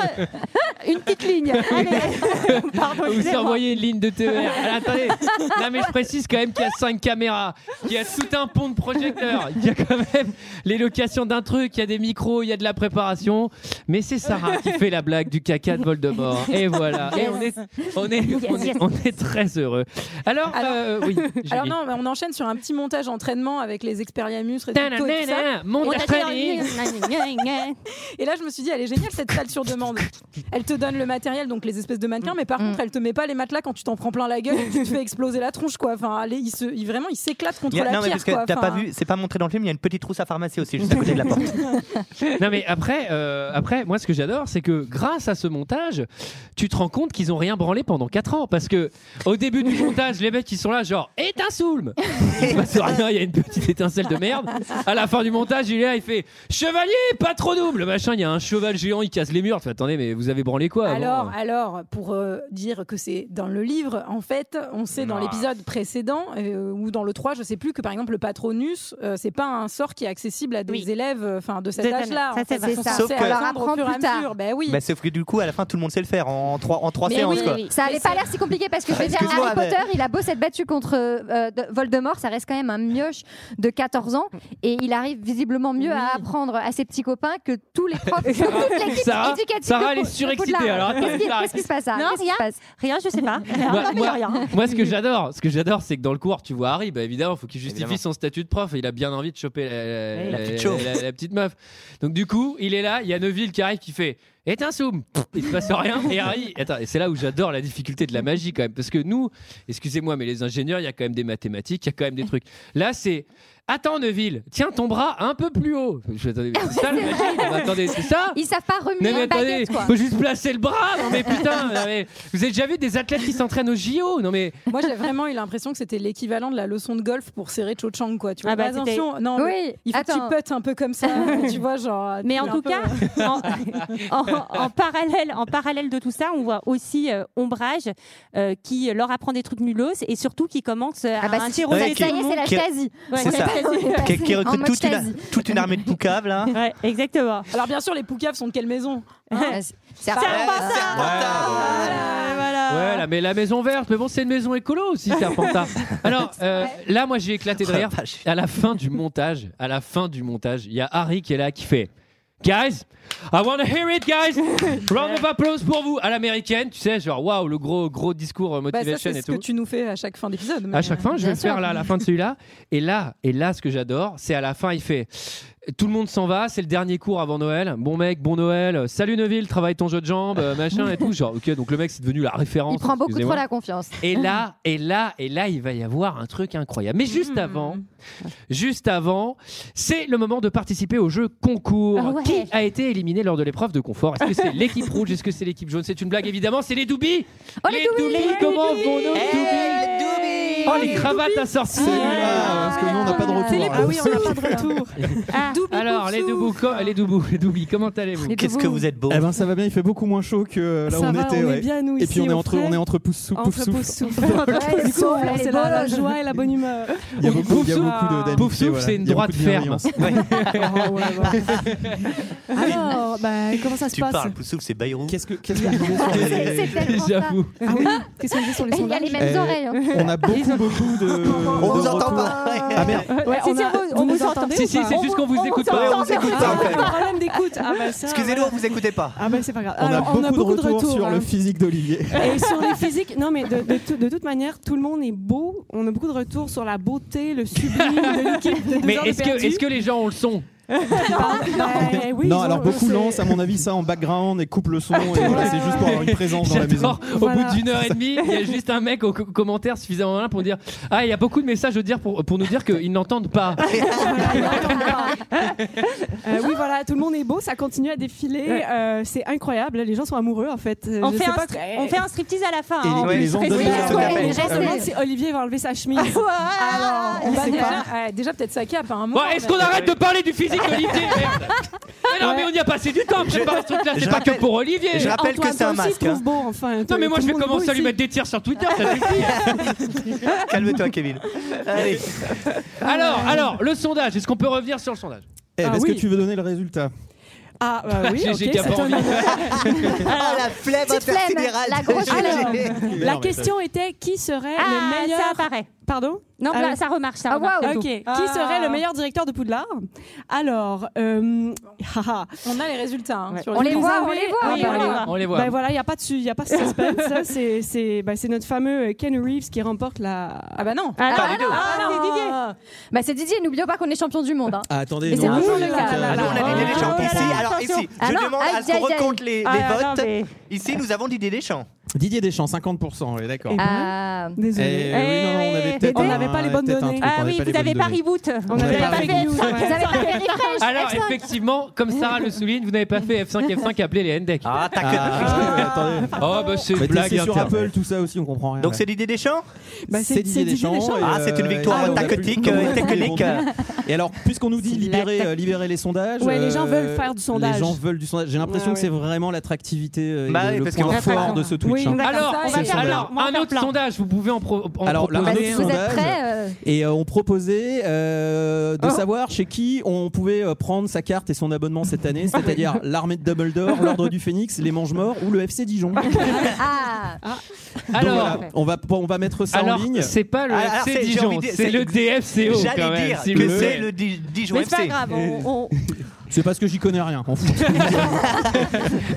une petite ligne Allez, pardon, Vous excusez-moi. envoyez une ligne de TER. Alors, Ah, attendez, non mais je précise quand même qu'il y a cinq caméras, qu'il y a tout un pont de projecteurs, il y a quand même les locations d'un truc, il y a des micros, il y a de la préparation. Mais c'est Sarah qui fait la blague du caca de (laughs) Voldemort. Et voilà. Et on est, on est, on est, on est très heureux. Alors, euh, oui. (laughs) Alors Julie. non, mais on enchaîne sur un petit montage entraînement avec les expériamus et tout, Tadadada, tout ça. montage On a- training. Et là, je me suis dit, elle est géniale cette salle sur demande. Elle te donne le matériel, donc les espèces de mannequins, mais par Mm. contre, elle te met pas les matelas quand tu t'en prends plein la gueule et que tu te fais exploser la tronche, quoi. Enfin, allez, il se, il- vraiment, il s'éclate contre Il y a- la non, mais pierre, parce que quoi. t'as Enfin, pas vu, c'est pas montré dans le film, il y a une petite trousse à pharmacie aussi, juste (laughs) à côté de la porte. (laughs) non mais après, euh, après, moi ce que j'adore, c'est que grâce à ce montage, tu te rends compte qu'ils ont rien branlé pendant 4 ans, parce que au début du montage, les mecs ils sont là genre éteins Soulm, il se passe rien, il y a une petite étincelle de merde. À la fin du montage, il est là, il fait chevalier, pas trop double, machin, il y a un cheval géant, il casse les murs. Tu fais, attendez, mais vous avez branlé quoi avant Alors, alors, pour euh, dire que c'est dans le livre, en fait, on sait dans Ah. l'épisode précédent euh, ou dans le 3, je sais plus que par exemple le patronus, euh, c'est pas un sort qui est accessible à des élèves, euh, enfin de cet Des âge-là. années. Ça, c'est vrai. Ils sont C'est ça. censés Sauf que- apprendre Alors, apprends au fur et à plus tard. mesure. Ben oui. Bah, sauf que du coup, à la fin, tout le monde sait le faire en trois, en trois Mais séances. oui, quoi. ça allait pas l'air si compliqué parce que je vais dire, Excuse-moi, Harry mais- Potter, il a beau s'être battu contre euh, de- Voldemort, ça reste quand même un mioche de 14 ans et il arrive visiblement mieux à apprendre à ses petits copains que tous les (laughs) profs, que toute l'équipe Sarah- éducative de Sarah, elle est Pou- de surexcitée, Poudlard. alors, attendez, Qu'est-ce qui- Sarah, qu'est-ce qui se passe là Non, Qu'est-ce qui rien. se passe Rien, je sais pas. Moi, Non, mais moi- rien. (laughs) moi, ce que j'adore, ce que j'adore, c'est que dans le cours, tu vois Harry, bah évidemment, faut qu'il justifie son statut de prof. et Il a bien envie de choper la, Oui. La petite chauffe. la- la petite meuf. Donc du coup, il est là. Il y a Neville qui arrive, qui fait éteins Soum. Pff, Il se passe rien. Et Harry, attends, et c'est là où j'adore la difficulté de la magie quand même, parce que nous, excusez-moi, mais les ingénieurs, il y a quand même des mathématiques, il y a quand même des trucs. Là, c'est Attends, Neville, tiens ton bras un peu plus haut. Je, attendez, mais c'est ça, la magie Non, mais attendez, c'est ça Ils savent pas remuer non mais une attendez, baguette quoi. faut juste placer le bras. Non mais (laughs) putain, non, mais vous avez déjà vu des athlètes qui s'entraînent au JO Non mais Moi, j'ai vraiment eu l'impression que c'était l'équivalent de la leçon de golf pour serrer Cho Chang, quoi. Tu vois, Ah bah, attention, c'était- non, Oui, mais il faut attends. que tu putes (laughs) un peu comme ça, tu vois, genre. Mais tu en es un tout peu- cas, en, en parallèle, en parallèle de tout ça, on voit aussi euh, Ombrage euh, qui leur apprend des trucs nulos et surtout qui commence euh, Ah bah, à si- interroger ça y est, tout le c'est la monde. Stasi. Ouais, C'est la ça. Stasi. (laughs) Qui, qui En recrute mode toute Stasi. une, toute une armée de poucaves, (laughs) là. Ouais, exactement. Ah, Alors bien sûr, les poucaves sont de quelle maison hein C'est Serpentard. Ah, ouais, là, mais la maison verte. Mais bon, c'est une maison écolo aussi, (laughs) Serpentard. Alors euh, là, moi, j'ai éclaté de Ah, rire. À la fin du montage, à la fin du montage, il y a Harry qui est là, qui fait. Guys, I wanna hear it, (laughs) guys. Round of applause pour vous à l'américaine, tu sais, genre waouh, le gros gros discours euh, Bah, ça, motivation c'est et ce tout. que tu nous fais à chaque fin d'épisode. mais- euh, À chaque fin, je vais Bien le faire sûr. là, à la fin de celui-là. Et là, et là, ce que j'adore, c'est à la fin, il fait Tout le monde s'en va, c'est le dernier cours avant Noël. Bon mec, bon Noël. euh, Salut Neuville, travaille ton jeu de jambes, euh, machin et tout. Genre, ok, donc le mec, c'est devenu la référence. Il prend beaucoup trop excusez-moi. la confiance. Et là, Ah. et là, et là, il va y avoir un truc incroyable. Mais juste avant, juste avant, c'est le moment de participer au jeu concours. Ah ouais. Qui a été éliminé lors de l'épreuve de confort Est-ce que c'est l'équipe rouge Est-ce que c'est l'équipe jaune C'est une blague évidemment. C'est les doubis. Oh, les doubis comment vont nos doubis Oh Eh, les cravates assorties. parce que nous, on n'a pas de retour. hein. les alors. Ah oui, on n'a pas de retour. (laughs) Alors les doubous, co- les doubous, les doubis, comment allez-vous Qu'est-ce que vous êtes beau Eh ben ça va bien, il fait beaucoup moins chaud que euh, là Ça où on va, était. on est ouais. bien, nous, Et ici, puis on est au entre, frais. on est entre pouce soupe, pouf (laughs) soupe. (laughs) Ouais, Du coup, souffle, c'est elle est la, la bonne. joie et la bonne humeur. Il y a beaucoup, il y Pouf a beaucoup de- souffle. d'amitié, Pouf souffle, voilà. c'est une Il y a droite beaucoup de bienveillance. Alors, bah, comment ça se Tu passe parles, Poussouf, c'est Bayrou. Qu'est-ce que (laughs) (laughs) qu'est-ce C'est tellement ça. J'avoue. Ah oui Qu'est-ce qu'on dit sur les Il a sondages les mêmes Eh, Euh, oreilles. hein. On a beaucoup, beaucoup (laughs) de. On vous entend pas. Ah merde. Euh, Ouais, Si, on si, a- on vous- on nous vous entend. entendez Si, ou si, pas c'est juste qu'on vous On- écoute pas. entend. Ouais, on vous écoute pas, Ah, en fait. problème d'écoute. Ah, bah, ça, Excusez-nous, on vous écoutait pas. Ah bah c'est pas grave. On a Alors, beaucoup, de retours sur hein. le physique d'Olivier. Et sur (laughs) les physiques, non mais de, de tout- de toute manière, tout le monde est beau. On a beaucoup de retours sur la beauté, le sublime de l'équipe. de deux Mais heures de est-ce que, perdu. est-ce que les gens ont le (laughs) son Ah, bah, non, oui, ils ont- alors beaucoup c'est- lancent, à mon avis, ça en background et coupe le (laughs) son. Et voilà, c'est juste pour avoir une présence dans la maison. Eh, J'adore, Au bout d'une heure et demie, (laughs) il y a juste un mec au co- commentaire suffisamment malin pour dire Ah, il y a beaucoup de messages de dire pour, pour nous dire qu'ils n'entendent pas. Euh, oui, voilà, tout le monde est beau, ça continue à défiler. euh, c'est incroyable, les gens sont amoureux en fait. Euh, On je fait sais un pas stri- très- on fait un striptease à la fin, Et hein, les- on et les précise. ondes de Oui, ouais, mer, ça s'appelle. les Je gestes- me demande si Olivier va enlever sa chemise. Alors, on Bah, sait déjà, pas. ouais, déjà peut-être ça cap à un moment. Bon, est-ce qu'on arrête de parler du physique d'Olivier Merde. Mais non, mais on y a passé du temps à préparer ce truc-là, je c'est pas que rappelle- pour Olivier. je rappelle que c'est un Aussi, hein. masque. hein. trouve beau, enfin. Non, mais moi je vais Tout le monde commencer à lui beau mettre des tirs sur Twitter, ça suffit. hein. Calme-toi, Kevin. Allez. Alors, alors, le sondage, est-ce qu'on peut revenir sur le sondage Eh, Ah Est-ce oui. que tu veux donner le résultat ici. Ah, bah oui, (laughs) J'ai- ok, j'ai qu'à c'est pas un- envie. (laughs) Ah, la flemme Petite flemme, intersidérale. la grosse Alors, flemme. la question était qui serait Ah, le meilleur. ça apparaît. Pardon Non, Ah là, oui. ça remarche, ça Ah, remarche. waouh. Ok, qui serait le meilleur directeur de Poudlard Alors, euh, (laughs) haha. On a les résultats. hein, Ouais. sur On les voit, on avez les voit. Ah, on bah, les on les voit. voit. On les voit. Ben voilà, il n'y a pas de su- y a pas de suspense. ça, c'est, c'est, ben, c'est notre fameux Ken Reeves qui remporte la. Ah bah non. Ah, Ah, non, non, ah, non. c'est Didier. Bah, c'est Didier, n'oublions pas qu'on est champion du monde. hein. Ah, attendez, Mais c'est non, toujours je- le cas. Ah, Nous, on a non. Didier Deschamps Oh là ici. là, Alors, attention. ici, Ah je non, demande aïe, à ce qu'on aïe, aïe. recompte les, les Ah, non, votes. mais- Ici, nous avons Didier Deschamps. Didier Deschamps, 50%, ouais, d'accord. Et- Ah. Eh, Désolé. oui, non, non, on avait peut-être on un- n'avait pas les bonnes peut-être un données. truc, on Ah n'avait oui, pas les vous avez bonnes pas données. reboot. On avait n'avait pas pas fait fait de news. Vous avez pas fait les crèches, (laughs) Alors, excellent. effectivement, comme Sarah le souligne, vous n'avez pas fait F5, F5, appelez les E NDEC. Ah, t'as que. Ah, ouais, (laughs) attendez. Oh, bah c'est Mais une t'es- blague c'est sur interne. Apple, tout ça aussi, on comprend rien. Donc, ouais. c'est Didier Deschamps Bah, c'est Didier Deschamps. et, Ah, euh, c'est une victoire et on a plus tactique, le temps euh, de et technique. monter. Et alors, puisqu'on nous dit C'est la libérer, tactique. euh, libérer les sondages, Ouais, les euh, gens veulent faire du sondage. Les gens veulent du sondage. J'ai l'impression Ouais, que c'est vraiment l'attractivité euh, et Bah le- oui, le parce point qu'on- fort de ce Twitch. Oui, hein. d'accord. Alors, Comme ça, on c'est- va faire alors, plein. On va un faire autre plein. sondage, vous pouvez en, pro- en Alors, là, proposer un un. autre Bah, si vous êtes sondage. prêts, euh, Et euh, on proposait euh, Ah. de Oh. savoir chez qui on pouvait euh, prendre sa carte et son abonnement cette année, (laughs) c'est-à-dire l'armée de Dumbledore, l'ordre du Phénix, les Mange-Morts ou le FC (laughs) Dijon. Donc ah, Alors, voilà, on va on va mettre ça alors en ligne. Ah, c'est pas le Alors, c'est- FC j'ai Dijon, envie de- c'est c'est- le DFCO quand J'allais même. dire s'il que vous plaît. c'est le Di- Dijon Mais c'est pas FC. grave, on- on- C'est parce que j'y connais rien. on fout. (laughs)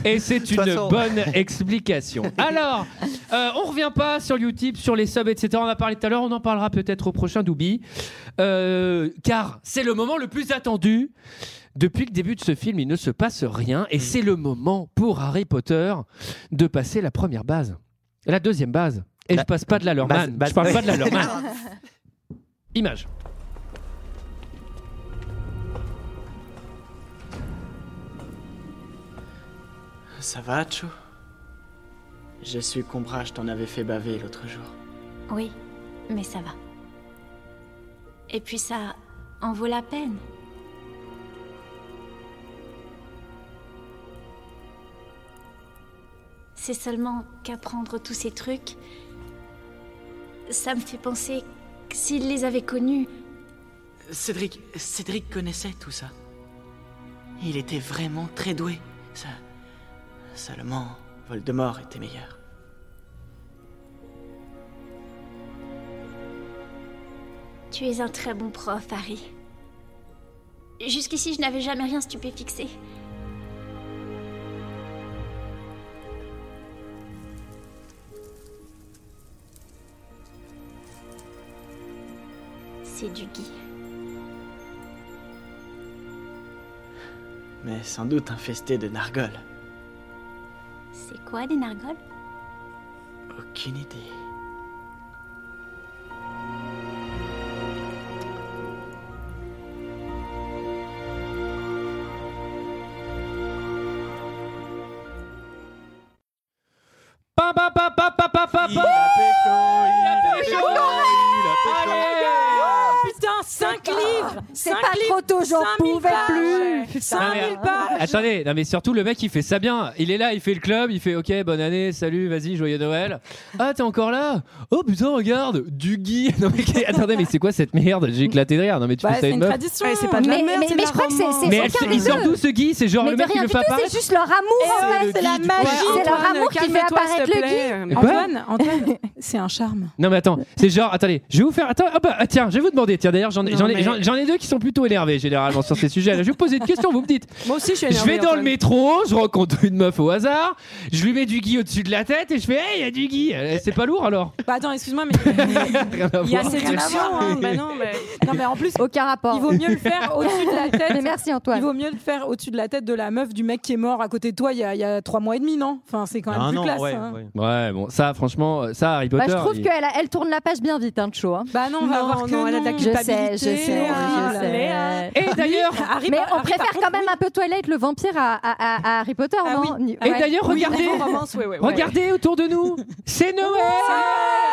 Et c'est une façon- bonne explication. (laughs) Alors, euh, on revient pas sur YouTube, sur les subs, etc. On en a parlé tout à l'heure, on en parlera peut-être au prochain Doubi. Euh, car c'est le moment le plus attendu. Depuis le début de ce film, il ne se passe rien. Mm. Et c'est le moment pour Harry Potter de passer la première base. La deuxième base. Et Bah- je passe pas de la Lorman. base- base- je parle oui. pas de la bah, Lorman. Image. Ça va, Cho J'ai su qu'Ombrage t'en avait fait baver l'autre jour. Oui, mais ça va. Et puis ça en vaut la peine. C'est seulement qu'apprendre tous ces trucs, ça me fait penser que s'il les avait connus, Cédric, Cédric connaissait tout ça. Il était vraiment très doué. Ça... Seulement, Voldemort était meilleur. tu es un très bon prof, Harry. Jusqu'ici, je n'avais jamais rien stupéfixé. C'est du Guy. mais sans doute infesté de nargoles. C'est quoi des nargoles Aucune idée. Pa, pa, pa, pa, pa, pa, pa, Il a pécho, il a pécho, il a pécho. Oh, putain, 5 livres C'est Cinq pas trop livres, tôt, j'en 5000 pouvais pages. plus. 5000 pages Attendez, non mais surtout le mec il fait ça bien. Il est là, il fait le club, il fait ok, bonne année, salut, vas-y, joyeux Noël. Ah t'es encore là Oh putain regarde, du Guy. (laughs) Non, mais qu'est- attendez, mais c'est quoi cette merde J'ai éclaté de rire. Non mais tu Bah, fais ça à c'est une une meuf tradition. Ouais, c'est pas de la Mais- merde, mais- c'est mais de la je crois que c'est- romance. c'est Mais aucun elle- des il sort deux. d'où ce Guy C'est genre Mais le de mec qui rien veut du pas tout, apparaître c'est juste leur amour, en fait, c'est la magie. Antoine, C'est leur amour qui fait calme-toi, apparaître s'il te le plaît. Guy. Quoi Antoine, Antoine, c'est un charme. Non mais attends, c'est genre attendez, je vais vous faire attends, ah bah, ah, tiens, je vais vous demander tiens d'ailleurs j'en ai Non, j'en ai mais- j'en- j'en ai deux qui sont plutôt énervés généralement sur (laughs) ces sujets. Là, je vais vous poser une question, vous me dites. Moi aussi, je suis Je énervée, vais dans le Antoine. métro, je rencontre une meuf au hasard, je lui mets du Guy au-dessus de la tête et je fais hey, il y a du Guy. Eh, C'est pas lourd alors Bah attends, excuse-moi, mais (laughs) Rien à il y a voir. cette option. hein. (laughs) Bah non, mais... non, mais en plus, Aucun rapport. il vaut mieux le faire au-dessus (laughs) de la tête. Mais merci Antoine. Il vaut mieux le faire au-dessus de la tête de la meuf du mec qui est mort à côté de toi il y a, il y a trois mois et demi, non Enfin, c'est quand même Ah plus non, classe. ouais, hein. Ouais, bon, ça, franchement, euh, ça, Harry Bah, Potter. je trouve il- qu'elle a- elle tourne la page bien vite, hein, Cho. Bah non, on va voir que non, elle a de la Je sais, je culpabilité, hein. sais. Léa, je sais. Léa. Ah, Et d'ailleurs, mais on préfère quand même un peu Twilight, le vampire à, à- à- à Harry Potter, Ah non Ni- Et ouais. d'ailleurs, Oui, regardez, on romance, ouais, ouais, ouais. regardez autour de nous, c'est Noël.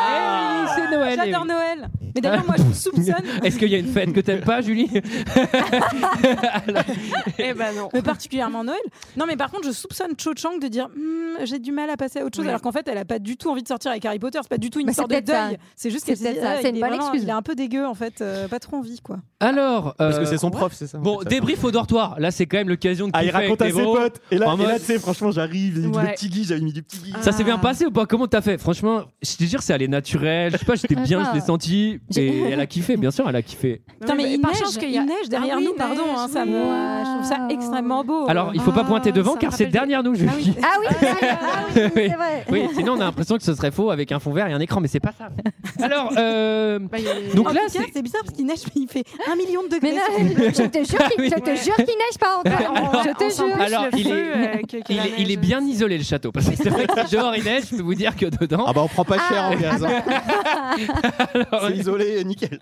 Eh oui, c'est Noël. eh Ah J'adore oui. Noël. Mais d'ailleurs, moi, je soupçonne. (laughs) Est-ce (laughs) qu'il y a une fête que t'aimes pas, Julie Eh ben non. Mais particulièrement Noël. Non, mais par contre, je soupçonne Cho Chang de dire Hmm, j'ai du mal à passer à autre chose, Oui. alors qu'en fait, elle a pas du tout envie de sortir avec Harry Potter. C'est pas du tout une Bah, histoire c'est de peut-être ça. deuil. C'est juste C'est qu'elle s'est peut-être dit, ça. Ah, C'est il une est bonne vraiment- excuse. Il est un peu dégueu, en fait. euh, pas trop envie, quoi. Alors, Parce que euh, c'est son prof, c'est ça. en Bon, fait, ça. débrief au dortoir. Là, c'est quand même l'occasion de. Ah, il kiffer avec raconte à tes ses bros. potes. Et là, En et là, mode- tu sais, franchement, j'arrive, il y a eu Ouais. le petit Guy, j'avais mis du petit Ah. Guy. Ça s'est bien passé ou pas Comment t'as fait Franchement, je te jure, c'est allé naturel. Je sais pas, j'étais bien, je l'ai (laughs) senti. Et elle a kiffé, bien sûr, elle a kiffé. Putain, mais, mais il, par neige, chance qu'il y il a- neige derrière Ah oui, nous, il pardon. bah, hein, neige, ça oui. me- Je trouve ça extrêmement beau. Oh, Alors, il faut pas pointer devant car c'est derrière nous, Julie. Ah oui, oui, (laughs) c'est vrai. Oui, sinon on a l'impression que ce serait faux avec un fond vert et un écran, mais c'est pas (laughs) ça. Alors, euh, (laughs) donc en là, tout cas, c'est- c'est bizarre parce qu'il neige, mais il fait un million de Mais degrés. non, sur- je te jure qu'il je te jure qu'il neige pas, Antoine. Ah (laughs) Alors- je Ah, on te s'en jure. plus alors le il feu, est, euh, que- que il la est- il est bien isolé le château parce que c'est vrai que dehors il neige, je peux vous dire que dedans. Ah bah, on prend pas cher Ah, en gaz. hein. (laughs) Alors, C'est isolé, nickel.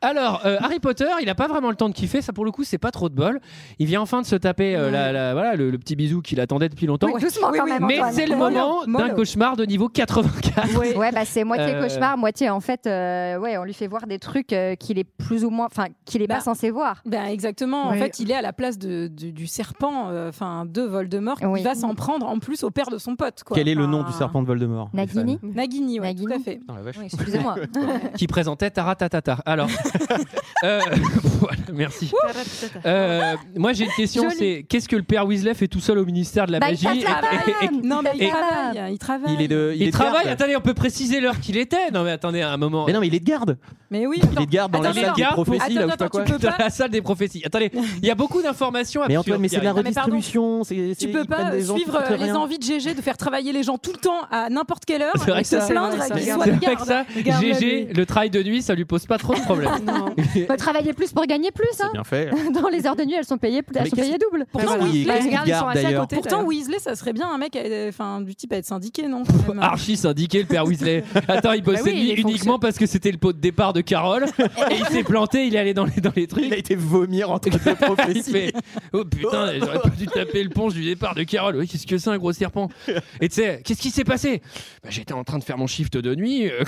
alors, euh, Harry Potter, il a pas vraiment le temps de kiffer. Ça pour le coup, c'est pas trop de bol. Il vient enfin de se taper euh, la, la- voilà le, le petit bisou qu'il attendait depuis longtemps. Oui, doucement Oui, quand oui, même. mais Antoine. c'est le Mollo, moment d'un mollo. cauchemar de niveau 84. Ouais, bah c'est moitié Euh, cauchemar, moitié en fait. euh, ouais, on lui fait voir des trucs euh, qu'il est plus ou moins, enfin, qu'il est Bah, pas censé voir. Ben exactement. Oui. En fait, il est à la place de, du, du serpent, euh, enfin de Voldemort, qui Oui. va s'en prendre en plus au père de son pote. Quoi. Quel est le nom Enfin, du serpent de Voldemort les fans Nagini. Nagini, ouais, Nagini. tout à fait. Putain, la vache. Oui, excusez-moi. qui présentait Taratatata. Alors, euh, (laughs) voilà, merci. Euh, moi j'ai une question, Joli. c'est qu'est-ce que le père Weasley fait tout seul au ministère de (laughs) la Bah, il magie tape la et- et- et- vanne. Non, mais il Et- travaille, il travaille. Il est de, il, Il, est de travaille, garde. attendez, on peut préciser l'heure qu'il était. Non mais attendez un moment. Mais non, mais il est de garde. Mais oui. Il est de garde dans la Attends, salle attends, des attends, prophéties, là, ou je sais attends, pas quoi. attends, tu peux dans (laughs) pas- la salle des prophéties. Attendez, il y a beaucoup d'informations Mais absurdes Antoine, mais qui c'est de la arrivent. Non, mais pardon. redistribution. c'est- c'est- Tu peux ils prennent pas des gens qui suivre foutent les rien. envies de GG de faire travailler les gens tout le temps à n'importe quelle heure, C'est vrai et que se ça- plaindre C'est qu'ils vrai soient de que garde. ça, Garde-le, GG, lui. le travail de nuit, ça lui pose pas trop de problème. (laughs) Non. Faut travailler plus pour gagner plus. Hein. Bien fait. (laughs) Dans les heures de nuit, elles sont payées, elles Mais sont qu'est-ce- payées double. Pourtant, Qu'est-ce qui- Weasley, qu'est-ce qui regarde, ils sont garde assis à d'ailleurs côté, Pourtant, Weasley, ça serait bien un mec, euh, enfin, du type à être syndiqué, non quand même Archi syndiqué, le père (laughs) Weasley. Attends, il bossait Bah oui, de il nuit est uniquement parce que c'était le pot de départ de Carole. (laughs) et il s'est planté, il est allé dans les, dans les trucs. Il a été vomir entre deux (laughs) Il prophéties. fait, Oh putain, j'aurais pas dû taper le punch du départ de Carole. Oui, qu'est-ce que c'est un gros serpent Et tu sais, qu'est-ce qui s'est passé Bah, J'étais en train de faire mon shift de nuit. euh,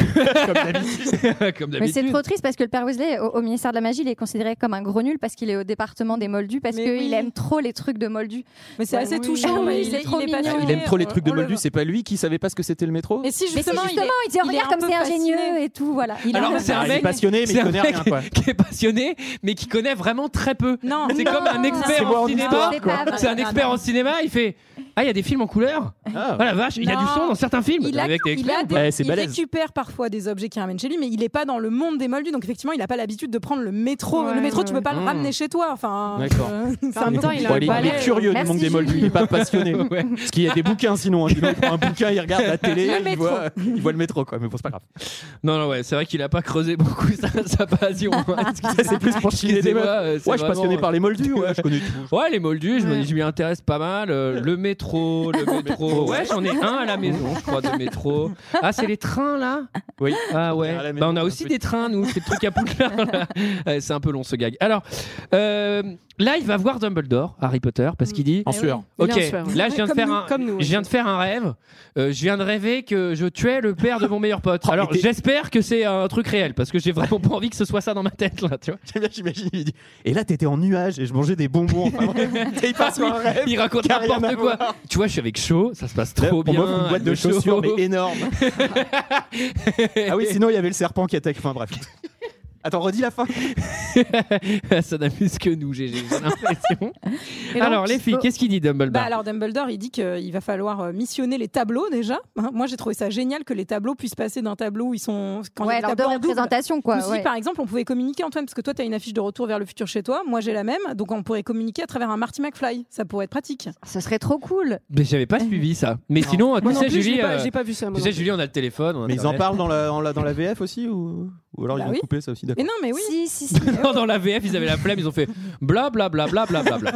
(laughs) Comme Mais c'est d'habitude. trop triste parce que le père Weasley, au, au ministère de la magie, il est considéré comme un gros nul parce qu'il est au département des Moldus parce Mais qu'il oui. aime trop les trucs de Moldus. Mais c'est Ouais, assez oui. touchant. Ah mais oui, il, c'est est- trop il est pas euh, mignon. doué, Il aime trop les on- trucs de on le Moldu, voit. c'est pas lui qui savait pas ce que c'était le métro Mais si Mais si justement, il est- justement, il dit il est regarde un comme peu c'est ingénieux fasciné. et tout, voilà. Il a Alors, un peu c'est un Il est mec passionné, mais c'est il un connaît mec rien, quoi. qui est passionné, mais qui connaît vraiment très peu. Non, C'est non, comme un non, expert C'est moi en en cinéma. histoire, quoi. C'est un expert en cinéma, il fait Ah, il y a des films en couleur Ah la vache, il y a du Non. son dans certains films Il, a- Avec des il a experts, des- quoi. il récupère parfois des objets qui ramènent chez lui, mais il n'est pas dans le monde des Moldus, donc effectivement, il n'a pas l'habitude de prendre le métro. Ouais, le métro, tu ouais. peux pas le Ah. Mmh. ramener chez toi. Enfin, D'accord. euh, c'est En un même peu temps, il a Bon, un allez, il balai, est curieux du Merci, manque des Moldus, il n'est pas passionné. Parce qu'il y a des bouquins sinon, hein, sinon il prend un bouquin, il regarde la télé, Le il, métro. voit, il voit le métro quoi, mais bon c'est pas grave. Non, non, ouais, c'est vrai qu'il a pas creusé beaucoup (laughs) sa, sa passion. Ça, c'est plus pour chiner des meufs. Excusez-moi, euh, c'est Ouais, je suis passionné vraiment- par les Moldus, ouais, je connais tout. Ouais, les Moldus, je me dis, je m'y intéresse pas mal. Euh, le (laughs) métro, le métro. Ouais, j'en ai un à la maison, je crois, de métro. Ah, c'est les trains là Oui. Ah ouais. Bah, on a aussi des trains, nous, c'est le truc à Poudlard. (laughs) là. Ouais, c'est un peu long ce gag. Alors, euh, là, il va voir Dumbledore, Harry Potter, parce qu'il dit. En sueur. Ok, Il est en sueur, Mm. Eh oui. là, je viens, de Comme faire nous, un, comme nous, ouais. je viens de faire un rêve. Euh, je viens de rêver que je tuais le père de mon (laughs) meilleur pote. Oh, Alors, j'espère que c'est un truc réel, parce que j'ai vraiment pas envie que ce soit ça dans ma tête, là, tu vois. J'aime bien, (laughs) j'imagine, il dit, Et là t'étais en nuage et je mangeais des bonbons. Enfin, bref. Et il part sur un rêve Il raconte qui a rien n'importe à quoi. voir. Tu vois, je suis avec Shaw, ça se passe trop on bien. m'offre une boîte de Le Shaw. chaussures mais énorme. (laughs) ah oui, sinon il y avait le serpent qui attaque. Enfin bref. Attends, redis la fin. (laughs) ça n'amuse que nous, GG. j'ai l'impression. Et donc, Alors, les filles, faut- qu'est-ce qu'il dit Dumbledore Bah alors Dumbledore, il dit qu'il va falloir euh, missionner les tableaux déjà. (laughs) Hein, Moi, j'ai trouvé ça génial que les tableaux puissent passer d'un tableau où ils sont quand il y Ouais, a des alors, tableaux de en double. représentation, quoi, Je me suis dit, ouais. par exemple, on pouvait communiquer Antoine parce que toi, tu as une affiche de retour vers le futur chez toi. Moi, j'ai la même, donc on pourrait communiquer à travers un Marty McFly. Ça pourrait être pratique. Ça serait trop cool. Mais j'avais pas suivi ça. Mais sinon, tu Eh. Moi non sais, plus, je l'ai Julie. pas- euh, j'ai pas vu ça, moi Tu sais, non plus. Julie, on a le téléphone. on a Mais ils en Internet. parlent dans la, en la- dans la VF aussi ou, ou alors Bah ils ont oui. coupé ça aussi Mais d'accord. non, mais oui. Si, (laughs) si, si. (laughs) Non, dans la VF, ils avaient la flemme, ils ont fait bla bla bla bla bla (laughs) bla. bla.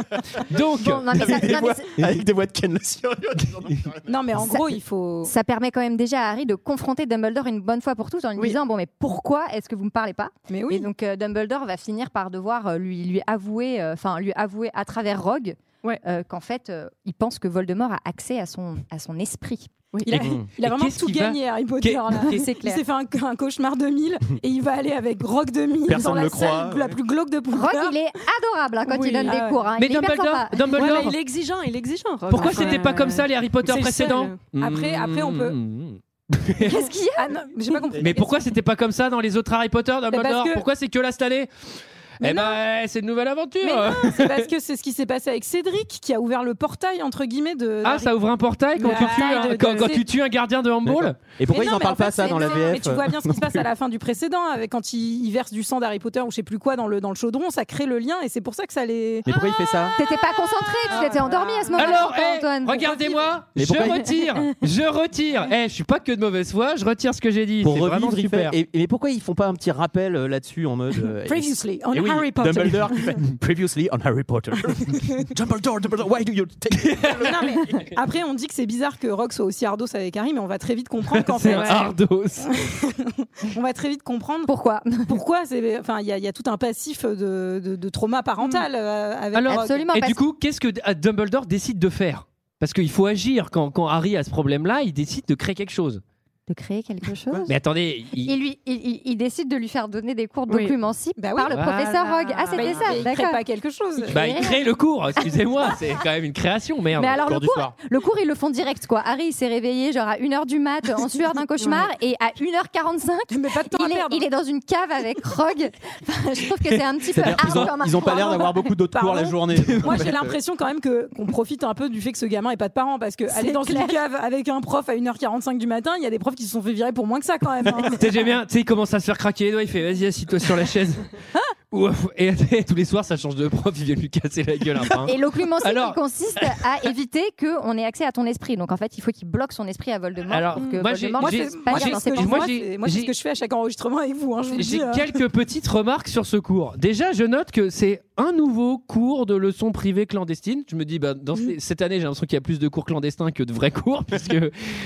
Donc, non, mais ça- Avec des non, mais voix- c'est- avec des voix de Ken le Sérieux. Non, mais en Ça- gros, il faut. Ça permet quand même déjà à Harry de confronter Dumbledore une bonne fois pour tous en lui disant bon mais pourquoi est-ce que vous me parlez pas Mais oui. Et donc euh, Dumbledore va finir par devoir euh, lui lui avouer euh, enfin lui avouer à travers Rogue euh, qu'en fait euh, il pense que Voldemort a accès à son à son esprit. Il a, (laughs) il a Et vraiment qu'est-ce tout qu'il va- gagné, Harry Potter. Qu'est- là. qu'est- Il C'est clair. s'est fait un, un cauchemar 2000 et il va aller avec Rogue 2000 Personne dans la le salle croit, la ouais. plus glauque de Poudlard. Rogue il est adorable hein, quand Oui. il donne Ah ouais. des cours. hein. Mais il est hyper Dumbledore- sympa. Dumbledore- Ouais, mais il est exigeant, il est exigeant. Rogue. pourquoi Ouais, c'était ouais, pas comme ouais. ça les Harry Potter C'est le seul. précédents Après, après, Mm. on peut. Qu'est-ce qu'il y a Ah non, J'ai pas compris. Mais pourquoi c'était pas comme ça dans les autres Harry Potter Dumbledore Bah, parce que- Pourquoi c'est que là cette année Eh ben, c'est une nouvelle aventure. Mais non, c'est parce que c'est ce qui s'est passé avec Cédric qui a ouvert le portail entre guillemets de. Ah, ça ouvre un portail quand, Mais tu, tues portail un, de- quand, de- quand tu tues un gardien de handball Et pourquoi Mais ils non, en mais parlent en fait, pas ça c'est- dans la non, VF Mais tu vois bien ce qui se passe à la fin du précédent avec quand il, il verse du sang d'Harry Potter ou je sais plus quoi dans le dans le chaudron, ça crée le lien et c'est pour ça que ça les. Mais pourquoi il fait ça T'étais pas concentré, tu t'étais endormi à ce moment-là. Alors, je crois, eh, Antoine. regardez-moi, Mais je pourquoi- retire, je retire. Eh, je suis pas que de mauvaise foi, je retire ce que j'ai dit. Pour C'est vraiment revivre, il super. fait- et- et mais pourquoi ils font pas un petit rappel euh, là-dessus en mode euh, Previously et- on et oui, Harry Potter. (laughs) Dumbledore qui fait, (laughs) Previously on Harry Potter. Dumbledore, Dumbledore, why do you take Mais non, (laughs) mais après on dit que c'est bizarre que Rogue soit aussi ardos avec Harry, mais on va très (laughs) vite comprendre qu'en C'est fait. un Ardos. on va très vite comprendre pourquoi. Pourquoi c'est enfin il y, a- il y a tout un passif de, de- de trauma Hmm. parental euh, avec Alors, Rogue. et du coup, qu'est-ce que euh, Dumbledore décide de faire Parce qu'il faut agir. Quand, quand Harry a ce problème-là, il décide de créer quelque chose. De créer quelque chose. Mais attendez, il- Il, lui, il, il- il décide de lui faire donner des cours de Oui. documentie Bah oui. par le Voilà. professeur Rogue. Ah, Mais c'était ça, il crée d'accord. pas quelque chose. bah, il crée le cours. Excusez-moi, c'est quand même une création, merde. Mais alors, le cours, le cours, ils le font direct, quoi. Harry, il s'est réveillé, genre, à 1h du mat, en sueur d'un cauchemar, et à 1h45, (laughs) il, est, il est hein. dans une cave avec Rogue. (laughs) Enfin, je trouve que c'est un petit peu C'est-à-dire qu'ils ont- hard comme ils ont pas l'air argument. d'avoir beaucoup d'autres cours la journée. (laughs) Moi, (laughs) j'ai l'impression quand même que qu'on profite un peu du fait que ce gamin ait pas de parents parce que aller dans une cave avec un prof à 1h45 du matin, il y a des profs qui se sont fait virer pour moins que ça quand (laughs) même. hein. Tu sais, j'aime bien, tu sais, il commence à se faire craquer les doigts, il fait vas-y, assis-toi sur la chaise. Ouf. et, et tous les soirs, ça change de prof, il vient lui casser la gueule un peu. Et l'occlumentie Hein. Alors- qui consiste (laughs) à éviter qu'on ait accès à ton esprit. Donc en fait, il faut qu'il bloque son esprit à Voldemort Alors, pour que moi, j'ai- Voldemort j'ai- ne puisse pas moi, lire j'ai- dans ses ce que pensées. moi, Moi, j'ai- c'est moi, c'est ce que je fais à chaque enregistrement avec vous. hein, je vous le J'ai dis, hein. quelques petites remarques sur ce cours. Déjà, je note que c'est un nouveau cours de leçons privées clandestines. Je me dis, bah, dans Mm. ces- cette année, j'ai l'impression qu'il y a plus de cours clandestins que de vrais cours, (laughs) puisque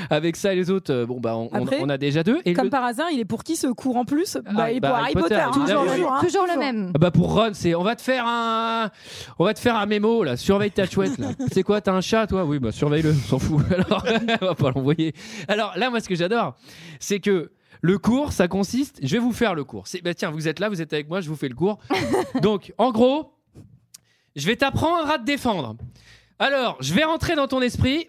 avec ça et les autres, euh, bon, bah, on, on- Après, on a déjà deux. Et Comme le- par hasard, il est pour qui ce cours en plus bah, Ah, Il est bah, pour Harry Potter. hein. évidemment. hein. Toujours le même. Ah bah pour Ron, c'est on va te faire un on va te faire un mémo là, surveille ta chouette (laughs) là. c'est quoi, t'as un chat toi Oui, bah surveille-le, on s'en fout. (laughs) Alors, on va pas l'envoyer. Alors là moi ce que j'adore, c'est que le cours, ça consiste, je vais vous faire le cours. C'est bah tiens, vous êtes là, vous êtes avec moi, je vous fais le (laughs) cours. Donc en gros, je vais t'apprendre à te défendre. Alors, je vais rentrer dans ton esprit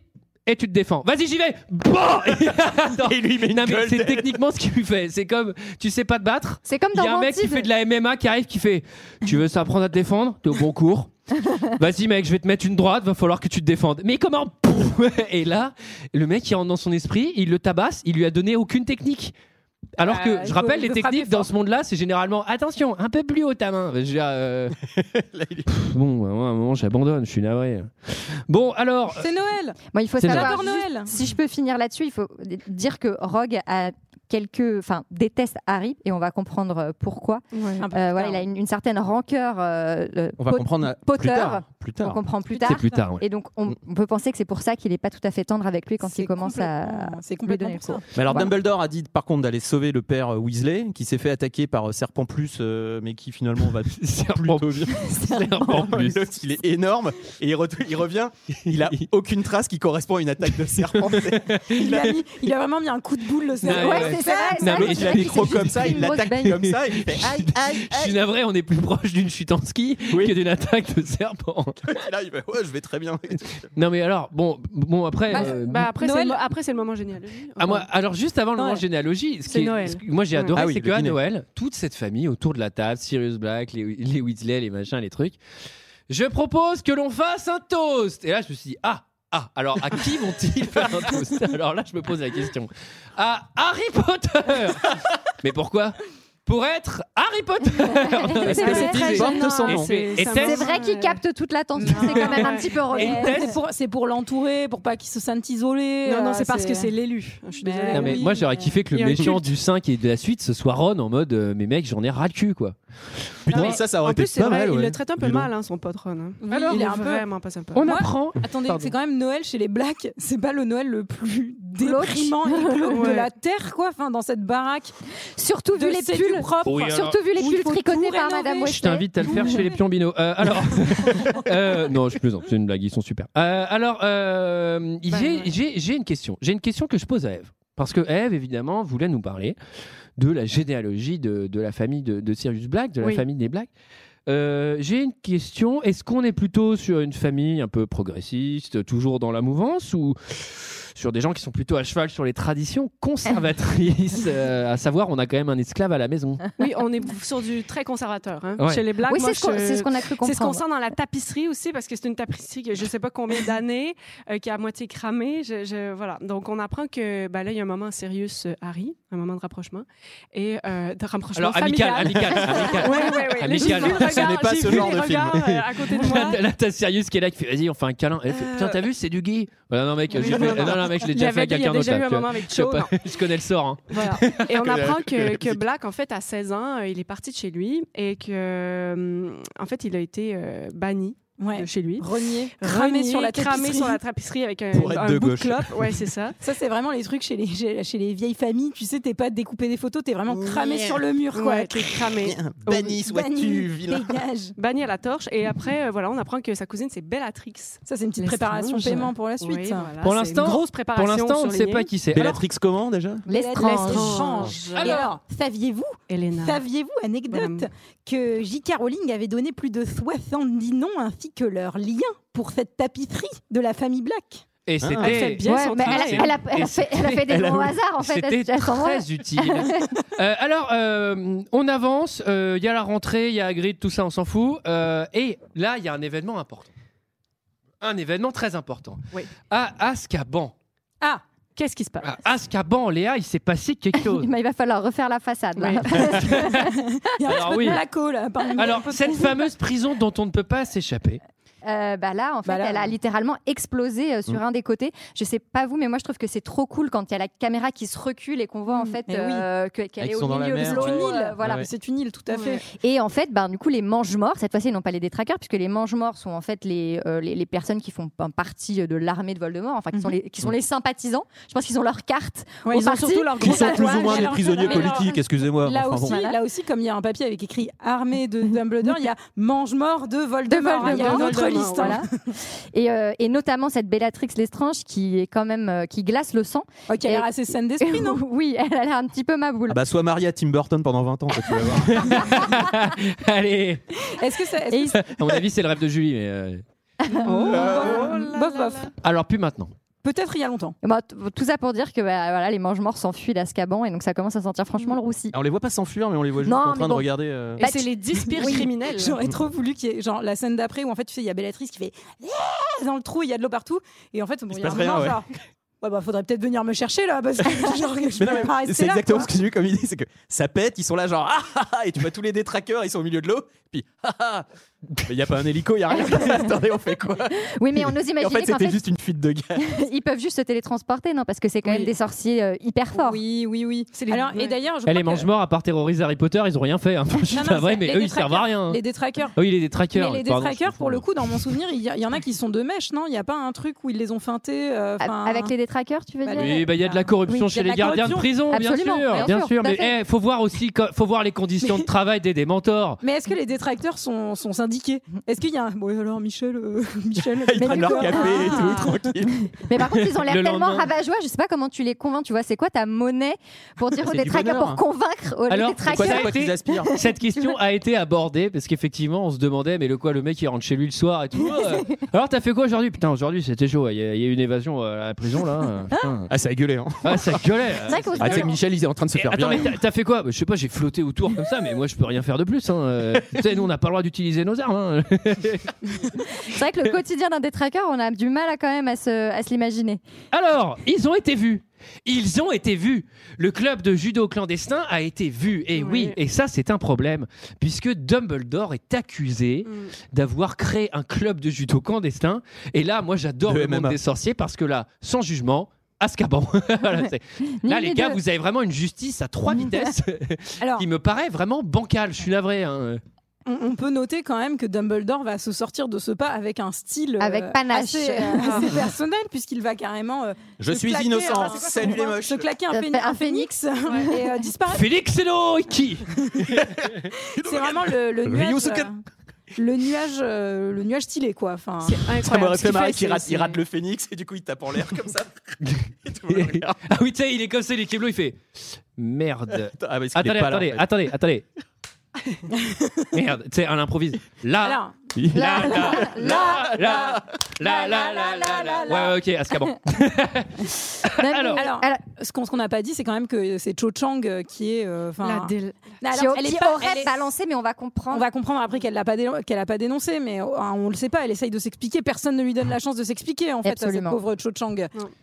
et tu te défends. Vas-y, j'y vais. Bon (laughs) Et lui met c'est techniquement ce qu'il lui fait. C'est comme tu sais pas te battre. C'est comme Il y a dans un mec qui Wanted. (laughs) fait de la MMA qui arrive qui fait Tu veux s'apprendre à te défendre T'es au bon cours. Vas-y mec, je vais te mettre une droite, va falloir que tu te défendes. Mais comment (laughs) Pouf Et là, le mec il rentre dans son esprit, il le tabasse, il lui a donné aucune technique. Alors que Euh, il je faut- rappelle il les faut frapper techniques dans ce monde-là, c'est généralement attention, un peu plus haut ta main. Je veux dire, (laughs) euh, Pff, bon, à un moment j'abandonne, je suis navré. Bon alors, C'est Noël. Bon, il faut C'est savoir. J'adore juste- Noël. Si je peux finir là-dessus, il faut dire que Rogue a quelques, enfin, déteste Harry et on va comprendre euh, pourquoi. Un peu Euh, plus voilà, tard. il a une, une certaine rancœur. euh, euh, On va pot- comprendre, euh, plus Potter. tard, plus tard. On comprend plus C'est tard. plus tard, ouais. Mm. Et donc on, on peut penser que c'est pour ça qu'il n'est pas tout à fait tendre avec lui quand il commence à c'est lui donner le cours. Mais alors Voilà. Dumbledore a dit par contre d'aller sauver le père euh, Weasley qui s'est fait attaquer par euh, Serpent Plus euh, mais qui (laughs) finalement va plutôt bien. Serpent Plus. L'autre, il est énorme et il, retou- il revient. Il (laughs) a aucune trace qui correspond à une attaque de (laughs) serpent. Il a, mis- il a vraiment mis un coup de boule le cerveau. Ouais, ouais. c'est ça, c'est Non, vrai mais que il c'est a vrai des qu'il crocs s'est comme ça, pris il une grosse l'attaque baigne. comme ça, il fait aïe, aïe, je suis navré, on est plus proche d'une chute en ski que d'une attaque de (laughs) serpent. aïe. Là, il fait ouais, je vais très bien. Non mais alors, bon, bon après. Bah, euh, bah, après, c'est Noël- le, mo- après, c'est le moment génial. Ah, moi, alors juste avant le moment Noël. généalogie, ce C'est qui est- Noël. ce que moi j'ai Ouais. adoré, Ah oui, c'est le que à dîner. Noël, toute cette famille autour de la table, Sirius Black, les, les Weasley, les machins, les trucs. Je propose que l'on fasse un toast. Et là, je me suis dit ah. Ah, alors à qui vont-ils (laughs) faire un toast Alors là, je me pose la question. À Harry Potter Mais pourquoi Pour être Harry Potter C'est vrai. C'est très gênant, c'est- Et ça test- C'est vrai qu'il capte toute l'attention, c'est quand même un petit peu Rogue. C'est pour, c'est pour l'entourer, pour pas qu'il se sente isolé. Non, non, euh, c'est parce que c'est l'élu. Je suis désolée. Non, mais moi j'aurais kiffé que le Il y a Ah un méchant culte. du 5 et de la suite ce soit Ron en mode euh, mais mec j'en ai ras le cul quoi. Putain, mais ça, ça aurait En plus, été c'est pas vrai, mal. il ouais. le traite un peu Dis donc. mal, hein, son pote Ron. hein. Oui, Alors, il est on veut- vraiment pas sympa. Moi- Attendez, c'est quand même Noël chez les Blacks. C'est pas le Noël le plus Glauque. déprimant et glauque de Ouais. la terre, quoi. Enfin, dans cette baraque. Surtout vu de les sécu pulls. propre. Oui, alors- Surtout vu les Où il pulls faut tricotés tout par rénover. Madame Je t'invite à le faire (laughs) chez les piombino. Euh, alors, (laughs) Euh, non, je plaisante, c'est une blague, ils sont super. Euh, alors, euh, j'ai- j'ai j'ai une question. J'ai une question que je pose à Eve. Parce que Eve, évidemment, voulait nous parler de la généalogie de, de la famille de, de Sirius Black, de la Oui. famille des Blacks. Euh, j'ai une question. Est-ce qu'on est plutôt sur une famille un peu progressiste, toujours dans la mouvance, ou sur des gens qui sont plutôt à cheval sur les traditions conservatrices euh, À savoir, on a quand même un esclave à la maison. Oui, on est sur du très conservateur. hein. Ouais. Chez les Blacks, Oui, c'est moi, ce qu'on- je- c'est ce qu'on a cru C'est ce qu'on comprendre. sent dans la tapisserie aussi, parce que c'est une tapisserie que je ne sais (laughs) pas combien d'années, euh, qui est à moitié cramée. Je, je- voilà. Donc, on apprend que bah, là, il y a un moment sérieux, euh, Harry, un moment de rapprochement. Et euh, de rapprochement Alors, amical, familial. amical, amical. (laughs) Ouais, ouais, ouais. Là, j'ai Amical. vu le Ce regard- n'est pas j'ai ce vu genre les de film. regards, euh, à côté de moi. (laughs) Euh, Là, là, t'as Sirius qui est là, qui fait vas-y, on fait un câlin. Elle fait, putain, t'as vu, c'est du gay. Voilà, non, mec, Oui, j'ai non, fait- non. non, non, mec, je l'ai Il déjà avait fait à dit, il y a quelqu'un d'autre. déjà eu là, un tu vois. moment avec Je sais Joe, pas- non. (laughs) Je connais le sort. hein. Voilà. (laughs) Et on Que la- apprend que la que, que musique. Black, en fait, à 16 ans, euh, il est parti de chez lui et que, euh, en fait, il a été euh, banni. de chez lui. Renié. Cramé sur la cramé tapisserie. sur la tapisserie avec un, Pour être un de bout gauche. de clope. Ouais, c'est ça. Ça, c'est vraiment les trucs chez les, chez, chez les vieilles familles. Tu sais, t'es pas découpé des photos, t'es vraiment cramé Yeah. sur le mur, quoi. Ouais, t'es cramé. Banni sois-tu, Banni, (laughs) vilain. Banni à la torche. Et après, euh, voilà, on apprend que sa cousine, c'est Bellatrix. Ça, c'est une petite préparation paiement pour la suite, ça. Pour l'instant, grosse préparation. pour l'instant, on ne sait surlignée. pas qui c'est. Bellatrix comment déjà L'estrange. L'estrange. Et Alors, saviez-vous Elena. Saviez-vous, anecdote, que J.K. Rowling avait donné plus de 70 noms ainsi que leurs liens pour cette tapisserie de la famille Black Et c'était. Elle fait Ah, bien son Et mais elle a- c'était- elle a- elle a fait- elle a fait des Elle a- noms au hasard, en fait, C'était elle- elle s'en va. très (laughs) utile. (laughs) Euh, alors, euh, on avance. euh, Il y a la rentrée, il y a Grid, tout ça, on s'en fout. Euh, et là, il y a un événement important. Un événement très important. Oui. À Azkaban. Ah, qu'est-ce qui se passe À Azkaban, Léa, il s'est passé (laughs) quelque chose. Mais (laughs) il va falloir refaire la façade. Là. (laughs) Il y a un Alors petit peu oui. de placo, là. parmi nous. Alors, cette (laughs) fameuse prison dont on ne peut pas (laughs) s'échapper. Euh, bah là, en fait, elle a littéralement explosé euh, sur Mm. un des côtés. Je sais pas vous, mais moi, je trouve que c'est trop cool quand il y a la caméra qui se recule et qu'on voit en fait eh oui. euh, que- qu'elle Et est qu'ils au sont dans la milieu de mer, l'eau. euh, ouais. C'est une île. voilà. Ouais, ouais. C'est une île, tout à fait. Et en fait, bah, du coup, les mange-morts, cette fois-ci, ils n'ont pas les détraqueurs, puisque les mange-morts sont en fait les, euh, les, les personnes qui font euh, partie de l'armée de Voldemort, enfin, qui sont les, qui sont les sympathisants. Je pense qu'ils ont leur carte. Mm-hmm. Ouais, au ils ont parti. surtout leur Qui gros sont plus ou tatouage. moins des Alors, prisonniers mais alors- politiques, excusez-moi. Là, enfin, aussi, bon. là aussi, comme il y a un papier avec écrit armée de Dumbledore, il y a mange-mort de Voldemort. De Il y a une Voldemort, autre liste. hein. (laughs) voilà. et, euh, et notamment cette Bellatrix Lestrange qui est quand même euh, qui glace le sang. Ok, elle a l'air assez (laughs) saine d'esprit, non Oui, elle a l'air un petit peu ma boule. Ah bah sois marié à Tim Burton pendant 20 ans, ça, tu vas voir. (laughs) Allez, Est-ce que ça. est-ce que- Oh. à mon avis, c'est le rêve de Julie. Mais euh, Bof, bof. Alors, plus maintenant. Peut-être il y a longtemps. Bah, t- tout ça pour dire que bah, voilà, les mange-morts s'enfuient d'Ascaban et donc ça commence à sentir franchement le roussi. Alors, on les voit pas s'enfuir, mais on les voit juste Non, en mais train bon. de regarder. euh, Et c'est les 10 pires criminels. Bah, J'aurais trop voulu qu'il y ait genre, la scène d'après où en fait, tu sais, il y a Bellatrice qui fait Ah dans le trou, il y a de l'eau partout. Et en fait, bon, il y a un passe rien, moment, ouais. genre, ouais, bah, faudrait peut-être venir me chercher là, (laughs) (laughs) (laughs) parce que genre, je Mais vais non, mais pas rester c'est là. exactement quoi. ce que j'ai eu comme idée, c'est que ça pète, ils sont là genre (laughs) ah, ah, ah et tu vois tous les détraqueurs, ils sont au milieu de l'eau, puis (laughs) ah, ah il y a pas un hélico, il y a (laughs) rien. Attendez, on fait quoi Oui, mais on ose (laughs) Et imaginer En fait, qu'en c'était fait- juste une fuite de (laughs) gaz. (laughs) Ils peuvent juste se télétransporter, non Parce que c'est quand même des sorciers euh, hyper forts. Oui, oui, oui. Alors, et d'ailleurs, Eh, je crois les que- mange-morts, à part terroriser Harry Potter, ils ont rien fait. Hein. (laughs) C'est Non, non, pas vrai, c'est- mais les eux, ils détraqueurs- servent à rien. hein. Les détraqueurs. Ah oui, les détraqueurs. Mais les pardon, détraqueurs, je pour le coup, dans mon souvenir, il y, a- il y en a qui sont de mèche, non Il n'y a pas un truc où ils les ont feintés euh, enfin- Avec les détraqueurs, tu veux Bah, dire Oui, bah il y a de la corruption Oui, il y chez a de les la gardiens de corruption. prison, bien sûr, Absolument, bien, bien sûr, sûr. tout à Mais fait. eh, faut voir aussi, co- faut voir les conditions de travail des des (laughs) mentors. Mais est-ce que les détracteurs sont, sont syndiqués Est-ce qu'il y a un. Bon, alors, Michel. euh, (laughs) Michel Ils prennent leur café ah. et tout, tranquille. Mais par contre, (laughs) ils ont l'air Le tellement lendemain. rabat-joie. Je sais pas comment tu les convaincs. Tu vois, c'est quoi ta monnaie pour dire aux C'est du détraqueurs, bonheur. pour convaitre aux Alors, détraqueurs ça a été- (laughs) cette question a été abordée parce qu'effectivement, on se demandait, mais le quoi, le mec il rentre chez lui le soir et (laughs) tout. euh, alors, t'as fait quoi aujourd'hui Putain, aujourd'hui c'était chaud. Il y, a- il y a eu une évasion euh, à la prison là. Ah, ça a gueulé hein. Ah, ça gueulait. C'est vrai qu'au Ah, tu sais, Michel, il est en train de se Et faire Attends, mais virer. t'as- t'as fait quoi Bah, Je sais pas, j'ai flotté autour comme ça, mais moi je peux rien faire de plus. hein. Euh, tu sais, nous on n'a pas le droit d'utiliser nos armes. hein. (laughs) (laughs) C'est vrai que le quotidien d'un détraqueur, on a du mal à quand même à se, à se l'imaginer. Alors, ils ont été vus. Ils ont été vus. Le club de judo clandestin a été vu. Et oui, et ça, c'est un problème, puisque Dumbledore est accusé Mm. d'avoir créé un club de judo clandestin. Et là, moi, j'adore le monde des sorciers parce que là, sans jugement, Ascaban. (laughs) (laughs) Voilà, c'est- Ni là, les les gars, deux. vous avez vraiment une justice à (laughs) trois vitesses Alors- (laughs) qui me paraît vraiment bancale. Je suis navré. hein. On, on peut noter quand même que Dumbledore va se sortir de ce pas avec un style euh, Avec (laughs) panache. assez, euh, assez personnel puisqu'il va carrément. euh, Je se suis claquer, innocent. enfin, c'est quoi Salut son les nom moches. Se claquer Euh, un, phéni- un phénix et euh, disparaître. Félix Eloiki C'est vraiment le, le nuage. Ryusuke. euh, le nuage, euh, le nuage stylé quoi. Enfin, Ça m'aurait fait marrer qu'il rate, il rate le phénix et du coup il tape en l'air comme (laughs) ça. ah oui, tu sais, il est comme ça, il est Keblo, il fait (laughs) merde. Ah, mais est-ce qu'il est attendez, pas là, en attendez, fait attendez, (laughs) attendez. Merde, tu sais, on improvise. (laughs) Là, là, là, là, là, là, là, là, là, là. Ouais, ouais, ok, ah, Ascaban. Alors, ce qu'on ce qu'on n'a pas dit, c'est quand même que c'est Cho Chang euh, qui est. euh, enfin- La dél- Non, Qui au- elle est qui pas- aurait elle est- balancé, mais on va comprendre. On va comprendre après qu'elle l'a pas déno- qu'elle a pas dénoncé, mais on, on le sait pas. Elle essaye de s'expliquer. Personne ne lui donne la chance de s'expliquer en fait Absolument. à cette pauvre Cho Chang.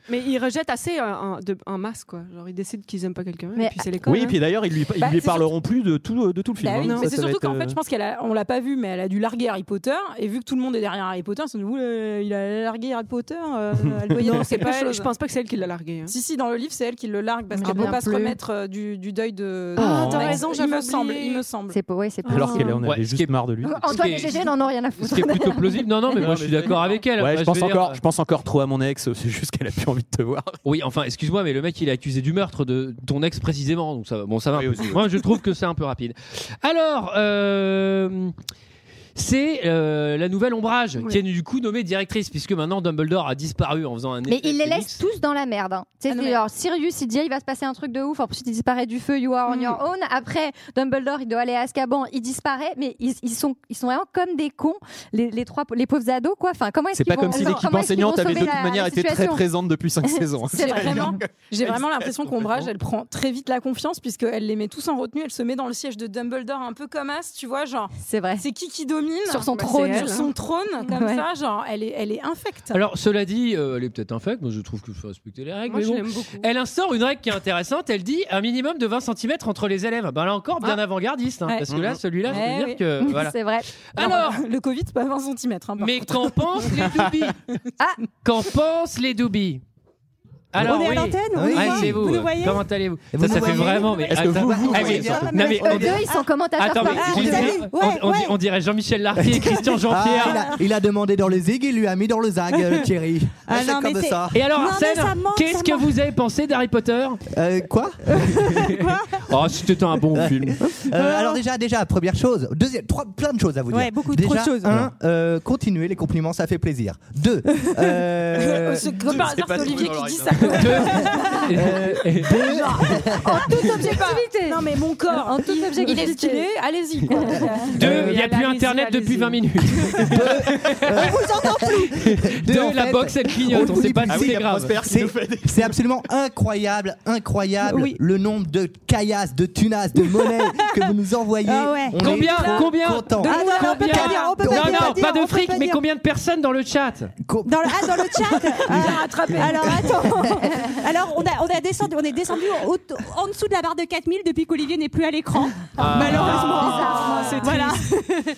Mais ils rejettent assez un, un- de- un masque, quoi. Genre, ils décident qu'ils aiment pas quelqu'un, Mais- et puis c'est l'école. Oui, hein. et puis d'ailleurs, ils lui, ils Bah, lui c'est parleront plus de tout, de tout le film. Bah oui, hein. Ça, mais ça c'est va surtout être, qu'en euh, fait, je pense qu'elle a- on l'a pas vu, mais elle a dû larguer Harry Potter. Et vu que tout le monde est derrière Harry Potter, ils se sont dit, Oula, il a largué Harry Potter. euh, (laughs) elle doit y Non, avoir c'est quelque pas elle, chose. je pense pas que c'est elle qui l'a largué. hein. Si, si, dans le livre, c'est elle qui le largue parce Ah qu'elle ne bon peut pas se Plus. remettre euh, du, du deuil de. Ah, de t'as Max. raison, il me j'avais semble. oublié. Il me semble. C'est pour, ouais, c'est Alors qu'elle en avait juste marre de lui. Antoine et Gégé n'en ont rien à foutre. Ce qui est plutôt plausible. Non, non, (laughs) mais moi je suis d'accord avec elle. Ouais, Moi, je pense, veux dire, encore, je pense encore trop à mon ex, (laughs) c'est juste qu'elle a plus envie de te voir. Oui, enfin, excuse-moi, mais le mec, il est accusé du meurtre de ton ex précisément, donc ça va. Bon, ça va. Oui, aussi, ouais. Moi, je trouve que c'est un peu rapide. Alors, euh, c'est euh, la nouvelle ombrage qui est du coup nommée directrice, puisque maintenant Dumbledore a disparu en faisant un. Mais effet il les Phoenix. laisse tous dans la merde. hein. Tu sais, c'est genre, Sirius, il dit il va se passer un truc de ouf. Ensuite, il disparaît du feu, you are on your own. Après, Dumbledore, il doit aller à Azkaban, il disparaît. Mais ils, ils sont, ils sont vraiment comme des cons, les, les trois, les pauvres ados, quoi. Enfin, comment est-ce C'est pas qu'ils vont- comme si comment l'équipe est-ce qu'ils vont enseignante avait de sauver toute la- manière la été très situation présente depuis (laughs) 5 saisons. (laughs) C'est vraiment, j'ai vraiment l'impression qu'Ombrage, complètement. elle prend très vite la confiance puisque elle les met tous en retenue. Elle se met dans le siège de Dumbledore, un peu comme As, tu vois, genre. C'est vrai. C'est qui qui domine Sur son Bah, c'est trône. elle, Sur son hein. trône, comme Ouais. ça, genre, elle est, elle est infecte. Alors, cela dit, euh, elle est peut-être infecte, mais je trouve qu'il faut respecter les règles. Moi, mais je bon. l'aime beaucoup. Elle instaure une règle qui est intéressante. Elle dit un minimum de 20 cm entre les élèves. Ben là encore, bien avant-gardiste, hein, Ah. Ouais. parce que Mmh. là, celui-là, je Ouais, veux dire oui. (laughs) que. Voilà. Alors- Alors, (laughs) le Covid, c'est pas hein, 20 cm. Mais qu'en pensent (laughs) les doobies Qu'en pensent les doobies On est à oui. l'antenne, on est Ah, là, c'est vous. vous nous voyez Comment allez-vous Vous Ça, nous ça fait voyez vraiment. Mais Est-ce que vous, vous Ah, voyez mais- bien non, mais on Eux deux, dirait- ils sont commentateurs Attends, mais partout. on dirait- on- on dirait- on dirait Jean-Michel Lartier et Christian Jean-Pierre. Ah, il, a, il a demandé dans le zig, il lui a mis dans le zag, euh, Thierry. Ah C'est comme ça. Et alors, Arsène, qu'est-ce que vous avez pensé d'Harry Potter (laughs) Quoi Oh, c'était un bon film. Euh, alors déjà, déjà, première chose, deuxième, trois, plein de choses à vous dire. Ouais, beaucoup, déjà, trop de choses. Un, euh, continuez les compliments, ça fait plaisir. Deux, euh, C'est comme par hasard, c'est Olivier qui dit ça (laughs) Euh, En (laughs) toute objectivité. Non, mais mon corps, en toute objectivité, il est stylé. Allez-y. quoi. (laughs) Deux, il n'y a plus internet depuis 20 minutes. (laughs) On vous entend plus. Deux, en la fait, box elle clignote, on au sait pas bout si du- c'est grave. C'est- C'est absolument incroyable, incroyable le nombre de caillasses, de tunasses, (laughs) de monnaies que vous nous envoyez. Ah On Combien est trop Combien contents. Combien Quatre- Non, non, pas de fric, mais combien de personnes dans le chat Dans le, ah, dans le chat Alors, attends. Alors, on, a, on, a descendu, on est descendu au- au- en dessous de la barre de 4000 depuis qu'Olivier n'est plus à l'écran. Ah. Malheureusement. Ah, c'est voilà.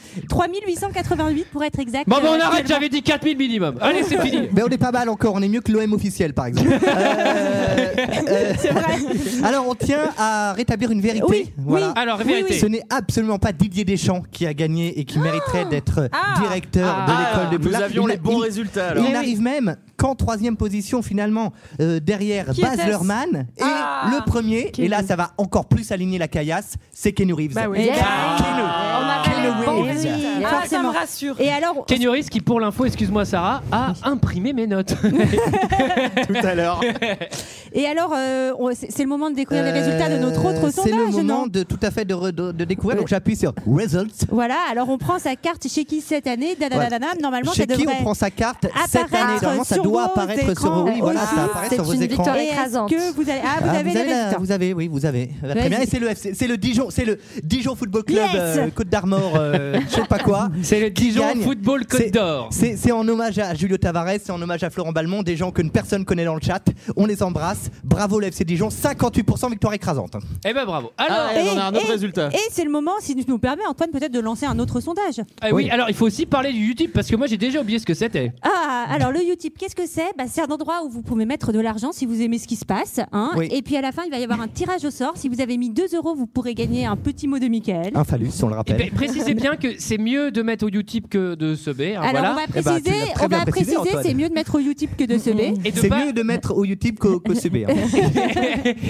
(laughs) 3888 pour être exact. Bon, ben, Euh, bon, on arrête, actuellement. j'avais dit 4000 minimum. Allez, c'est fini. Euh, Mais on est pas mal encore, on est mieux que l'OM officiel par (laughs) exemple. Euh, C'est vrai. (laughs) Alors on tient à rétablir une vérité. Oui, oui. Alors, vérité. Ce n'est absolument pas Didier Deschamps qui a gagné et qui mériterait d'être Ah. directeur Ah. de l'école de Nous Poula. avions Il- les bons il- résultats, alors. Il Oui. n'arrive même qu'en troisième position finalement euh, derrière Qui Baz était-ce Luhrmann et Ah. le premier. Et là ça va encore plus aligner la caillasse, c'est Kenny Reeves. Bah oui. Et Yeah. Keanu. Keanu bon Reeves. résultat. Ah, ça Forcément. me rassure. Et alors, Kenyoris qui, pour l'info, excuse-moi Sarah, a imprimé mes notes. (laughs) Tout à l'heure. et alors euh, on- c'est c'est le moment de découvrir les résultats de notre Euh, autre C'est le sondage, non moment de tout à fait de, re- de- de découvrir. Donc j'appuie sur Results. Voilà, alors on prend sa carte chez qui cette année Voilà. Dadadadadam, Normalement, Chez ça qui devrait on prend sa carte cette apparaître année Normalement, ça sur doit vos apparaître sur écrans. oui, voilà, aussi. ça apparaît C'est sur vos une écrans. victoire Et est-ce écrasante. que vous avez- ah, vous avez les la- résultats. Vous avez, oui, vous avez. euh, Très Vas-y. bien. Et c'est le FC, c'est le Dijon, c'est le Dijon Football Club Yes. euh, Côte d'Armor, (laughs) euh, je sais pas quoi. C'est le qui Dijon gagne. Football Côte C'est- d'Or. C'est c'est en hommage à Julio Tavares, c'est en hommage à Florent Balmont, des gens que personne connaît dans le chat. On les embrasse. Bravo le FC Dijon, 58% victoire écrasante. hein, Eh ben bravo. Alors, Ah, Et- et- Et c'est le moment, si tu nous permets, Antoine, peut-être de lancer un autre sondage. Ah oui, alors il faut aussi parler du YouTube parce que moi j'ai déjà oublié ce que c'était. Ah, alors le Utip, qu'est-ce que c'est bah, C'est un endroit où vous pouvez mettre de l'argent si vous aimez ce qui se passe. hein. Oui. Et puis à la fin, il va y avoir un tirage au sort. Si vous avez mis 2 euros, vous pourrez gagner un petit mot de Michael. Un phallus, on le rappelle. Ben, précisez bien que c'est mieux de mettre au Utip que de se B. hein, Alors voilà. on va Eh ben, préciser, on va préciser, c'est mieux de mettre au Utip que de se B. Mm-hmm. Et de C'est pas- (laughs) mieux de mettre au Utip qu'au qu'au CB. hein.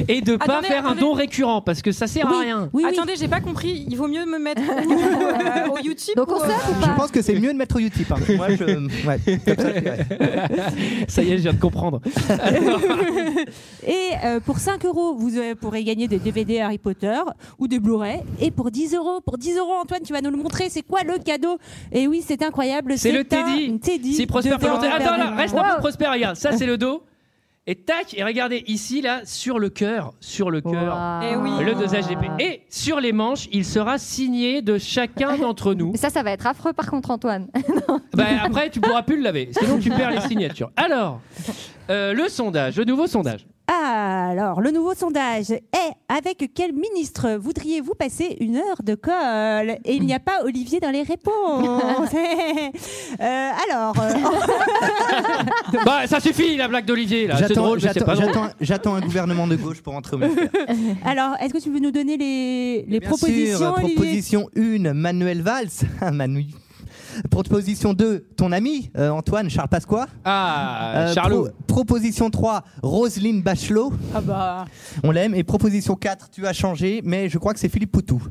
Et de pas Attendez, faire attendez. un don récurrent parce que ça sert à rien. Attendez, j'ai pas compris. Il vaut mieux me mettre au- au YouTube. euh, Donc on Je pense que c'est mieux de mettre au Utip. hein. Moi, je... (laughs) ouais, comme ça, ouais. (laughs) ça y est, je viens de comprendre. (laughs) Et euh, pour 5 euros, vous euh, pourrez gagner des DVD Harry Potter ou des Blu-ray. Et pour 10 euros, pour 10 euros, Antoine, tu vas nous le montrer. C'est quoi le cadeau Et oui, c'est incroyable. C'est le un Teddy. Teddy Si Prosper de peut monter- Robert Attends, là, Benigni. reste un peu Prosper, regarde. Ça, c'est le dos. Et tac, et regardez ici, là, sur le cœur, sur le cœur, Eh oui. le dosage d'épée. Et sur les manches, il sera signé de chacun d'entre (laughs) nous. Ça, ça va être affreux par contre, Antoine. Bah, après, tu pourras plus le laver, sinon tu perds les signatures. Alors, euh, le sondage, le nouveau sondage. Alors, le nouveau sondage est avec quel ministre voudriez-vous passer une heure de colle Et il n'y a pas Olivier dans (laughs) les réponses. (laughs) Euh, alors, euh, Bah, ça suffit la blague d'Olivier, là. C'est J'attends- drôle, mais c'est j'attends- pas drôle. j'attends- J'attends un gouvernement de gauche pour entrer (laughs) au ministère. (laughs) alors est-ce que tu veux nous donner les, les Bien propositions, sûr, Olivier proposition 1, Manuel Valls. (laughs) Ah, Manu. Proposition 2, ton ami, euh, Antoine, Charles Pasqua. Ah, Euh, Charlot. pro- proposition 3, Roselyne Bachelot. Ah bah. On l'aime. Et proposition 4, tu as changé, mais je crois que c'est Philippe Poutou.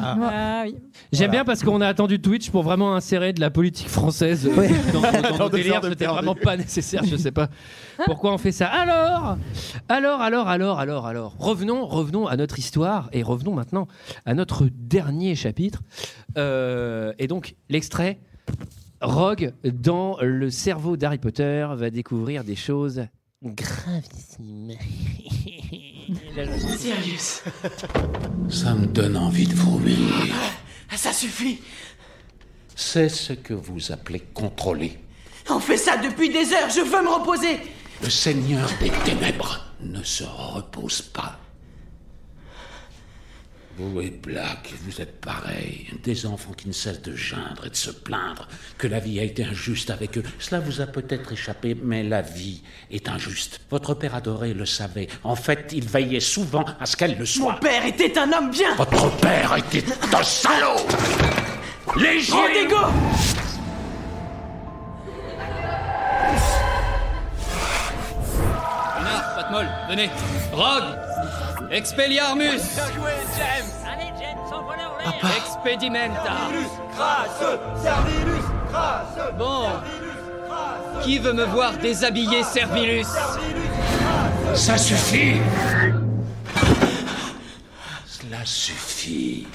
Ah oui. J'aime bien parce qu'on a attendu Twitch pour vraiment insérer de la politique française euh, dans, dans nos délires. C'était vraiment pas nécessaire, je sais pas pourquoi on fait ça. Alors, alors, alors, alors, alors, alors. Revenons, revenons à notre histoire et revenons maintenant à notre dernier chapitre. Euh, et donc, l'extrait Rogue dans le cerveau d'Harry Potter va découvrir des choses gravissimes. Sirius, (laughs) (laughs) Ça me donne envie de vomir. ça suffit. C'est ce que vous appelez contrôler. On fait ça depuis des heures. Je veux me reposer. Le Seigneur des Ténèbres ne se repose pas. Vous et Black, vous êtes pareils. Des enfants qui ne cessent de geindre et de se plaindre que la vie a été injuste avec eux. Cela vous a peut-être échappé, mais la vie est injuste. Votre père adoré le savait. En fait, il veillait souvent à ce qu'elle le soit. Mon père était un homme bien. Votre père était un salaud Léger Rodrigo Renard, pas de molle, venez. Rogue Expelliarmus Allez, James, envoie-la en Expedimenta Crasseux Servilus Crasseux Bon, qui veut me voir déshabiller Servilus Ça suffit Cela suffit.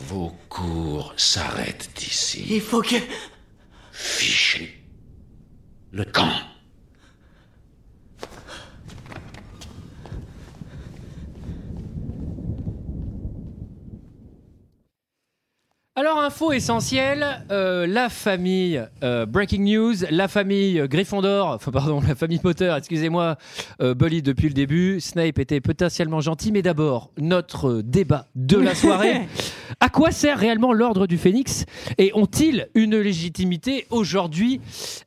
Vos cours s'arrêtent ici. Il faut que... Fichez le camp. Alors, info essentielle, euh, la famille euh, Breaking News, la famille euh, Gryffondor, enfin pardon, la famille Potter, excusez-moi, euh, Bully depuis le début, Snape était potentiellement gentil, mais d'abord, notre euh, débat de la (laughs) soirée. à quoi sert réellement l'ordre du phénix Et ont-ils une légitimité aujourd'hui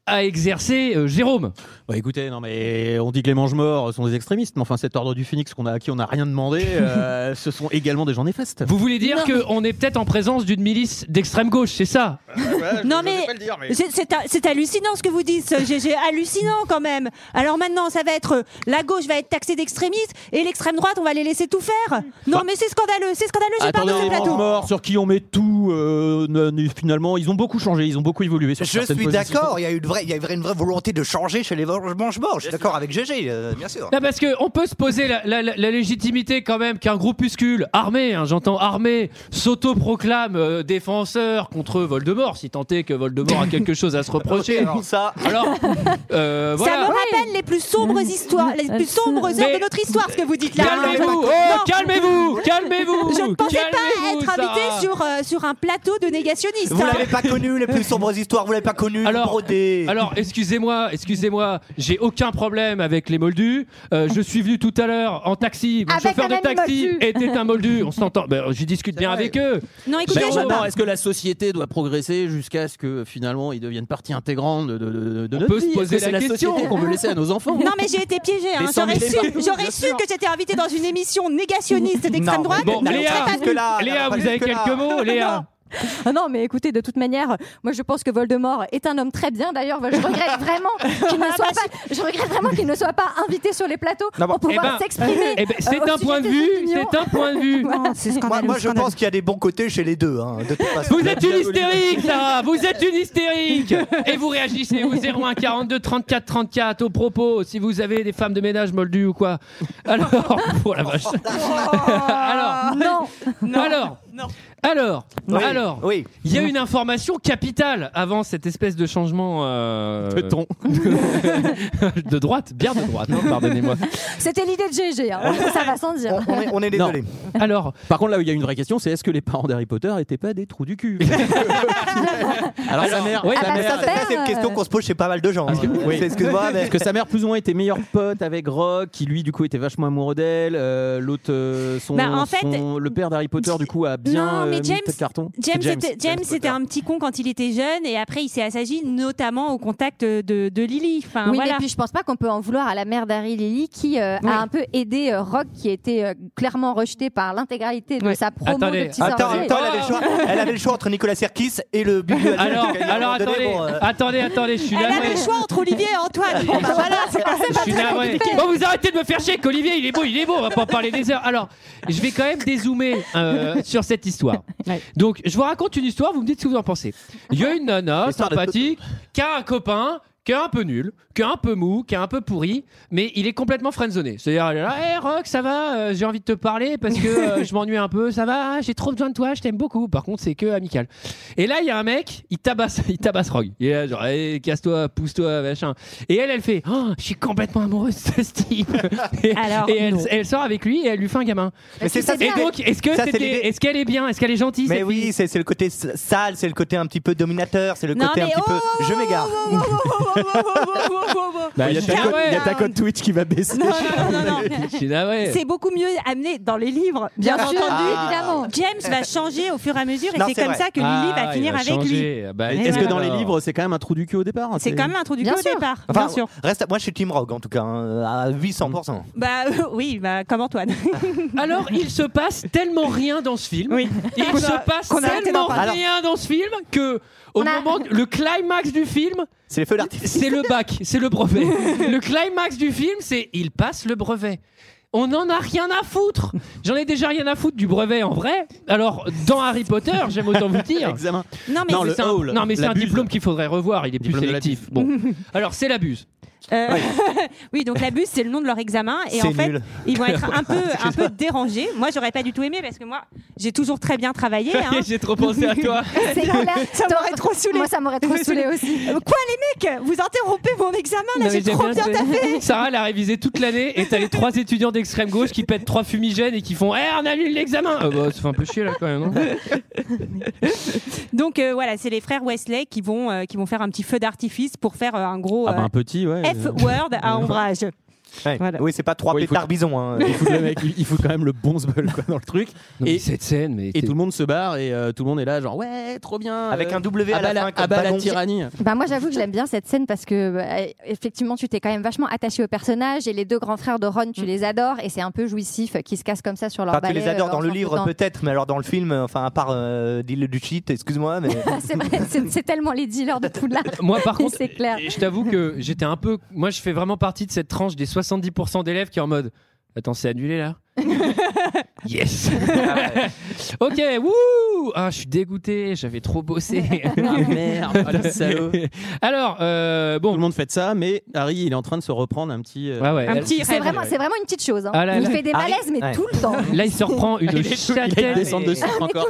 à exercer euh, Jérôme Bah écoutez, non mais on dit que les mange-morts sont des extrémistes, mais enfin cet ordre du phénix qu'on a, à qui on n'a (laughs) rien demandé, euh, ce sont également des gens néfastes. Vous voulez dire qu'on est peut-être en présence d'une milice d'extrême gauche, c'est ça Ah, non mais, c'est- c'est ha- c'est hallucinant ce que vous dites, ce GG, hallucinant quand même. Alors maintenant, ça va être euh, la gauche va être taxée d'extrémiste et l'extrême droite, on va les laisser tout faire. Non Bah- mais c'est scandaleux, c'est scandaleux, j'ai peur de ce les plateau. morts sur qui on met tout, euh, ne- ne- finalement, ils ont beaucoup changé, ils ont beaucoup évolué. Sur Je certaines suis positions. d'accord, il y a eu une vraie, il y a eu une vraie volonté de changer chez les mange-morts. Je suis d'accord avec GG, euh, bien sûr. Non, parce qu'on peut se poser la, la- la- la légitimité quand même qu'un groupuscule armé, hein, j'entends armé, s'autoproclame euh, défenseur contre Voldemort, si tant est que Voldemort a quelque chose à se reprocher. Ok, alors ça. Alors, euh, Ça voilà. Mm. me rappelle les plus sombres histoires, les plus sombres heures Mais- de notre histoire, ce que vous dites là. Calmez-vous, Non. oh, calmez-vous, calmez-vous. Je ne pensais pas Calmez-vous, être ça. invité sur, euh, sur un plateau de hein. négationnistes. Vous l'avez pas connu, les plus sombres histoires, vous l'avez pas connu, Alors- le brodé. Alors, excusez-moi, excusez-moi, j'ai aucun problème avec les moldus. Euh, je suis venu tout à l'heure en taxi. Mon Avec chauffeur un de ami taxi moldu. était un moldu. (laughs) On s'entend. Ben, je discute bien avec eux. Non, Mais au moment, est-ce que la société doit progresser jusqu'à ce que finalement ils deviennent partie intégrante de, de, de- de On notre peut se vie Est-ce poser que c'est la la, question. société qu'on veut laisser à nos enfants Non mais j'ai été piégée. hein. Des cent J'aurais mille su, partout, j'aurais bien su sûr. que j'étais invitée dans une émission négationniste d'extrême Non, droite. bon, Non, Léa, je serais pas venue. Léa, vous avez quelques mots, Léa Ah non, mais écoutez, de toute manière, moi je pense que Voldemort est un homme très bien. D'ailleurs, je (laughs) regrette vraiment qu'il Ah, ne soit bah, pas, je regrette vraiment qu'il ne soit pas invité sur les plateaux Non, bon. pour pouvoir Eh ben, s'exprimer. (laughs) eh ben, c'est euh, au un sujet point de des vue, opinions. c'est un point de vue. Voilà. Moi, moi, je pense qu'il y a des bons côtés chez les deux. hein, de toute façon. Vous êtes une hystérique, Sarah Vous êtes une hystérique Et vous réagissez au 01 42 34 34 au propos si vous avez des femmes de ménage moldues ou quoi. (laughs) Alors, oh la vache. alors, non, alors, alors, Oui, alors, oui. Il y a une information capitale avant cette espèce de changement euh, De ton. (laughs) de droite, bien de droite. hein, Pardonnez-moi. C'était l'idée de GG, hein. ça va sans dire. On (laughs) est désolé. Alors, par contre, là où il y a une vraie question, c'est est-ce que les parents d'Harry Potter étaient pas des trous du (laughs) cul Alors, sa mère, Oui, sa mais mère- ça, ça, c'est une question qu'on se pose chez pas mal de gens. hein. Oui. C'est- Excuse-moi, mais Parce que sa mère plus ou moins était meilleure pote avec Rock, qui lui du coup était vachement amoureux d'elle. Euh, L'autre, euh, son, Bah, en fait- son- le père d'Harry Potter du coup a bien Non, mais euh, mis James- le carton. James, C'est était, James James était un petit con quand il était jeune et après il s'est assagi notamment au contact de, de Lily. Enfin, Ah, oui, voilà. mais puis je pense pas qu'on peut en vouloir à la mère d'Harry Lily qui euh, Oui. a un peu aidé euh, Rock qui était euh, clairement rejeté par l'intégralité de sa promo de petits Attends, sorciers. attends, elle, avait le (laughs) choix, elle avait le choix entre Nicolas Serkis et le Bibu. Hazard. Donc, alors, à un moment alors donné, attendez, bon, euh, attendez, attendez, je suis là. Elle avait le choix entre Olivier et Antoine. Bon, bah voilà, c'est quand même Je suis pas très navré. compliqué. Bon, vous arrêtez de me faire chier, qu'Olivier, il est beau, il est beau, on va pas en parler des heures. Alors, je vais quand même dézoomer euh, sur cette histoire. Donc, je vous raconte une histoire, vous me dites ce que vous en pensez. Il y a une nana sympathique qui a un copain qui est un peu nul, qui est un peu mou, qui est un peu pourri, mais il est complètement friendzoné. C'est-à-dire, elle est là, hey, Rock, ça va, Euh, j'ai envie de te parler parce que (laughs) euh, je m'ennuie un peu, ça va, ah, j'ai trop besoin de toi, je t'aime beaucoup. Par contre, c'est que amical. Et là, il y a un mec, il tabasse, (laughs) il tabasse Rogue. Il est là, genre, Hey, casse-toi, pousse-toi, machin. Et elle, elle fait, Oh, je suis complètement amoureuse de ce type. et Alors, et elle, non. elle sort avec lui et elle lui fait un gamin. Mais c'est ça, et c'est- donc, est-ce que ça, c'est c'était- l'idée. est-ce qu'elle est bien, est-ce qu'elle est gentille Mais cette fille oui, c'est c'est le côté s- sale, c'est le côté un petit peu dominateur, c'est le Non, côté un mais petit oh, peu. je m'égare. Bah, il y a Je suis ta cote- navré. il y a ta cote Twitch qui va baisser. Non, (laughs) non, non, non. (laughs) Je suis navré. C'est beaucoup mieux amené dans les livres, bien, Bien sûr, entendu. évidemment. James va changer au fur et à mesure et Non, c'est c'est comme vrai. ça que Lily Ah, va il finir va avec lui. changer. Ah Bah, Mais Est-ce que voilà. dans les livres, c'est quand même un trou du cul au départ hein, C'est quand même introduit Bien au sûr. départ, Enfin, bien sûr. Reste, moi, je suis Team Rogue en tout cas, hein, à 800%. Bah (laughs) euh, oui, bah, comme Antoine. (laughs) Alors, il se passe tellement rien dans ce film. Il Qu'on a- se passe qu'on a arrêté tellement d'en parler. rien dans ce film que, au moment, le climax du film, C'est les (laughs) feux d'artifice. (laughs) c'est le bac, c'est le brevet. le climax du film, c'est il passe le brevet. on n'en a rien à foutre. J'en ai déjà rien à foutre du brevet en vrai. Alors, dans Harry Potter, j'aime autant vous dire. (laughs) Examen. Non, mais, Non, le c'est un, hall, non, mais c'est la un buse. diplôme qu'il faudrait revoir. Il est plus Diplôme de la sélectif. bise. Bon. Alors, c'est la buse. Euh, (laughs) oui, donc la buse, c'est le nom de leur examen. Et C'est en fait, nul. ils vont (laughs) être un peu, (laughs) un peu dérangés. Moi, j'aurais pas du tout aimé parce que moi, j'ai toujours très bien travaillé. hein. J'ai trop pensé à (laughs) toi. C'est clair. ça m'aurait trop saoulé. Moi, ça m'aurait trop saoulé aussi. Euh, Quoi, les mecs Vous interrompez mon examen là Non, mais J'ai trop bien j'aime bien- (laughs) taffé. Sarah l'a révisé toute l'année et t'as les (laughs) trois étudiants d'extrême gauche qui pètent trois fumigènes et qui font Eh, on annule l'examen Ah bah, Ça fait un peu chier là quand même. hein. Donc euh, voilà, c'est les frères Wesley qui vont, euh, qui vont faire un petit feu d'artifice pour faire euh, un gros Ah bah, euh, un petit, ouais. F-word (laughs) (laughs) à ombrage. Oui, c'est pas trois Ouais, il faut- pétards bisons. hein. Il faut, le mec, il- il faut quand même le bon zbeul quoi, dans le truc. et cette scène, mais et tout le monde se barre et euh, tout le monde est là genre ouais trop bien. Avec euh, un W à Ah, abat la bah, fin, comme abat la ballon. tyrannie. Bah moi j'avoue que j'aime bien cette scène parce que bah, euh, effectivement tu t'es quand même vachement attaché au personnage et les deux grands frères de Ron Mm. tu les adores et c'est un peu jouissif euh, qu'ils se cassent comme ça sur leur Enfin, tu Bah, balai, les adores euh, dans en le s'en livre foutant. peut-être, mais alors dans le film, euh, enfin à part euh, Deal du shit, excuse-moi, (laughs) mais (laughs) c'est vrai, c'est- c'est tellement les dealers de Poudlard. Moi, par contre, c'est clair. Et je t'avoue que j'étais un peu. Moi, je fais vraiment partie de cette tranche des 70% d'élèves qui est en mode Attends, c'est annulé (laughs) là Yes Ah Ok, wouh Ah, je suis dégoûté, j'avais trop bossé. (laughs) Ah, (laughs) merde, ah, le salaud. Alors, euh, bon. Tout le monde fait ça, mais Harry, il est en train de se reprendre un petit. euh, Ah ouais. C'est vraiment, c'est vraiment une petite chose. hein. Ah là il là. fait des Harry- malaises, mais ouais. tout le temps. Ah, Là, il se (laughs) reprend Il une est tout- il a une châtaigne. descente de sucre encore.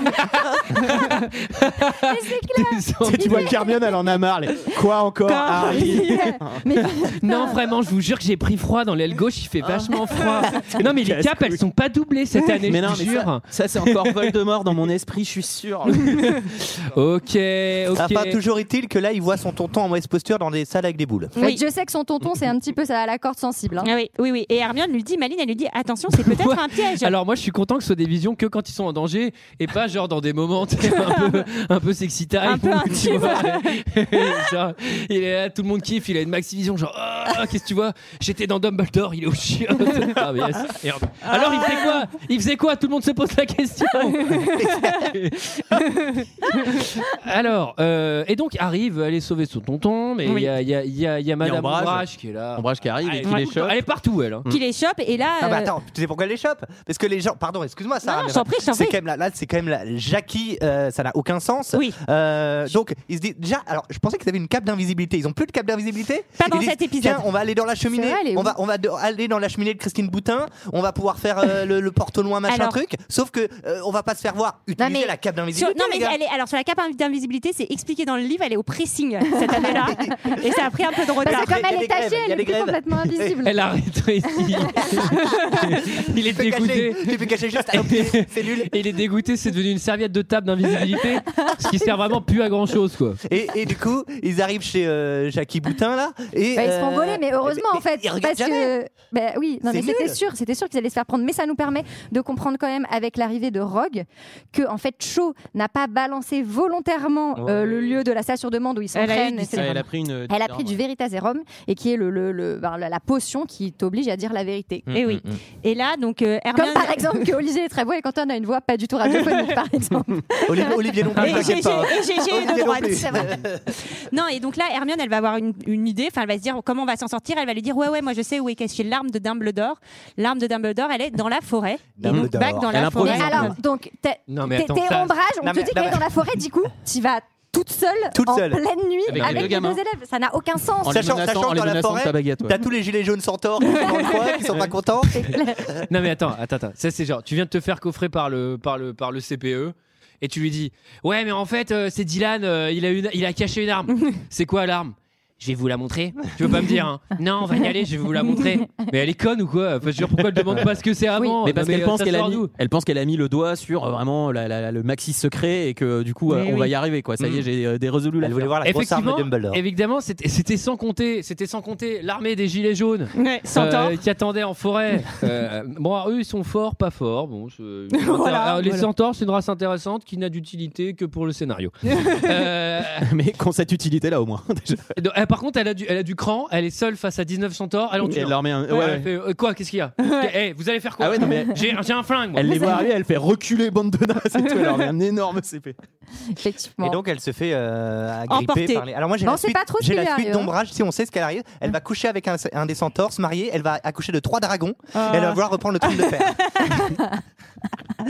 (laughs) (laughs) Tu vois Carmion, elle en a marre. les- Quoi encore (laughs) Harry Ah (laughs) (laughs) non, vraiment, je vous jure que j'ai pris froid dans l'aile gauche, il fait Ah. vachement (laughs) froid. non, mais les capes, elles sont pas doublées cette année, mais je non, te mais jure. ça, ça, c'est encore Voldemort dans mon esprit, je (laughs) suis sûr. ok, ok. Enfin, toujours est-il que là, il voit son tonton en mauvaise posture dans des salles avec des boules. (laughs) Mais je sais que son tonton, c'est un petit peu ça à la corde sensible. hein. Ah oui, oui, oui. Et Hermione lui dit, Maline, elle lui dit, attention, (laughs) c'est peut-être un piège. Alors moi je suis content que ce soit des visions que quand ils sont en danger et pas genre dans des moments tu sais, un peu un peu sexy time. Un peu où, intime. tu vois, (laughs) genre, il est là, tout le monde kiffe, il a une maxi vision genre Ah, qu'est-ce que tu vois J'étais dans Dumbledore, il est au (laughs) chien. Ah, mais yes, merde. Alors il faisait quoi Il faisait quoi Tout le monde se pose la (laughs) question. Alors euh, et donc arrive aller sauver son tonton, mais il Oui. y a il y a- il y a- il y a Madame Ombrage. Ombrage qui est là. Ombrage qui arrive et qui elle les est tout le temps- chope. Elle est partout elle. hein. Qui les chope et là. Ah, Non, mais bah, euh, attends, tu sais pourquoi elle les chope Parce que les gens. Pardon, excuse-moi, ça. non, je t'en prie, je t'en bah, C'est prie. quand même là, là c'est quand même la Jackie, euh, ça n'a aucun sens. Oui. Euh, donc, ils se disent déjà. Alors, je pensais qu'ils avaient une cape d'invisibilité. Ils ont plus de cape d'invisibilité Pas dans Ils disent, cet épisode. Tiens, on va aller dans la cheminée. C'est vrai, elle est on où va, on va de- aller dans la cheminée de Christine Boutin. On va pouvoir faire euh, le, le porte au loin, machin Alors- truc. Sauf que euh, on va pas se faire voir utiliser la cape Sur- d'invisibilité. non, les mais gars. elle est, alors sur la cape d'invisibilité, c'est expliqué dans le livre, elle est au pressing cette année-là. et ça a pris un peu de Parce retard. que comme elle est tachée, elle est plus complètement invisible. Elle a (laughs) rétréci. Il est Tu peux cacher- dégoûté. Tu peux cacher juste un petit cellule. Et (laughs) il est dégoûté, c'est devenu une serviette de table d'invisibilité, ce qui sert vraiment plus à grand chose quoi. Et, et du coup, ils arrivent chez euh, Jackie Boutin là. Et, Bah, ils se font euh, voler, mais heureusement en fait, ils regardent parce que bah, oui, non, C'est mais c'était nul. sûr, c'était sûr qu'ils allaient se faire prendre. Mais ça nous permet de comprendre quand même avec l'arrivée de Rogue que en fait Cho n'a pas balancé volontairement euh, Ouais. le lieu de la salle sur demande où ils Elle a eu s'entraînent. du etc. sérum. Elle a pris une- Elle a pris du ouais. Veritaserum et qui est le, le- le- ben, la la potion qui t'oblige à dire la vérité. Mm, Et Eh oui. Et là, donc, euh, Comme Hermione- par exemple que Olivier est très beau et Quentin a une voix pas du (laughs) tout radiophonique par exemple. Olivier, Olivier non Et plus. t'inquiète GG, pas. hein. et GG (laughs) de Olivier non droite. plus. C'est euh, vrai. (laughs) Non, et donc là, Hermione, elle va avoir une, une idée, enfin, elle va se dire comment on va s'en sortir. Elle va lui dire Ouais, ouais, moi je sais où est cachée l'arme de Dumbledore. L'arme de Dumbledore, elle est dans la forêt. Et donc, Dumbledore. back dans Elle la improvise forêt. Mais alors donc t'es Non, mais t'es- attends, t'es ça- ombrage, on Non, te mais- dit non, qu'elle est mais- dans la forêt, du coup tu vas toute seule, Toute en seule. pleine nuit Avec les avec, deux les gamins. deux élèves, ça n'a aucun sens. En les Sachant, menaçant- sachant en que les dans la menaçant de forêt, ta baguette, ouais. t'as tous les gilets jaunes centaures qui sont dans le coin, qui sont pas contents. (laughs) Non mais attends, attends, attends. Ça c'est genre, tu viens de te faire coffrer par le, par le, par le CPE. Et tu lui dis, ouais, mais en fait, euh, c'est Dylan, euh, il, a une, il a caché une arme. c'est quoi l'arme Je vais vous la montrer. Tu veux pas me dire, hein non, on va y aller, je vais vous la montrer. Mais elle est conne ou quoi Enfin, je veux dire, pourquoi elle demande pas ce que c'est avant Mais parce Oh, Non, euh, qu'elle pense ça qu'elle a sort mis, d'où elle pense qu'elle a mis le doigt sur euh, vraiment la- la- la- le maxi secret et que du coup euh, Mais on va oui. y arriver quoi. Ça y Mm. est, j'ai euh, des résolus là. voulait voir la grosse arme de Effectivement, Dumbledore. évidemment, c'était c'était sans compter, c'était sans compter l'armée des gilets jaunes euh, Ouais, sans tort. qui attendaient en (laughs) forêt. Euh, bon, alors, eux ils sont forts, pas forts. Bon, c'est- Voilà, Alors, les voilà. centaures c'est une race intéressante (laughs) qui n'a d'utilité que pour le scénario. Euh, Mais qu'on cette utilité là au moins. (laughs) déjà. donc, eh, par contre, elle a, du, elle a du cran, elle est seule face à 19 centaures. Elle en tue Et elle leur met un- ouais, Ouais, ouais. elle fait, euh, quoi Qu'est-ce qu'il y a Eh, Vous allez faire quoi Ah ouais, non, mais- (laughs) J'ai j'ai un flingue. moi. Elle (laughs) Ah. les voit arriver, elle fait reculer bande de nazes et tout. Elle leur met un énorme CP. Effectivement. Et donc elle se fait euh, agripper Emporter. par les. Alors moi j'ai Bon, la on sait suite, pas trop ce j'ai qui la lui suite arrive, hein. d'ombrage. Si on sait ce qu'elle arrive, elle va coucher avec un, un des centaures, se marier, elle va accoucher de trois dragons. Ah. Et elle va vouloir reprendre le trône de (laughs) fer.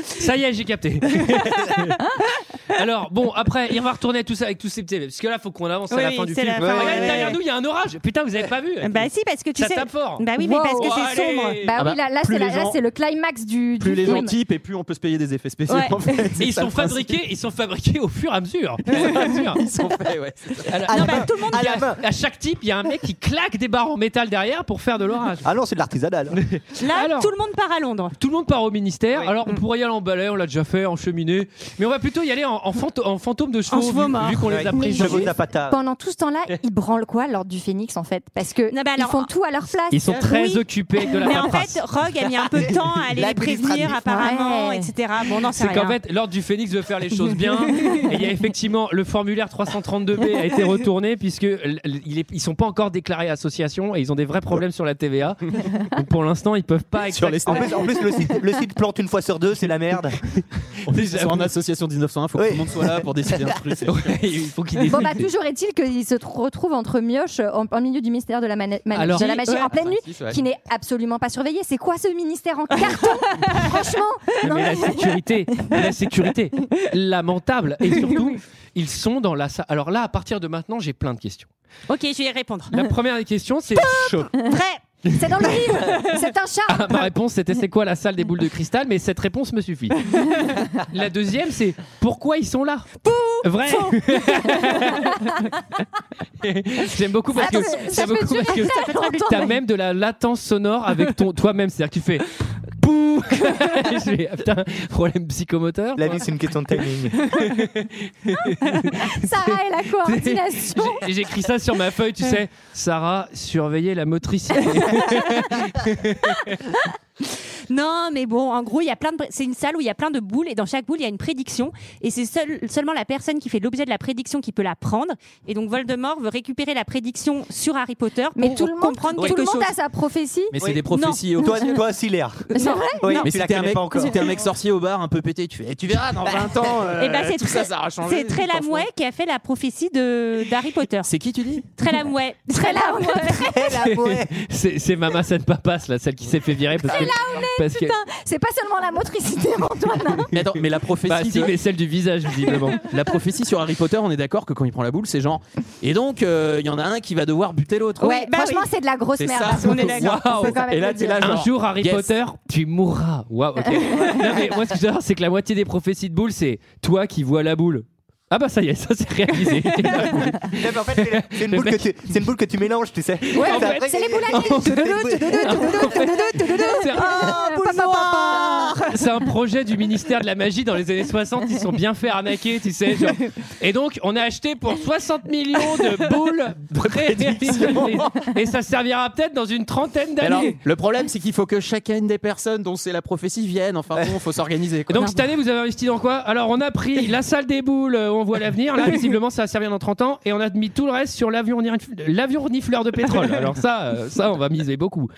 Ça y est, j'ai capté. (laughs) Alors, bon, après, il va retourner tout ça avec tous ces petits. Parce que là, faut qu'on avance à Oui, la oui, fin du c'est film. la fin, Regarde, ouais, ouais, derrière ouais. nous, il y a un orage. Putain, vous avez pas vu Bah si, parce que tu Ça sais. tape (laughs) fort. Bah oui, mais parce que Wow. c'est Allez. sombre. Bah Ah bah, oui, là, là, plus c'est la- les là, gens- c'est le climax du, du Plus les film. gens typent et plus on peut se payer des effets spéciaux. Ouais. en fait. Et C'est ils ça sont le principe. fabriqués, ils sont fabriqués au fur et à (laughs) mesure. Au fur et à mesure. Ils sont faits, ouais. c'est ça. Alors, tout le monde il y a- à chaque type, il y a un mec qui claque des barres en métal derrière pour faire de l'orage. Ah non, c'est de l'artisanal. Là, Alors- tout le monde part à Londres. Mm. Tout le monde part au ministère. Alors, on pourrait y aller en balai, on l'a déjà fait, en cheminée. Mais on va plutôt y aller en, en fanto- en fantôme de chevaux, vu- vu, qu'on les a pris. Pendant tout ce temps-là, Eh. ils branlent quoi l'ordre du phoenix en fait Parce que bah alors- ils font tout à leur place. Ils sont très Oui. occupés de la Mais en paperasse. fait, Rogue a mis un peu de temps à aller les prévenir, apparemment, etc. Bon, non, c'est C'est qu'en fait, l'ordre du Phénix veut faire les choses bien. Et il y a effectivement le formulaire 332B a été retourné puisque l- l- il est- ils sont pas encore déclarés association et ils ont des vrais problèmes sur la TVA. Donc pour l'instant, ils peuvent pas. Sur les en plus, en plus, le, site, le site plante une fois sur deux, c'est la merde. En plus, ils sont en association 1901, faut que tout le monde soit là pour décider un truc. c'est- (laughs) il faut qu'ils Bon bah toujours est-il qu'ils se tr- retrouvent entre mioches euh, en, en milieu du ministère de la, mana- mani- Alors, de la si, magie ouais. en pleine nuit, Ah, si, ouais. qui n'est absolument pas surveillé. C'est quoi ce ministère en (laughs) carton Franchement, non, Mais la mais- sécurité, la sécurité, lamentable. Et surtout, ils sont dans la salle. Alors là, à partir de maintenant, j'ai plein de questions. Ok, je vais y répondre. (laughs) La première des questions, c'est. Vrai C'est dans le livre C'est un chat Ah, ma réponse, c'était c'est quoi la salle des boules de cristal Mais cette réponse me suffit. La deuxième, c'est pourquoi ils sont là Vrai (laughs) J'aime beaucoup parce Ça que, peut- ça j'aime peut beaucoup durer parce très que longtemps. t'as même de la latence sonore avec ton toi-même, c'est-à-dire que tu fais. Pouh (laughs) Je fais, ah, putain, problème psychomoteur. La vie, c'est une question de timing. Sarah et la coordination (laughs) J'ai- J'écris ça sur ma feuille, tu sais. Sarah, surveillez la motricité. Non, mais bon, en gros, il y a plein de. C'est une salle où il y a plein de boules et dans chaque boule, il y a une prédiction. Et c'est seul- seulement la personne qui fait l'objet de la prédiction qui peut la prendre. Et donc, Voldemort veut récupérer la prédiction sur Harry Potter pour Mais tout le monde, comprendre tout quelque le monde chose. a sa prophétie. Mais c'est des prophéties Non. au Toi- toi aussi, Léa. C'est vrai Oui, Non. mais Tu si la t'es un, connais mec- pas encore. si t'es un mec sorcier au bar un peu pété, tu, fais, Eh, tu verras dans 20 ans, euh, Eh ben, c'est tout ça, ça aura changé. hein. C'est très Lamouet qui a fait la prophétie de d'Harry Potter. C'est qui tu dis (laughs) Très Lamouet. Très Lamouet. (laughs) c'est c'est Mama San Papas, là, celle qui s'est fait virer parce que. Très Lamouet, parce que- putain C'est pas seulement la motricité, Antoine hein. Mais attends, mais la prophétie. Bah si, mais celle du visage, visiblement. (laughs) La prophétie sur Harry Potter, on est d'accord que quand il prend la boule, c'est genre. Et donc, euh, il y en a un qui va devoir buter l'autre. Ouais, franchement, c'est de la grosse C'est merde. ça. parce que- On est d'accord. on peut Waouh. quand même Et là, le t'es dire. là, Un genre, jour, Harry yes. Potter, tu mourras. Waouh, ok. Non, mais moi, ce que j'adore, c'est que la moitié des prophéties de boules, c'est toi qui vois la boule. Ah bah ça y est, ça c'est (laughs) réalisé. C'est une, boule que tu- c'est une boule que tu mélanges, tu sais. Ouais, C'est après- c'est les boules (laughs) (laughs) à mille. Oh, Ah. C'est un projet du ministère de la magie dans les années 60. Ils sont bien fait arnaquer, tu sais. genre. Et donc, on a acheté pour 60 millions de boules prédiction. Et ça servira peut-être dans une trentaine Alors, d'années. le problème, c'est qu'il faut que chacune des personnes dont c'est la prophétie vienne. Enfin bon, faut s'organiser. Et quoi. donc cette année, vous avez investi dans quoi Alors on a pris la salle des boules, euh, on voit l'avenir, (laughs) là visiblement ça va servir dans 30 ans, et on a mis tout le reste sur l'avion renif- l'avion renifleur de (laughs) pétrole. Alors ça, euh, ça on va miser beaucoup.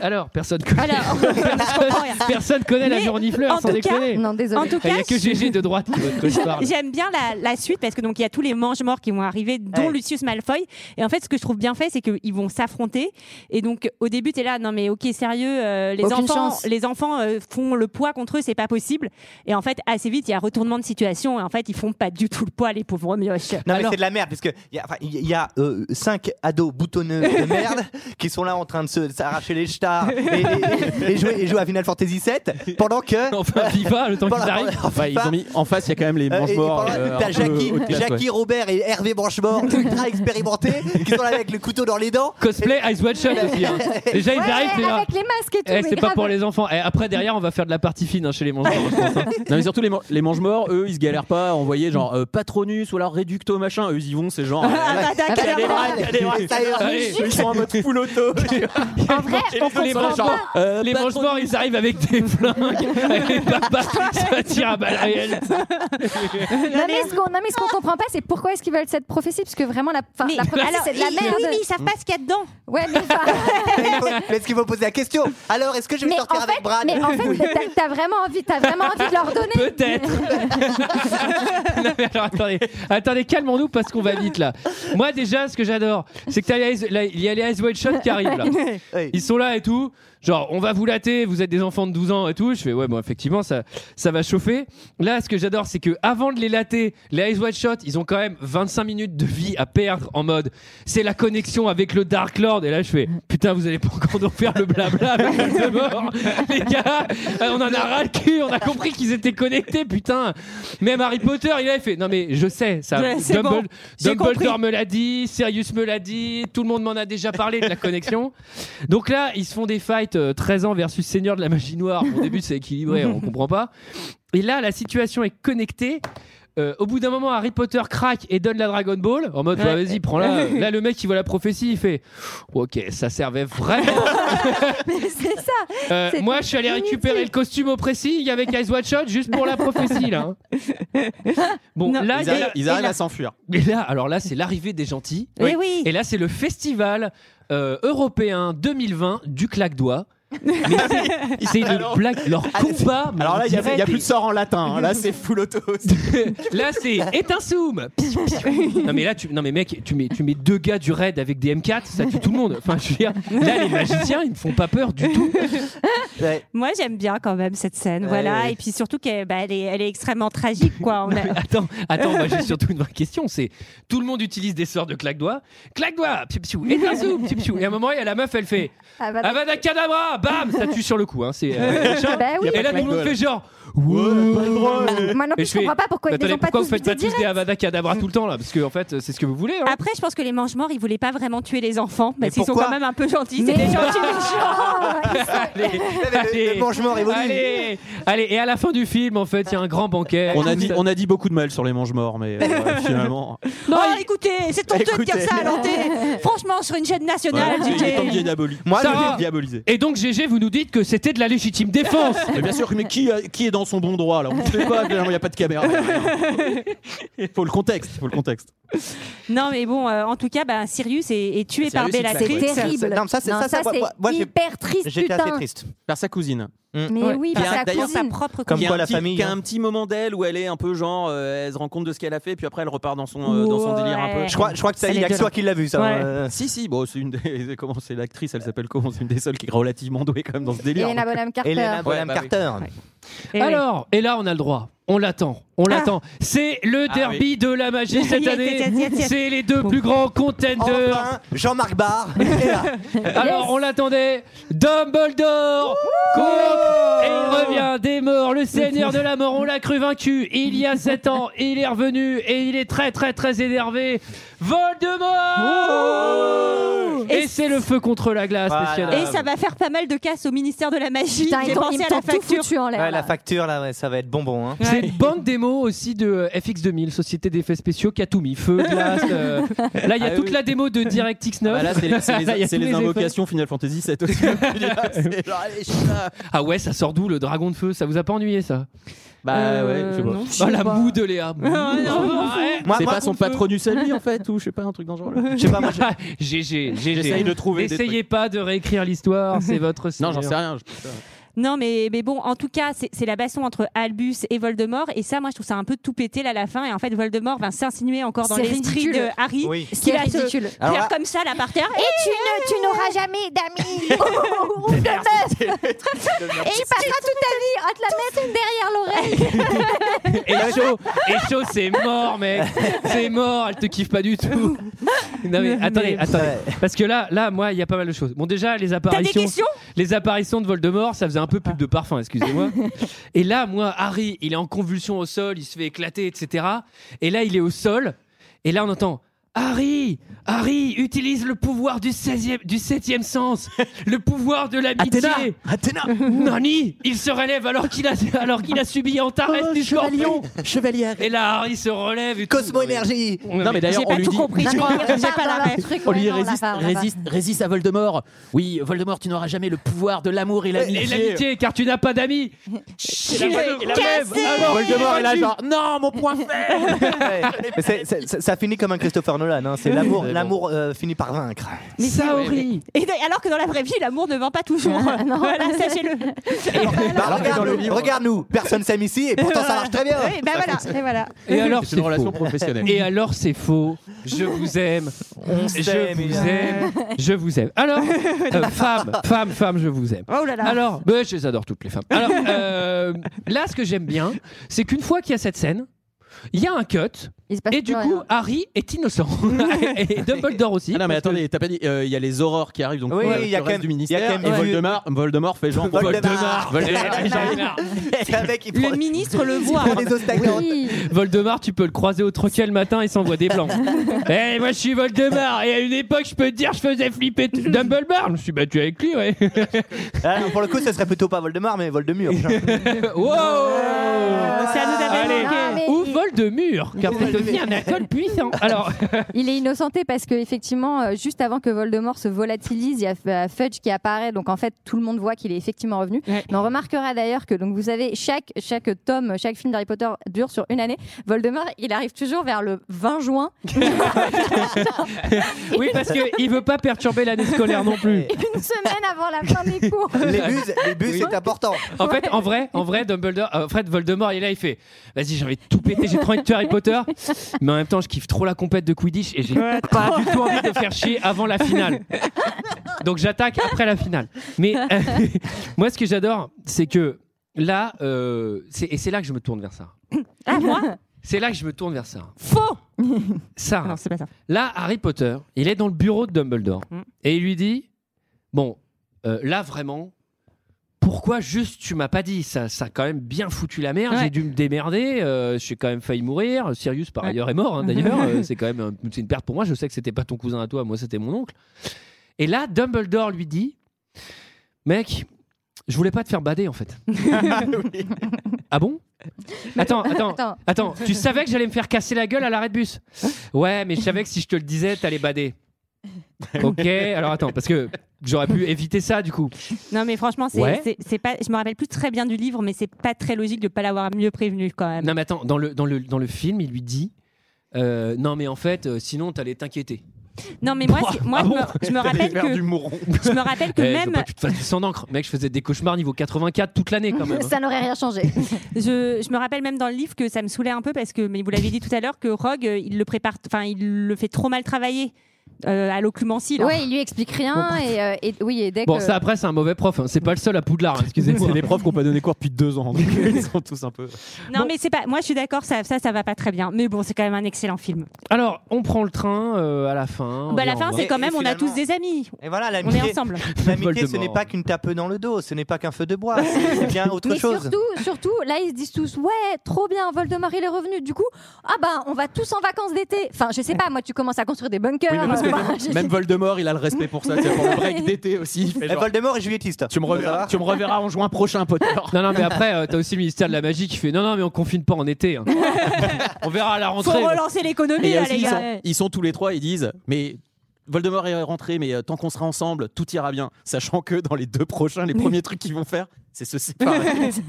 Alors personne connaît, (laughs) Alors, personne connaît l'avion renifleur, sans déconner. En tout Il cas, n'y a que GG de droite qui veut que je parle. J'aime bien la, la suite parce que donc il y a tous les mange morts qui vont arriver, dont Lucius Malfoy. Et en fait, ce que je trouve bien fait, c'est qu'ils vont s'affronter. Et donc au début, t'es là, non mais ok, sérieux, euh, les Aucune enfants, chance. les enfants euh, font le poids contre eux, c'est pas possible. Et en fait, assez vite, il y a retournement de situation. Et en fait, ils font pas du tout le poids, les pauvres mioches. Non, Ah, mais (laughs) c'est de la merde, parce qu'il y a, enfin, il y a- il y a, euh, cinq ados boutonneux (laughs) de merde qui sont là en train de se- de s'arracher les stars et, et- et jouer, et jouer à Final Fantasy VII pendant que. (laughs) Enfin, FIFA, le temps qu'ils Pendant- arrivent. en Bah, ils FIFA, ont mis en face, il y a quand même les euh, et- et manches-morts. pendant- euh, t'as un peu Jackie, haute classe, Jackie ouais. Robert et (laughs) Hervé Branchemort, ultra expérimentés, qui sont là avec le couteau dans les dents. Cosplay Ice Watch Shot aussi. (laughs) hein. Déjà ils Ouais, arrivent, c'est là. avec les masques et tout. Eh, mais c'est pas grave. pour les enfants. Eh, après derrière, on va faire de la partie fine hein, chez les mangeurs. (laughs) Non mais surtout les, man- les mange-morts, eux, ils se galèrent pas à envoyer genre genre euh, Patronus ou alors Reducto machin, eux ils y vont, c'est genre. euh, Ah, bah, d'accord. Cadérac, Cadérac, Cadérac. Allez. Ils sont en mode (laughs) full auto. En (laughs) vrai, Et on les comprend manches, genre, pas. euh, les Patronus. manches morts, ils arrivent avec des flingues. Et papa, ça tire à balles réelles. (laughs) Non (laughs) mais, ce qu'on, non, mais ce qu'on comprend pas, c'est pourquoi est-ce qu'ils veulent cette prophétie Parce que vraiment, la, enfin, la prophétie, alors, c'est de la oui, merde. oui, mais ils savent pas ce qu'il y a dedans. Ouais, mais enfin, (laughs) Mais est-ce qu'il faut poser la question Alors, est-ce que je vais mais sortir en avec fait, Brad (laughs) mais en Oui. fait, t'as, t'as vraiment envie, t'as vraiment envie de leur (laughs) donner. Peut-être. (laughs) non, mais alors, attendez, attendez calmons-nous parce qu'on va vite là. Moi déjà, ce que j'adore, c'est que t'as les Ice- là, il y a les Ice White Shot qui arrivent là. Oui. Ils sont là et tout. Genre, on va vous latter, vous êtes des enfants de 12 ans et tout. Je fais, ouais, bon, effectivement, ça, ça va chauffer. Là, ce que j'adore, c'est que avant de les latter, les Ice White Shot, ils ont quand même 25 minutes de vie à perdre en mode, c'est la connexion avec le Dark Lord. Et là, je fais, putain, vous allez pas encore nous faire le blabla (laughs) avec Voldemort. les gars, euh, on en a ras le cul, on a compris qu'ils étaient connectés, putain. Même Harry Potter, il avait fait, non mais je sais, ça. Ouais, c'est bon, j'ai Dumbledore compris. me l'a dit, Sirius me l'a dit, tout le monde m'en a déjà parlé de la connexion. Donc là, ils se font des fights euh, 13 ans versus Seigneur de la magie noire. Au début, c'est équilibré, on comprend pas. Et là, la situation est connectée. Euh, au bout d'un moment, Harry Potter craque et donne la Dragon Ball en mode bah, Ouais. vas-y, prends-la. Là, le mec qui voit la prophétie, il fait ok, ça servait vraiment. Mais c'est ça. Euh, C'est moi, je suis allé inutile. récupérer le costume au précis avec Eyes Wide Shot juste pour la prophétie là. hein. (laughs) Bon, là, ils, il y a- arri- ils et arrivent là- à s'enfuir. Mais là, alors là, c'est l'arrivée des gentils. Eh oui. Et là, c'est le festival euh, européen 2020 du claque-doigt. (laughs) Mais c'est- c'est une blague. Leur combat. Alors là, il y a- il y a plus de sort en latin, hein. Là, c'est full auto. (laughs) là, c'est est un zoom. Piou, (laughs) piou. non mais là, tu, non mais mec, tu mets, tu mets deux gars du raid avec des M4, ça tue tout le monde. Enfin, je veux dire, là, les magiciens, ils me font pas peur du tout. Moi, j'aime bien quand même cette scène, Ouais, voilà. ouais. Et puis surtout qu'elle bah, elle est, elle est extrêmement tragique, quoi. On a- Attends, attends, moi (laughs) j'ai surtout une vraie question, c'est tout le monde utilise des sorts de claque-doigts, claque-doigts, piou, piou, et d'un zoom, piou, piou. Et à un moment, il y a la meuf, elle fait Ah, bah, Avada- Avada Kedavra, bam, ça tue sur le coup. Hein, c'est, (laughs) euh, machin. Bah oui. Bah, Et là, tout le monde fait genre. Moi non plus, Et je comprends pas pourquoi mais ils les attendez, ont pas pourquoi tous vous faites pas butés tous des Avada Kedavra tout le temps là Parce que en fait, c'est ce que vous (laughs) voulez. Hein. Après, je pense que les mange-morts, ils voulaient pas vraiment tuer les enfants, Mais parce qu'ils sont pourquoi quand même un peu gentils. Mais C'est des gentils non Oh, (laughs) (laughs) méchants. allez, allez, allez, allez, et à la fin du film, en fait, il y a un grand banquet. On a, Tout dit, ça- on a dit beaucoup de mal sur les mange-morts, mais (laughs) euh, finalement. Non, écoutez, c'est honteux de dire Écoutez. ça à l'antenne. Franchement, sur une chaîne nationale, Ouais, il est temps de DJ. diaboliser. Moi, je Sarah, vais diaboliser. Et donc, GG, vous nous dites que c'était de la légitime défense. Mais bien sûr, mais qui, euh, qui est dans son bon droit là On ne sait pas, il n'y a pas de caméra. Il (laughs) faut le contexte, faut le contexte. Non, mais bon, euh, en tout cas, bah, Sirius est, est tué Sirius, par il claque, Bellatrix. ouais. C'est terrible. Non, ça, c'est- Non, ça, ça, ça, moi- c'est moi- moi, j'ai- hyper triste, J'étais assez putain. triste. Par sa cousine. Mais Ouais. oui, Qui a par sa d'ailleurs cousine. propre Qui a quoi, un la petit- famille, Qui a hein. un petit moment d'elle où elle est un peu genre, euh, elle se rend compte de ce qu'elle a fait, puis après elle repart dans son, euh, dans son délire un peu. Je crois, je crois que c'est Yax qui l'a vu, ça. euh, Si, si, bon, c'est une des. (laughs) Comment c'est l'actrice Elle s'appelle comment C'est une des seules qui est relativement douée quand même dans ce délire. Helena donc. Bonham Carter. Helena Bonham Ouais, bah oui. Carter. Alors, et là, on a le droit. On l'attend, on l'attend. C'est le Ah derby oui. de la magie cette Yes, année. yes, yes, yes. C'est les deux plus grands contenders. Enfin, Jean-Marc (laughs) Barr. Alors, on l'attendait. Dumbledore contre- Et Oh il revient des morts. Le seigneur de la mort, on l'a cru vaincu il y a 7 ans. Il est revenu et il est très, très, très énervé. Voldemort Et, c'est le feu contre la glace, Ah, messieurs, Et dames. ça va faire pas mal de casse au ministère de la Magie. Putain, J'ai ils ont- pensé ils à la t'ont tout facture. foutu en Ouais, la facture, là, ouais, ça va être bonbon. Hein. C'est une bande démo aussi de euh, FX2000, Société d'effets spéciaux, qui a tout mis. (laughs) Feu, glace. euh. Là, il y a Ah toute oui. la démo de DirectX 9. Ah bah là, c'est les, c'est les- Là, (laughs) il y a c'est tous les effets. invocations Final Fantasy (laughs) 7 aussi. C'est genre, allez, je suis là. Ah ouais, ça sort d'où le dragon de feu Ça vous a pas ennuyé ça Bah ouais, je sais pas. Ah, la moue de Léa. Oh, C'est pas son patronus à (laughs) lui en fait, ou je sais pas, un truc (laughs) dans ce genre là. Je sais pas, moi, GG, GG. J'essaye de trouver des N'essayez pas de réécrire l'histoire, c'est votre Non, seigneur. j'en sais rien. Non, mais, mais bon, en tout cas, c'est c'est la baston entre Albus et Voldemort. Et ça, moi, je trouve ça un peu tout pété là à la fin. Et en fait, Voldemort va s'insinuer encore dans C'est l'esprit ridicule. de Harry. Oui. qui C'est va se ridicule. faire Alors là- comme ça là par terre. Et tu, ne, tu n'auras jamais (laughs) d'amis Oh, ou de meufs. Et tu passeras toute ta vie à te la mettre derrière l'oreille. Et chaud, et chaud, c'est mort, mec. C'est mort, elle te kiffe pas du tout. Non mais attendez, attendez, parce que là, là, moi, il y a pas mal de choses. Bon, déjà les apparitions, questions les apparitions de Voldemort, ça faisait un peu pub de parfum, excusez-moi. et là, moi, Harry, il est en convulsion au sol, il se fait éclater, etc. Et là, il est au sol, et là, on entend. Harry Harry utilise le pouvoir du 16e, du 7e sens, le pouvoir de l'amitié. Athéna Nani Il se relève alors qu'il a, alors qu'il a subi Antares Oh, du chevalier, scorpion. Et là, Harry se relève. et tout. Cosmo Énergie. Ouais, Non, mais d'ailleurs, on lui dit- (laughs) On lui dit, résiste, résiste, résiste à Voldemort. Oui, Voldemort, tu n'auras jamais le pouvoir de l'amour et l'amitié. Et (laughs) l'amitié, car tu n'as pas d'amis. Chier, Et la même- et la cassé. même. Alors, Voldemort est là, il genre, non, mon point faible. Mais c'est- c'est- c'est- ça finit comme un Christopher Nolan. hein. C'est l'amour, Mais bon. l'amour euh, finit par vaincre. Mais ça, horrible. Et d'ailleurs, alors que dans la vraie vie, l'amour ne vend pas toujours. Ah, Non. Voilà, sachez-le. (laughs) Bah, regarde-nous, regarde-nous. Personne s'aime ici et pourtant ça marche très bien. bah Oui, ben voilà, et voilà. Et alors, C'est une faux. relation professionnelle. Et alors, c'est faux. Je vous aime. je s'aime, vous Hélène. aime. Je vous aime. (laughs) Alors, euh, femme, femme, femme, je vous aime. Oh là là. Alors, bah, je les adore toutes les femmes. Alors, euh, là, ce que j'aime bien, c'est qu'une fois qu'il y a cette scène, il y a un cut. Et du coup, Harry est innocent. (laughs) et Dumbledore aussi. Ah non, mais attendez, t'as pas dit, euh, il y a les aurores qui arrivent, donc Oui, pour il y le a reste quand même- du il y a ministère. quand Et même- Voldemort, Voldemort fait genre, Voldemort. (laughs) Voldemort. C'est un mec qui prend Le ministre le voit. prend des os stagnants. Voldemort, tu peux le croiser au troquet le matin, il s'envoie des (laughs) blancs. Eh, moi je suis Voldemort, et à une époque, je peux te dire, je faisais flipper (laughs) tout- Dumbledore. Je me suis battu avec lui, ouais. (laughs) Ah non, pour le coup, ce serait plutôt pas Voldemort, mais Voldemort. (laughs) wow Ah, Ah, C'est à nous Allez. d'avoir Non, Ah, mais Ou il- Voldemort, car Ou c'est aussi Voldemort. un alcool (laughs) puissant. Alors, Il est innocenté parce que effectivement, euh, juste avant que Voldemort se volatilise, il y a euh, Fudge qui apparaît. Donc en fait, tout le monde voit qu'il est effectivement revenu. Mais on remarquera d'ailleurs que donc vous savez, chaque chaque tome, chaque film d'Harry Potter dure sur une année. Voldemort, il arrive toujours vers le (laughs) 20 juin. oui, parce qu'il veut pas perturber l'année scolaire non plus. une semaine avant la fin des cours. Les bus, les bus, c'est important. En fait, en vrai, en vrai, Dumbledore, euh, en fait, Voldemort, il est là, il fait, vas-y, j'ai envie de tout péter, j'ai trop envie de tuer Harry (laughs) Potter, mais en même temps, je kiffe trop la compète de Quidditch et j'ai pas du tout envie de faire chier avant la finale. Donc j'attaque après la finale. Mais (laughs) euh, moi, ce que j'adore, c'est que là, euh, c'est- et c'est là que je me tourne vers ça. Ah, moi C'est là que je me tourne vers ça. (laughs) Faux Ça. Non, c'est pas ça. Là, Harry Potter, il est dans le bureau de Dumbledore et il lui dit Bon, euh, là vraiment, pourquoi juste tu m'as pas dit ça Ça a quand même bien foutu la merde, Ouais. j'ai dû me démerder, euh, j'ai quand même failli mourir. Sirius, par ailleurs, est mort hein, d'ailleurs, Euh, c'est quand même un- c'est une perte pour moi. Je sais que c'était pas ton cousin à toi, moi c'était mon oncle. Et là, Dumbledore lui dit Mec, je voulais pas te faire bader en fait. Ah bon Attends, attends, Attends. attends, tu savais que j'allais me faire casser la gueule à l'arrêt de bus Ouais, mais je savais que si je te le disais, t'allais bader. Ok, alors attends, parce que j'aurais pu éviter ça du coup. Non, mais franchement, c'est Ouais. c'est- c'est pas. Je me rappelle plus très bien du livre, mais c'est pas très logique de pas l'avoir mieux prévenu quand même. Non, mais attends, dans le, dans le, dans le film, il lui dit euh, Non, mais en fait, euh, sinon, t'allais t'inquiéter. Non, mais moi, c'est- moi, Ah je me- bon je, me rappelle Vers que. du mouron. Je me rappelle que Eh, Je veux même. pas que tu te fasses du sang d'encre. Mec, je faisais des cauchemars niveau 84 toute l'année quand même. hein. Ça n'aurait rien changé. (laughs) Je, je me rappelle même dans le livre que ça me saoulait un peu parce que, mais vous l'avez dit tout à l'heure, que Rogue, euh, il le prépare, enfin, il le fait trop mal travailler euh, à l'ocumancie. là. Ouais, il lui explique rien et, euh, et- oui et dès Bon, que ça après, c'est un mauvais prof. hein. C'est pas le seul à Poudlard, hein, excusez-moi. C'est les profs qui n'ont pas donné cours depuis deux ans. donc (laughs) ils sont tous un peu. Non, mais c'est pas. Moi, je suis d'accord, ça, ça, ça va pas très bien. Mais bon, c'est quand même un excellent film. Alors, on prend le train euh, à la fin. bah, à la on fin, va- c'est quand Et- même, et on a finalement- tous des amis. Et voilà, On est l'amitié. (laughs) ensemble. L'amitié, ce Voldemort. n'est pas qu'une tape dans le dos, ce n'est pas qu'un feu de bois, c'est c'est (laughs) bien autre mais chose. surtout, surtout, là ils se disent tous ouais, trop bien, Voldemort il est revenu. Du coup, ah ben on va tous en vacances d'été. Enfin, je sais pas, moi tu commences à construire des bunkers. Oui, mais parce que (laughs) Enfin, même- je- même Voldemort, il a le respect pour ça. C'est pour le (laughs) break d'été aussi. il fait Et genre, Voldemort et Julietiste. tu, me reverras, tu me reverras en juin prochain, Potter. Non, non, mais après, euh, t'as aussi le ministère de la Magie qui fait Non, non, mais on confine pas en été. hein. on verra à la Faut rentrée. relancer Et il l'économie, y a là, aussi, euh, les ils, gars. sont, ils sont tous les trois, ils disent Mais Voldemort est rentré, mais euh, tant qu'on sera ensemble, tout ira bien. Sachant que dans les deux prochains, les premiers trucs qu'ils vont faire, c'est (laughs) se (laughs) séparer.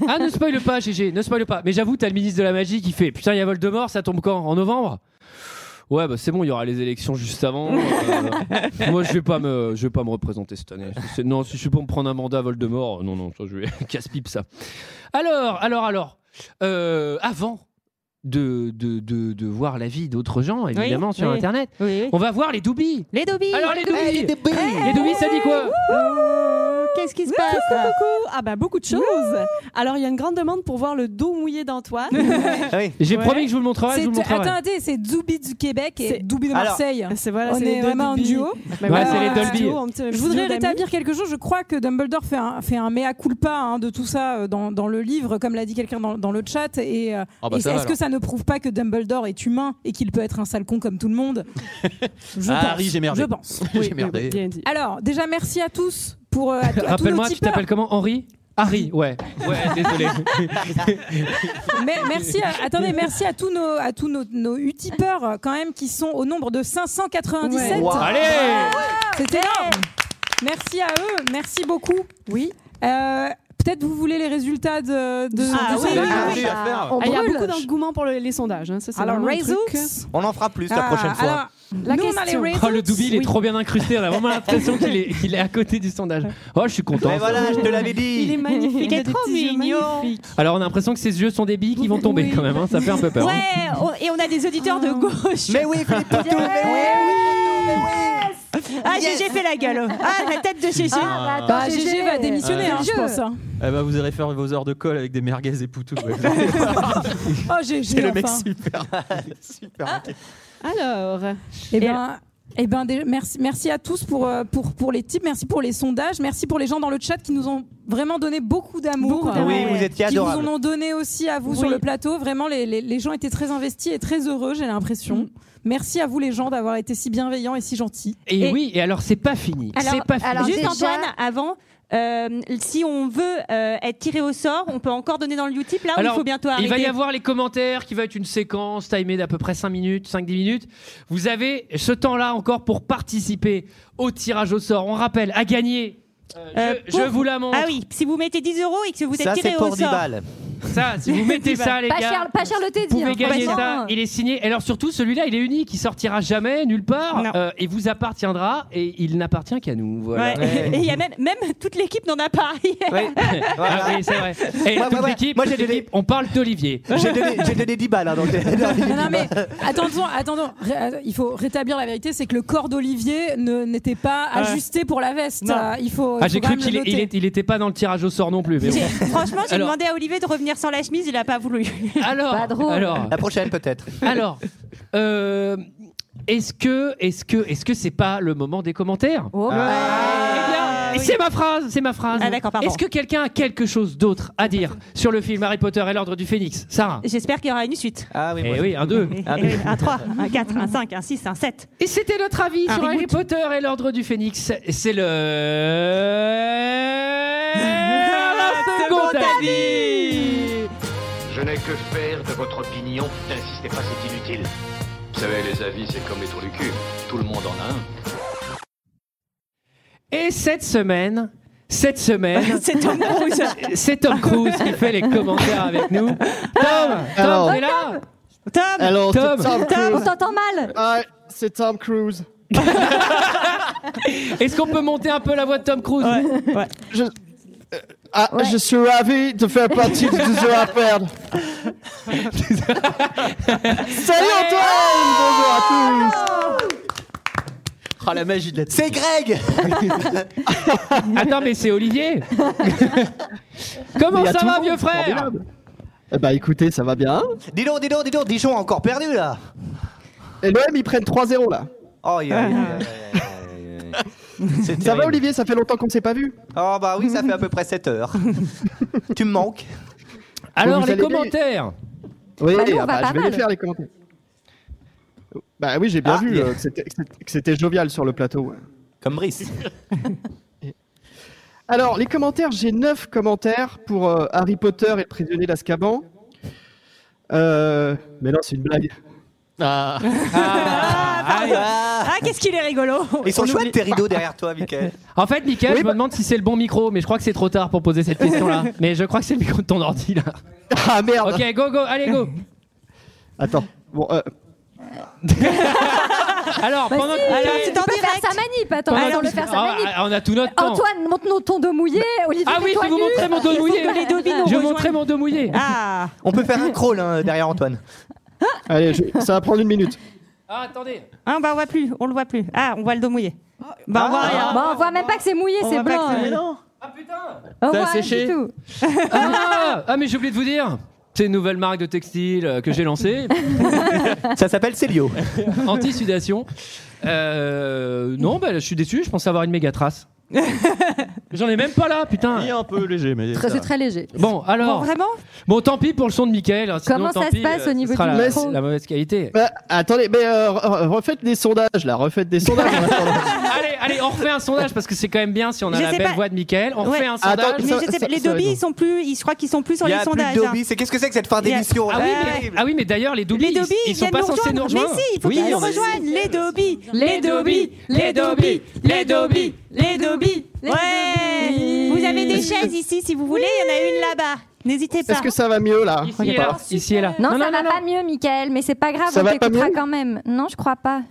Ah, ne spoil pas, GG, ne spoil pas. Mais j'avoue, t'as le ministre de la Magie qui fait Putain, il y a Voldemort, ça tombe quand En novembre Ouais, bah c'est bon, il y aura les élections juste avant. (laughs) Euh, moi, je vais pas me, je vais pas me représenter cette année. C'est- Non, si je suis pour me prendre un mandat à Voldemort, non, non, ça, je vais (laughs) casse-pipe ça. Alors, alors, alors, euh, avant de, de, de, de voir la vie d'autres gens, évidemment, sur oui. Internet, Oui, oui. on va voir les doobies. Les Dobby Alors, les doobies Eh, les débris. Les doobies, ça dit quoi Euh, Ouh, Qu'est-ce qui se Coucou, passe coucou, coucou. Ah bah beaucoup de choses. Alors il y a une grande demande pour voir le dos mouillé (laughs) d'Antoine. Ah J'ai Ouais. promis que je vous le montrerai, je vous le montrerai. attendez, c'est Doubi du Québec et Doubi de Marseille. C'est voilà, On c'est est les deux vraiment un Doobie. duo. Mais Ouais, voilà, c'est les un Dolby. duo, un petit- un Je petit voudrais duo d'amis. rétablir quelque chose. Je crois que Dumbledore fait un, fait un mea culpa hein, de tout ça euh, dans, dans le livre, comme l'a dit quelqu'un dans, dans le chat. Et, euh, Ah bah et ça va, est-ce que alors. ça ne prouve pas que Dumbledore est humain et qu'il peut être un sale con comme tout le monde Je Ah, pense. Harry, j'ai merdé. (laughs) Je pense. J'ai merdé. bien dit. Alors, déjà, merci à tous pour. euh, à, à tous nos Euh, Rappelle-moi, tu tipeurs. t'appelles comment Henri Harry, ouais. Ouais, désolé. Mais- merci. à- attendez, merci à tous nos à tous nos, nos utipeurs euh, quand même qui sont au nombre de 597. Ouais. Wow. Allez C'est énorme. Merci à eux. Merci beaucoup. Oui. Peut-être vous voulez les résultats de. de Ah de oui, sondage. oui, oui. Ah, on Ah, Il y a brûle. beaucoup d'engouement pour le- les sondages. hein. Ça, c'est Alors, vraiment un Raisous truc. On en fera plus la Ah, prochaine fois. alors, La Nous, on a question. les Oh, le doubi, il est trop bien incrusté. On a vraiment l'impression qu'il est, qu'il est à côté du sondage. Oh, je suis content. Mais ça. voilà, je te l'avais dit. Il est magnifique. Il est a des trop petits yeux mignon. magnifiques. Alors, on a l'impression que ses yeux sont des billes qui vont tomber quand même. hein. Ça fait un peu peur. Ouais, hein. on- et on a des auditeurs de gauche. Mais oui, Philippe Poutou, Ah, Yes. GG fait la gueule. Ah, la tête de GG. Ah, bah, attends, Bah, GG. GG va démissionner, C'est hein, le je jeu. pense, hein. Eh ben, vous irez faire vos heures de colle avec des merguez et poutou. ouais. Oh, GG, C'est le mec enfin. super. Ah, super. Alors, eh ben, eh ben, déjà, merci, merci à tous pour, euh, pour, pour les tips, merci pour les sondages, merci pour les gens dans le chat qui nous ont vraiment donné beaucoup d'amour. Beaucoup d'amour. Oui, vous étiez Qui nous adorables. en ont donné aussi à vous sur Oui. le plateau. Vraiment, les, les, les gens étaient très investis et très heureux, j'ai l'impression. Merci à vous les gens d'avoir été si bienveillants et si gentils. Et, oui, et alors, c'est pas fini. C'est pas fini. juste Antoine, avant, euh, si on veut euh, être tiré au sort, on peut encore donner dans le Utip là ou il faut bientôt arrêter. il va y avoir les commentaires qui va être une séquence timée d'à peu près 5 minutes, 5-10 minutes. Vous avez ce temps-là encore pour participer au tirage au sort. On rappelle, à gagner. Euh, Euh, je, pour- je vous la montre. Ah oui, si vous mettez 10 euros et que vous êtes Ça, tiré c'est au pour sort. 10 balles. Ça, si (laughs) vous mettez ça, les pas gars. Cher, pas cher le Vous pouvez Teddy. gagner ça, il est signé. Et alors surtout, celui-là, il est unique, il sortira jamais, nulle part, euh, et vous appartiendra, et il n'appartient qu'à nous. Voilà. Ouais. (laughs) Et il y a même, même toute l'équipe n'en a pas. (laughs) Ah oui, c'est vrai. Et Ouais, toute ouais, ouais. l'équipe, Moi, j'ai toute donné- l'équipe, on parle d'Olivier. (laughs) J'ai donné, j'ai donné 10 balles. hein, donc- Non, non, mais attendons, attendons. Ré- euh, il faut rétablir la vérité, c'est que le corps d'Olivier ne- n'était pas Ah ouais. ajusté pour la veste. Non. Euh, Il faut. Ah, il faut j'ai quand cru même qu'il le noter. n'était était pas dans le tirage au sort non plus. (laughs) Mais bon. Franchement, j'ai Alors- demandé à Olivier de revenir sans la chemise, il a pas voulu. (laughs) Alors, alors, Oh. La prochaine, peut-être. alors, euh, est-ce que, est-ce que, est-ce que c'est pas le moment des commentaires Ah. Eh bien, C'est ma phrase, c'est ma phrase. Oh. Ah, d'accord, pardon. Est-ce que quelqu'un a quelque chose d'autre à dire sur le film Harry Potter et l'Ordre du Phénix, Sarah J'espère qu'il y aura une suite. Ah oui, Eh oui, un deux. Eh oui, un 3, un 4, un 5, un 6, un Ah. 7. Et c'était notre avis sur Harry Potter et l'Ordre du Phénix. C'est (laughs) le. La seconde avis Je n'ai que faire de votre opinion. N'insistez pas, c'est inutile. Vous savez, les avis, c'est comme les trous du cul. Tout le monde en a un. Et cette semaine, cette semaine, (laughs) c'est Tom Cruise. (laughs) C'est Tom Cruise qui fait les commentaires avec (laughs) nous. Tom, Tom, Alors- t'es là Tom, Alors, c'est Tom, Tom Cruise. Tom. t'entend mal. c'est Tom Cruise. Est-ce qu'on peut monter un peu la voix de Tom Cruise (laughs) Je... euh, ah, Je suis ravi de faire partie de ce rappel. (laughs) Salut Antoine Bonjour à tous Oh, la magie de la C'est Greg (laughs) Attends, mais c'est Olivier (laughs) Comment Il y a ça tout le va, monde, vieux frère formidable. Eh ben écoutez, ça va bien. Dis donc, dis donc, dis donc, Dijon a encore perdu là. Et l'OM, Eh ben, ils prennent 3-0 là. Oh, il y a- il y a- (laughs) C'est Ça va terrible. Olivier, ça fait longtemps qu'on ne s'est pas vu. Oh bah oui, ça fait à peu près (laughs) 7 heures. tu me manques. Vous allez bien Oui, Bah, nous, on ah va bah, pas je vais mal. les faire les commentaires. Bah oui, j'ai bien Ah, vu bien. euh, que c'était- que c'était- que c'était jovial sur le plateau. ouais. (laughs) Comme Brice. Alors, les commentaires, j'ai 9 commentaires pour euh, Harry Potter et le prisonnier d'Azkaban. Euh, mais non, c'est une blague. Ah. Ah, qu'est-ce qu'il est rigolo Ils sont On chouettes oublie. tes rideaux derrière toi, Mickaël. En fait, Mickaël, Oui, bah- je me demande si c'est le bon micro, mais je crois que c'est trop tard pour poser (laughs) cette question-là. mais je crois que c'est le micro de ton ordi, là. Ah merde Ok, go, go, allez, go Attends. Bon, euh, Alors, pendant que Alors, Mickaël- tu peux Ah, faire sa manip, attends, pendant attends, que- le faire sa Ah, manip. ah, On a tout notre temps. Antoine, montre nos tons de mouillé. Olivier, Ah oui, je mets-toi vais vous nu. montrer mon dos Il (laughs) faut mouillé. que les deux binômes Je vais vous rejoignent. montrer mon dos mouillé. Ah On peut faire un crawl hein, derrière Antoine. allez, je- ça va prendre une minute. Ah, attendez. Ah, bah on voit plus, on le voit plus. Ah, on voit le dos mouillé. Bah, on voit rien. Bah, on voit même pas que c'est mouillé, On c'est voit pas blanc. que c'est- hein. Mais non. Ah putain Au T'as revoir, séché c'est tout. ah, ah, mais j'ai oublié de vous dire C'est une nouvelle marque de textile euh, que j'ai lancée. Ça s'appelle Célio. Anti-sudation. Euh, non, bah, je suis déçu, je pensais avoir une méga trace. J'en ai même pas là, putain. Il est un peu léger, mais. Très- C'est très léger. Bon, alors. Bon, vraiment Bon, tant pis pour le son de Michael. hein, sinon, Comment tant ça se pis, passe ce au niveau sera du la, micro la mauvaise qualité. Bah, attendez, mais euh, re- re- refaites des sondages là, refaites des sondages. (laughs) allez, allez, on refait un sondage parce que c'est quand même bien si on a Je la sais belle pas. voix de Michael. On Ouais. refait un sondage. Mais je sais pas, les Dobby, ils sont plus, ils, je crois qu'ils sont plus sur Il y les a plus de sondages. Dobby, hein. C'est qu'est-ce que c'est que cette fin Il y a- d'émission Ah oui, Ouais. mais, ah oui, mais d'ailleurs, les Dobby, Les Dobby, ils, ils ils sont viennent pas nous censés nous rejoindre. Mais rejoindre. si, il faut qu'ils nous rejoignent, les Dobby. Les Dobby, les Dobby, les Dobby, les Dobby. Ouais. Vous avez des chaises ici si vous voulez, il y en a une là-bas. N'hésitez pas. Est-ce que ça va mieux là Ici et là. Ici et là. Non, ça va pas mieux, Michael, mais c'est pas grave, Ça on va pas t'écoutera mieux quand même. Non, je crois pas.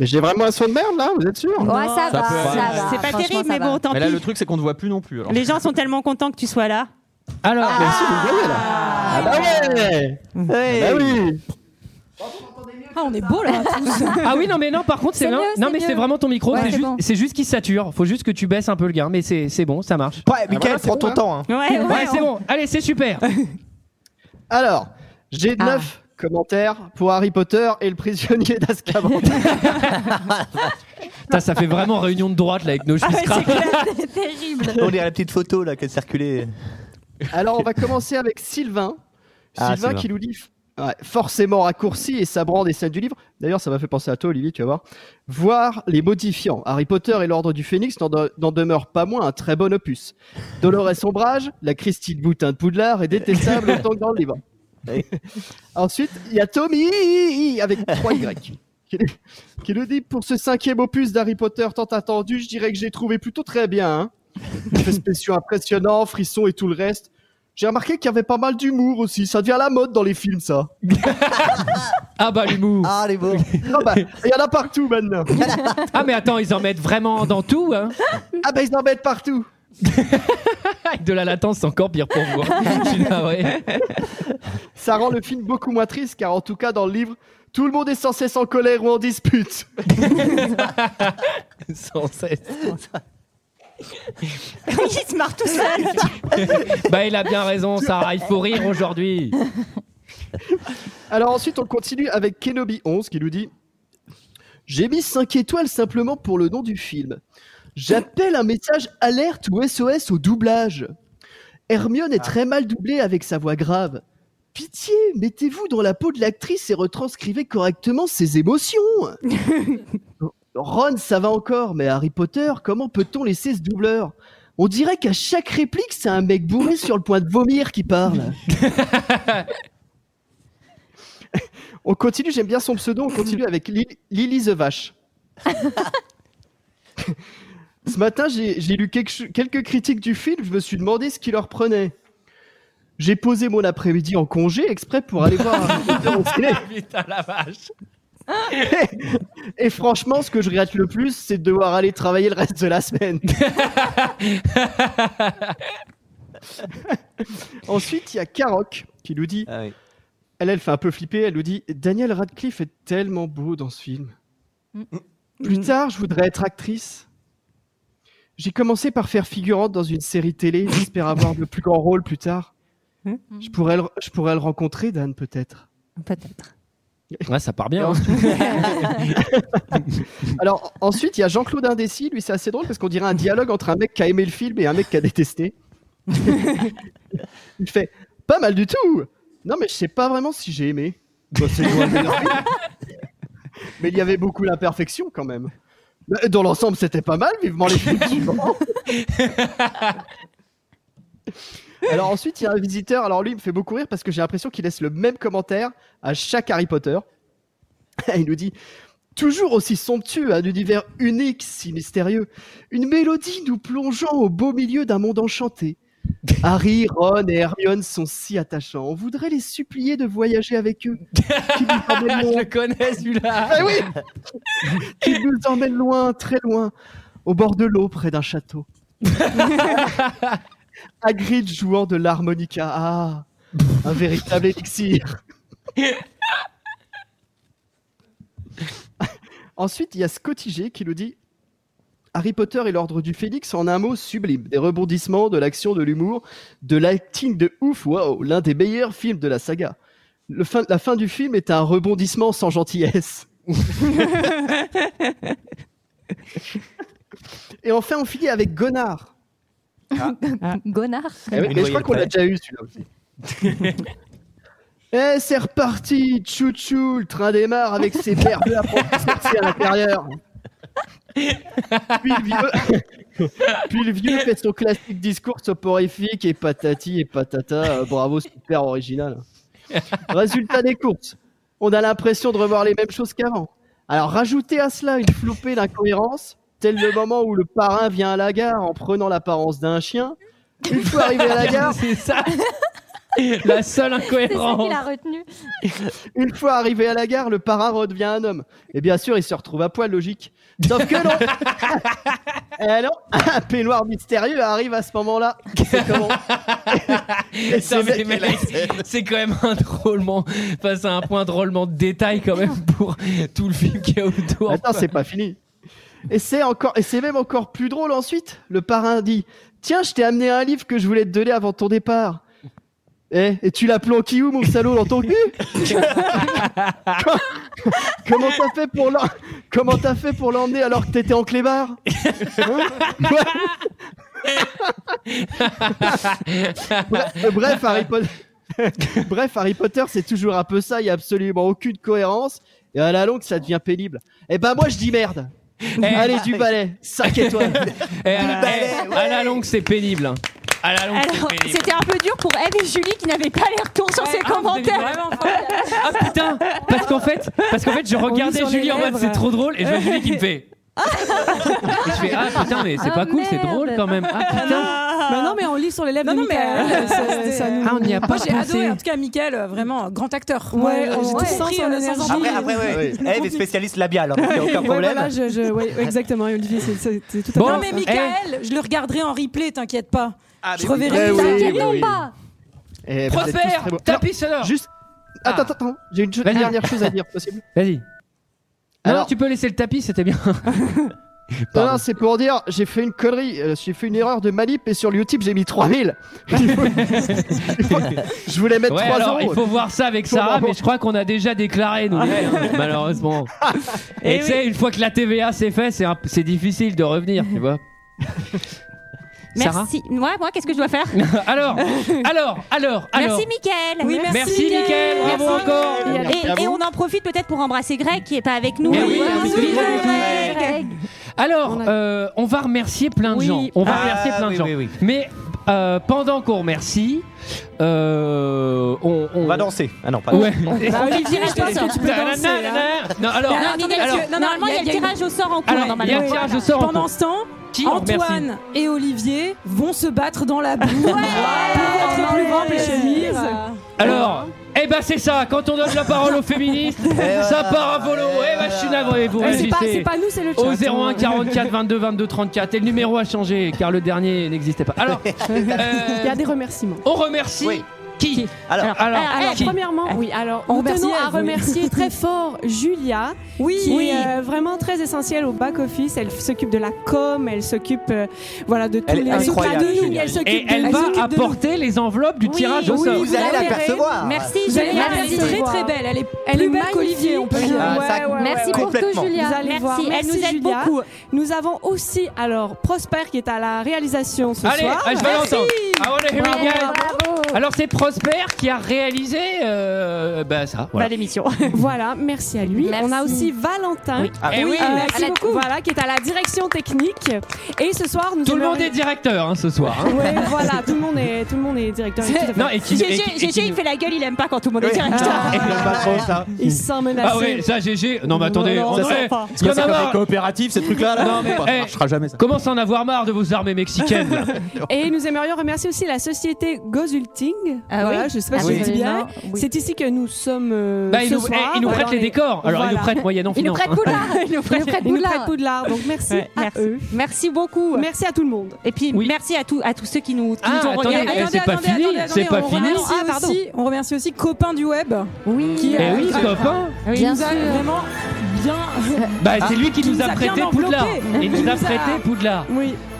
Mais j'ai Ah, vraiment un son de merde là, vous êtes sûr Ouais, ça, va, peut ça C'est aller. va. pas franchement, terrible, ça mais va. bon, tant Mais là, pis. le truc, c'est qu'on ne voit plus non plus. alors. Les gens sont tellement contents que tu sois là. Alors, Ah bah ouais Ah bah oui Ah, on est beau là, tous. Ah oui, non, mais non, par contre, c'est C'est non, mieux, non, c'est mais mieux. c'est vraiment ton micro. Ouais, c'est c'est juste, bon. c'est juste qu'il sature. Faut juste que tu baisses un peu le gain, mais c'est c'est bon, ça marche. Ah, Ouais, Michael, prends ton temps. hein. Ouais, ouais, Ouais, c'est on- bon. Allez, c'est super. (laughs) Alors, j'ai Ah. 9 commentaires pour Harry Potter et le prisonnier d'Azkaban. Putain, (laughs) ça fait vraiment réunion de droite là avec nos Ah ouais, chuscras. c'est clair, c'est terrible. On dirait la petite photo là qui a circulé. Alors, on va commencer avec Sylvain. Ah, Sylvain Sylvain. qui nous dit ouais, forcément raccourci et sabrant des scènes du livre. D'ailleurs, ça m'a fait penser à toi, Olivier, tu vas voir. Voir les modifiants. Harry Potter et l'Ordre du Phénix n'en de- n'en demeurent pas moins un très bon opus. Dolores Ombrage, la Christine Boutin de Poudlard est détestable autant que dans le livre. (laughs) Ensuite, il y a Tommy avec 3 Y. Qui qui nous dit pour ce cinquième opus d'Harry Potter tant attendu, je dirais que j'ai trouvé plutôt très bien. hein. Effets spéciaux impressionnants, frissons et tout le reste. J'ai remarqué qu'il y avait pas mal d'humour aussi. Ça devient la mode dans les films, ça. (laughs) Ah bah l'humour. Ah, (laughs) les beaux. Ah bah, Il y en a partout maintenant. (laughs) Ah mais attends, ils en mettent vraiment dans tout. Hein. Ah bah, ils en mettent partout. Avec (laughs) de la latence, c'est encore pire pour moi. (laughs) Je suis là, ouais. Ça rend le film beaucoup moins triste, car en tout cas, dans le livre, tout le monde est sans cesse en colère ou (laughs) en dispute. Sans (laughs) cesse. Il se marre tout seul. (laughs) Bah il a bien raison, Sarah. Il faut rire aujourd'hui. Alors ensuite, on continue avec Kenobi11 qui nous dit J'ai mis 5 étoiles simplement pour le nom du film. J'appelle un message alerte ou SOS au doublage. Hermione est très mal doublée avec sa voix grave. Pitié, mettez-vous dans la peau de l'actrice et retranscrivez correctement ses émotions. Ron, ça va encore, mais Harry Potter, comment peut-on laisser ce doubleur On dirait qu'à chaque réplique, c'est un mec bourré sur le point de vomir qui parle. (laughs) On continue, j'aime bien son pseudo, on continue avec Li- Lily the (laughs) Vache. ce matin, j'ai j'ai lu quelque cho- quelques critiques du film, je me suis demandé ce qui leur prenait. J'ai posé mon après-midi en congé exprès pour aller voir Harry Potter au ciné. (laughs) Putain la vache. (laughs) Et franchement, ce que je regrette le plus, c'est de devoir aller travailler le reste de la (laughs) semaine. Ensuite, il y a Karoc qui nous dit Ah oui. elle, elle fait un peu flipper. Elle nous dit Daniel Radcliffe est tellement beau dans ce film. Mm. Plus tard, je voudrais être actrice. J'ai commencé par faire figurante dans une série télé. J'espère avoir le plus grand rôle plus tard. Mm. Je pourrais, le, je pourrais le rencontrer, Dan, peut-être. Peut-être. Ouais, ça part bien. hein. (laughs) (laughs) Alors, ensuite, il y a Jean-Claude Indécis. Lui, c'est assez drôle parce qu'on dirait un dialogue entre un mec qui a aimé le film et un mec qui a détesté. il fait Pas mal du tout Non, mais je sais pas vraiment si j'ai aimé. Bah, c'est loin de leur film. mais il y avait beaucoup d'imperfections quand même. Mais Dans l'ensemble, c'était pas mal, vivement les films suivants. Alors ensuite, il y a un visiteur. Alors lui, il me fait beaucoup rire parce que j'ai l'impression qu'il laisse le même commentaire à chaque Harry Potter. (laughs) il nous dit Toujours aussi somptueux, un univers unique, si mystérieux. Une mélodie nous plongeant au beau milieu d'un monde enchanté. Harry, Ron et Hermione sont si attachants. On voudrait les supplier de voyager avec eux. Qu'ils nous emmènent Je loin, le connais celui-là. Eh oui Qu'ils nous emmènent loin, très loin, au bord de l'eau, près d'un château. Hagrid jouant de l'harmonica. Ah, un véritable (laughs) élixir. Ensuite, il y a Scotty G qui nous dit Harry Potter et l'Ordre du Phénix en un mot sublime. Des rebondissements, de l'action, de l'humour, de l'acting de ouf, waouh, l'un des meilleurs films de la saga. Le fin- la fin du film est un rebondissement sans gentillesse. et enfin, on finit avec Gonard. Gonard Eh oui, mais je crois qu'on l'a déjà eu celui-là aussi. Eh, c'est reparti, tchou-tchou, le train démarre avec ses verres bleus à profusion sortis à l'intérieur. Puis le, vieux... (laughs) Puis le vieux fait son classique discours soporifique et patati et patata. Euh, Bravo, super original. Résultat des courses. On a l'impression de revoir les mêmes choses qu'avant. Alors rajoutez à cela une flopée d'incohérences, tel le moment où le parrain vient à la gare en prenant l'apparence d'un chien. Une fois arrivé à la gare, (laughs) c'est ça. La seule C'est ça incohérence. qu'il a retenu. Une fois arrivé à la gare, le parrain redevient un homme. Et bien sûr, il se retrouve à poil, logique. Sauf que non Eh non Un peignoir mystérieux arrive à ce moment-là. C'est comment Putain, mais mec, C'est quand même un drôlement, face à un point drôlement de détail quand même pour tout le film qui est autour. Attends, c'est pas (laughs) fini. Et c'est encore, et c'est même encore plus drôle ensuite. Le parrain dit Tiens, je t'ai amené un livre que je voulais te donner avant ton départ. Eh, et tu l'as planqué où, mon salaud, dans ton cul Comment t'as fait pour l'en- comment t'as fait pour l'emmener alors que t'étais en clébard Hein bref, (laughs) bref, Harry Potter. (laughs) Bref, Harry Potter, c'est toujours un peu ça. Il y a absolument aucune cohérence. Et à la longue, ça devient pénible. Et ben moi, je dis merde. Allez, Ah, du (laughs) balai, 5 étoiles. Eh, à, la, eh, à la longue, c'est pénible. hein. À la longue, Alors, c'est pénible. c'était un peu dur pour Eve et Julie qui n'avaient pas les retours sur ces ah, vous avez commentaires. vraiment (laughs) Ah putain, parce qu'en fait, parce qu'en fait, je On lit regardais sur les Julie en mode lèvres. c'est trop drôle et je vois Julie qui (laughs) me fait. Et je fais ah putain mais c'est pas cool, c'est drôle quand même. Ah putain. Mais non, mais on lit sur les lèvres. Non, non, mais euh, ça- ça nous- Ah, on n'y a pas Moi, j'ai adoré. pensé. En tout cas, Michael, euh, vraiment, grand acteur. Ouais, Moi, ouais, j'ai tout ouais. compris, Sans euh, l'énergie. sans Après, envie. après, ouais, ouais. Eh, des spécialistes labiales, hein, donc y a (laughs) aucun Ouais, problème. voilà, je- je- ouais, exactement, Olivier, c'est- c'est c'est tout à Non, fait eh. mais ça. Michael, je le regarderai en replay, t'inquiète pas. Ah, je mais reverrai. oui, T'inquiète oui, oui. pas. ben, Eh, vous êtes tous Prosper, très beaux. tapis Non, sonore. Juste. Attends, attends, attends. J'ai une cho- Vas-y. dernière chose à dire, possible Vas-y. Alors Alors- tu peux laisser le tapis, (laughs) c'était bien. Non, non, c'est pour dire, j'ai fait une connerie, euh, j'ai fait une erreur de manip et sur le Utip j'ai mis 3000. (laughs) Il faut- il faut- je voulais mettre Ouais, 3 alors, euros. il faut voir ça avec Faut Sarah, voir- mais je crois qu'on a déjà déclaré, nous, les gars, (laughs) malheureusement. Et, Eh tu sais, une fois que la TVA c'est fait, c'est un- c'est difficile de revenir, (laughs) tu vois. Sarah Merci. Moi, moi, qu'est-ce que je dois faire alors, alors, alors, alors. Merci Mickaël. Oui, merci, Merci, Mickaël. Mickaël. Bravo Merci, encore. Mickaël. Merci à Et, et vous. on en profite peut-être pour embrasser Greg qui est pas avec nous. Eh oui, Bonjour, bisous, Greg. Greg. Alors, euh, on va remercier plein de Oui. gens. On va Ah, remercier plein de gens. Mais euh, pendant qu'on remercie, euh, on, va danser. Ah non, pas Ouais. Bah, Olivier, je pense que tu peux Nanana, danser, hein. Non, alors, Non, mais il y a le- alors- non, normalement, il y a le tirage au sort en cours. Alors, il normalement. y a le tirage au sort en Pendant cours. ce temps, Qui en Antoine et Olivier vont se battre dans la boue pour votre plus grand plaisir. (laughs) Alors, eh ben c'est ça, quand on donne la parole aux féministes, ça part à volo. Eh ben je suis navré, vous Eh, c'est pas- réagissez c'est pas nous, c'est le chat. Au 01 44 (laughs) 22 22 34. Et le numéro a changé car le dernier n'existait pas. Alors, Il y a des remerciements. on remercie qui Alors, eh, alors, Ah, Alors, Eh, qui premièrement, oui, alors, On nous remercie tenons à Ève, oui. remercier très fort Julia, Oui. qui Oui. est euh, vraiment très essentielle au back-office. Elle s'occupe de la com, elle s'occupe euh, voilà, de tous Elle est les. incroyable, s'occupe de nous, Julia. elle s'occupe Et de elle nous, va s'occupe de nous. apporter les enveloppes du tirage au sort. Vous Merci, allez Julia. la Merci. percevoir. Très très belle, elle est plus belle qu'Olivier, on peut magnifique. dire. Ah, Ouais, ça, ouais, ouais, Merci pour complètement. tout, Julia. Vous allez Merci. voir. Elle Merci, nous aide Julia. beaucoup. Nous avons aussi alors Prosper qui est à la réalisation ce Allez, soir. allez, je vais l'entendre. Ah I wanna hear it Bravo, again. bravo. Alors c'est Prosper qui a réalisé euh, bah, ça. Voilà. l'émission. (laughs) voilà, merci à lui. On a aussi Valentin. Oui. Ah, eh oui. merci Elle a beaucoup. Voilà, qui est à la direction technique. Et ce soir, nous Tout le monde est aimerions- directeur hein, ce soir. hein. Ouais, (laughs) voilà, tout le monde est, tout le monde est directeur. tout à fait. Non, et qui- et qui- et qui- GG, il fait la gueule, il aime pas quand tout le monde est directeur. (laughs) Il se sent menacé. Ah ouais, ça GG. Non mais attendez, on Non, non, ça sent pas. y en a marre. coopératifs, ces trucs-là. Non mais ça eh, marchera jamais. Ça. commence à en avoir marre de vos armées mexicaines. (laughs) là. Et nous aimerions remercier aussi la société Gozulting. Ah voilà, oui, je sais pas si je dis bien. absolument, oui. C'est ici que nous sommes. euh, Bah, ils ce nous- soir. eh, ils nous prêtent Voilà, les on est- décors. Alors, ils nous prêtent moyennant Ils nous finance, prêtent hein. (laughs) Poudlard. Ils nous prêtent prêtent ils nous Poudlard. prêtent Poudlard. Donc merci Ouais, à merci. eux. Merci beaucoup. Merci à tout le monde. Et puis merci à, tout, à tous ceux qui nous, qui Ah, nous ont attendez, regardés. eh, c'est pas fini, c'est pas on fini. Remercie Ah, pardon. aussi, on remercie aussi Copain du Web. Oui. qui Eh oui, grave- Copain. qui Bien nous a sûr. vraiment bien Bah, Ah, c'est lui qui nous a prêté bien Poudlard. enveloppé. Il nous a Qui nous a- prêté Poudlard.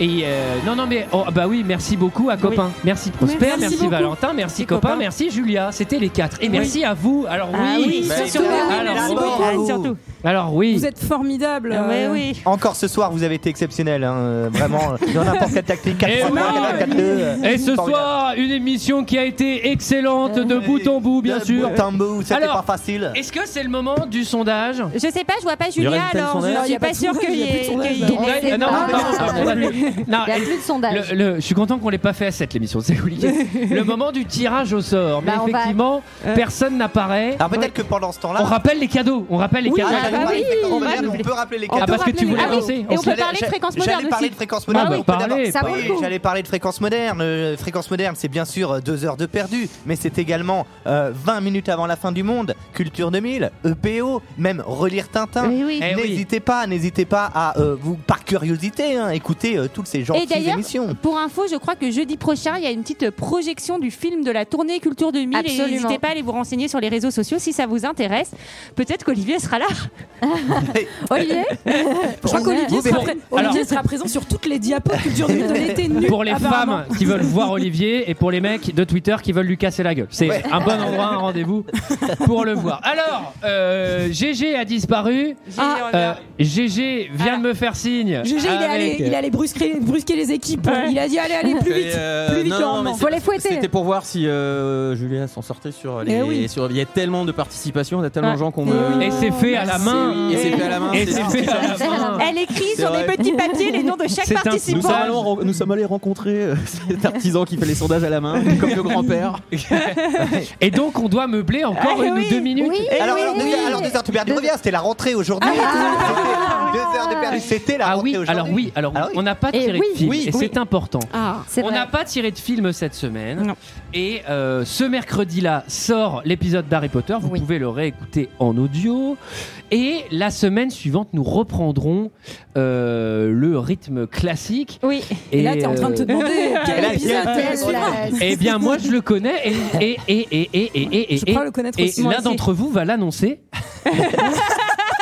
Et euh, non, non, mais oh, bah oui, merci beaucoup à copain. Merci Prosper, Merci merci, beaucoup. Valentin, merci copain, copain. merci Julia. C'était les quatre. Et Oui. merci à vous. Alors oui, Ah oui, Bah, surtout, alors, oui, merci oui. beaucoup. Ah, surtout. Alors oui. Vous êtes formidable. Ah, euh, Encore ce soir, vous avez été exceptionnel, hein, euh, vraiment. Dans n'importe quelle tactique, 4 Et, trois, Eh oui. quatre, quatre, deux, euh, Et ce formidable. soir, une émission qui a été excellente de bout en bout, bien De sûr. bout en bout, c'était Alors, pas facile. Est-ce que c'est le moment du sondage Je sais pas, je vois pas Il y aurait Julia, une telle alors sondage je Il y suis a pas, pas de sûre sondage, qu'il y il y a ait. pas de qu'il y ait- sondage. qu'il y ait- Non, Ah, non, non, non, non, non, non, Il y a elle- plus de sondage. Le- le- je suis content qu'on l'ait pas fait à cette l'émission, c'est compliqué. le moment du tirage au sort. Mais Bah, on va- effectivement, personne n'apparaît. Alors peut-être que pendant ce temps-là. On rappelle les cadeaux. On rappelle les Oui, cadeaux. ah bah oui, On on va- rappelle, on peut rappeler les Ah, cadeaux. parce que tu voulais Ah oui, lancer. et on se peut l'a- parler de j'a- fréquence moderne J'allais aussi. parler de fréquence moderne. moderne. Ah, bah, parlez, Oui, parlez. J'allais parler de fréquence moderne. Euh, Fréquence moderne, c'est bien sûr euh, deux heures de perdu, mais c'est également euh, 20 minutes avant la fin du monde, Culture 2000, EPO, même relire Tintin. Eh oui. N'hésitez pas, n'hésitez pas à euh, vous, par curiosité, hein, écouter euh, toutes ces Et gentilles d'ailleurs, émissions. pour info, je crois que jeudi prochain, il y a une petite projection du film de la tournée Culture 2000. Et Absolument. n'hésitez pas à aller vous renseigner sur les réseaux sociaux si ça vous intéresse. Peut-être qu'Olivier sera (laughs) là. (laughs) Olivier Je crois qu'Olivier sera, pré- Olivier Alors- sera présent sur toutes les diapos culture de l'été nu. Pour les apparemment. femmes qui veulent voir Olivier et pour les mecs de Twitter qui veulent lui casser la gueule. C'est un bon endroit, un rendez-vous pour le voir. Alors, euh, GG a disparu. Ah. Euh, GG vient de me faire signe. GG, il est allé, avec- il est allé brusquer, brusquer les équipes. Ouais. Il a dit allez, allez, plus Et, vite. euh, plus vite, non, le non, rendement. mais Faut les c'est- fouetter. C'était pour voir si euh, Julia s'en sortait sur les. Eh oui. sur- Il y a tellement de participation, il y a tellement de Ouais. gens qu'on me. Et c'est fait à la main. C'est- oui, Et c'est fait à la main. Et c'est fait à la main. Elle écrit C'est sur des vrai. petits papiers les noms de chaque C'est un- participant. Nous sommes, allons ren- nous sommes allés rencontrer euh, (laughs) cet artisan qui fait les sondages à la main, comme le (laughs) grand-père. Et donc, on doit meubler encore Eh Ah, une oui. ou deux minutes. Ah. alors, alors, deux, alors, deux heures de perdu, reviens, c'était la rentrée aujourd'hui. C'était deux Ah. heures de perdu, c'était la rentrée aujourd'hui. Alors Ah oui, alors oui, on n'a pas Eh Et tiré oui. de film Oui, et oui. c'est important. Ah, c'est on vrai. n'a pas tiré de film cette semaine et euh, ce mercredi-là sort l'épisode d'Harry Potter. Vous pouvez le réécouter en audio et la semaine suivante nous reprendrons euh, le rythme classique. euh, Oui. Et là, t'es en train de (laughs) te demander quel épisode est-ce qu'on a Eh bien, moi, je le connais et et et et et et et et Je crois le connaître et aussi. Moi l'un aussi. d'entre vous va (laughs) l'annoncer.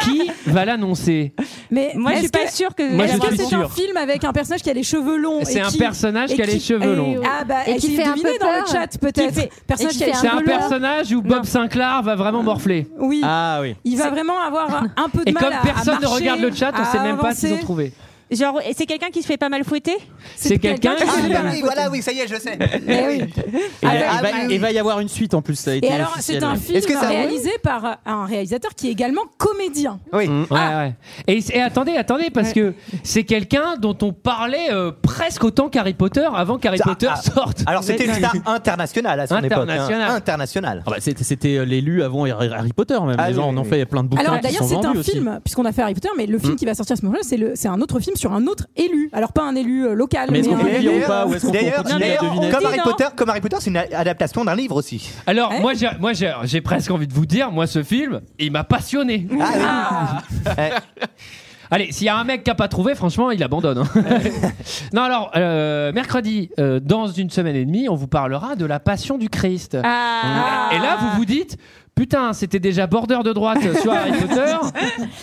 Qui va l'annoncer Mais Moi, je est-ce suis pas que- sûre que- Moi, je est-ce que suis c'est sûr. un film avec un personnage qui a les cheveux longs. et C'est un qui- personnage et qui a les cheveux longs. Ah bah, Et qui essayez fait de un peu deviner dans le peur. chat peut-être. Qui fait- Personnage et qui qui a les fait C'est cheveux un longs. personnage où Bob Sinclair va vraiment morfler. Oui. Ah oui. Il va vraiment avoir un peu de Et mal comme à- à personne ne marcher, regarde le chat, on à sait même pas s'ils ont avancer. trouvé. Genre, et c'est quelqu'un qui se fait pas mal fouetter C'est quelqu'un Ah qui. oui, oui, voilà, oui, ça y est, je Eh sais. Et il, y a- Ah, il va, oui, il va y avoir une suite en plus, ça a été Et alors, officiel. c'est un film réalisé par un réalisateur qui est également comédien. (laughs) Oui. Mm. Ouais, ouais. Et, et attendez, attendez, parce que c'est quelqu'un dont on parlait euh, presque autant qu'Harry Potter avant qu'Harry Potter Ah, sorte. Alors c'était une star internationale à son époque. hein. Internationale. Internationale. Ah bah, c'était- C'était euh, l'élu avant Harry Harry Potter, même. Ah les oui, gens oui, en ont oui. fait plein de bouquins. Alors qui d'ailleurs sont c'est un vendus aussi. Mm. film puisqu'on a fait Harry Potter mais le film qui va sortir à ce moment-là c'est le- c'est un autre film sur un autre élu alors pas un élu euh, local Mais est-ce qu'on un peut le élu- dire ou pas, ou est-ce qu'on peut D'ailleurs, continuer à d'ailleurs, deviner comme Harry Non. Potter, comme Harry Potter, c'est une a- adaptation d'un livre aussi. (laughs) Alors, moi, j'ai, moi j'ai, j'ai presque envie de vous dire, moi, ce film, il m'a passionné. Ah Ah. (laughs) Allez, s'il y a un mec qui n'a pas trouvé, franchement, il abandonne. hein. (laughs) non, alors, euh, mercredi, euh, dans une semaine et demie, on vous parlera de la passion du Christ. Ah. Et là, vous vous dites. Putain, c'était déjà border de droite sur Harry (laughs) Potter.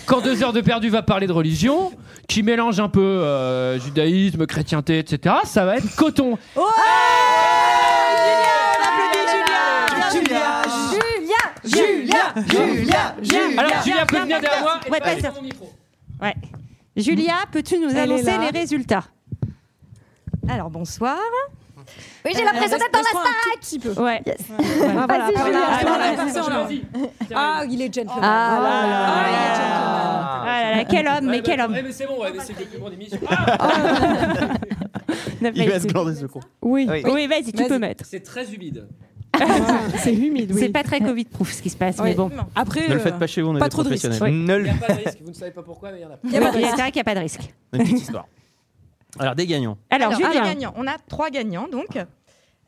Quand deux heures de perdu va parler de religion, qui mélange un peu euh, judaïsme, chrétienté, etc., ça va être coton. Julia Julia Julia Julia Alors, Julia peut venir derrière moi et Ouais, passer passe. mon micro. Ouais. Julia, peux-tu nous Elle est annoncer là. les résultats Alors bonsoir. Euh, Oui, j'ai la présence présentée dans la un stack. (laughs) tout petit peu Ouais. Vas-y, Voilà, voilà, Julia. voilà, Ah, voilà, vas-y, voilà. vas-y. Ah il est gentleman Ah, Voilà. voilà. Ah, il est gentleman. Ah là là, quel homme, mais bah, quel homme. Ah, ouais, mais c'est bon, ouais, mais c'est le plus bon émission. Ah, N'a pas Il va été- se glander ce con. Oui, Oui. oui vas-y, tu Vas-y. peux mettre. C'est très humide. C'est humide oui Ah, C'est pas très Covid-proof ce qui se passe, mais Ouais. bon. Après Ne le euh, faites pas chez vous, on est pas des trop de risques. professionnels. Ouais. Il Ne le- n'y a pas de risque, vous ne savez pas pourquoi, mais il y en a. Y a pas de Il y a risque. intérêt qu'il n'y a pas de risque. Une petite histoire. Alors, des gagnants. Alors, Alors, Julia. un gagnant. On a trois gagnants, donc.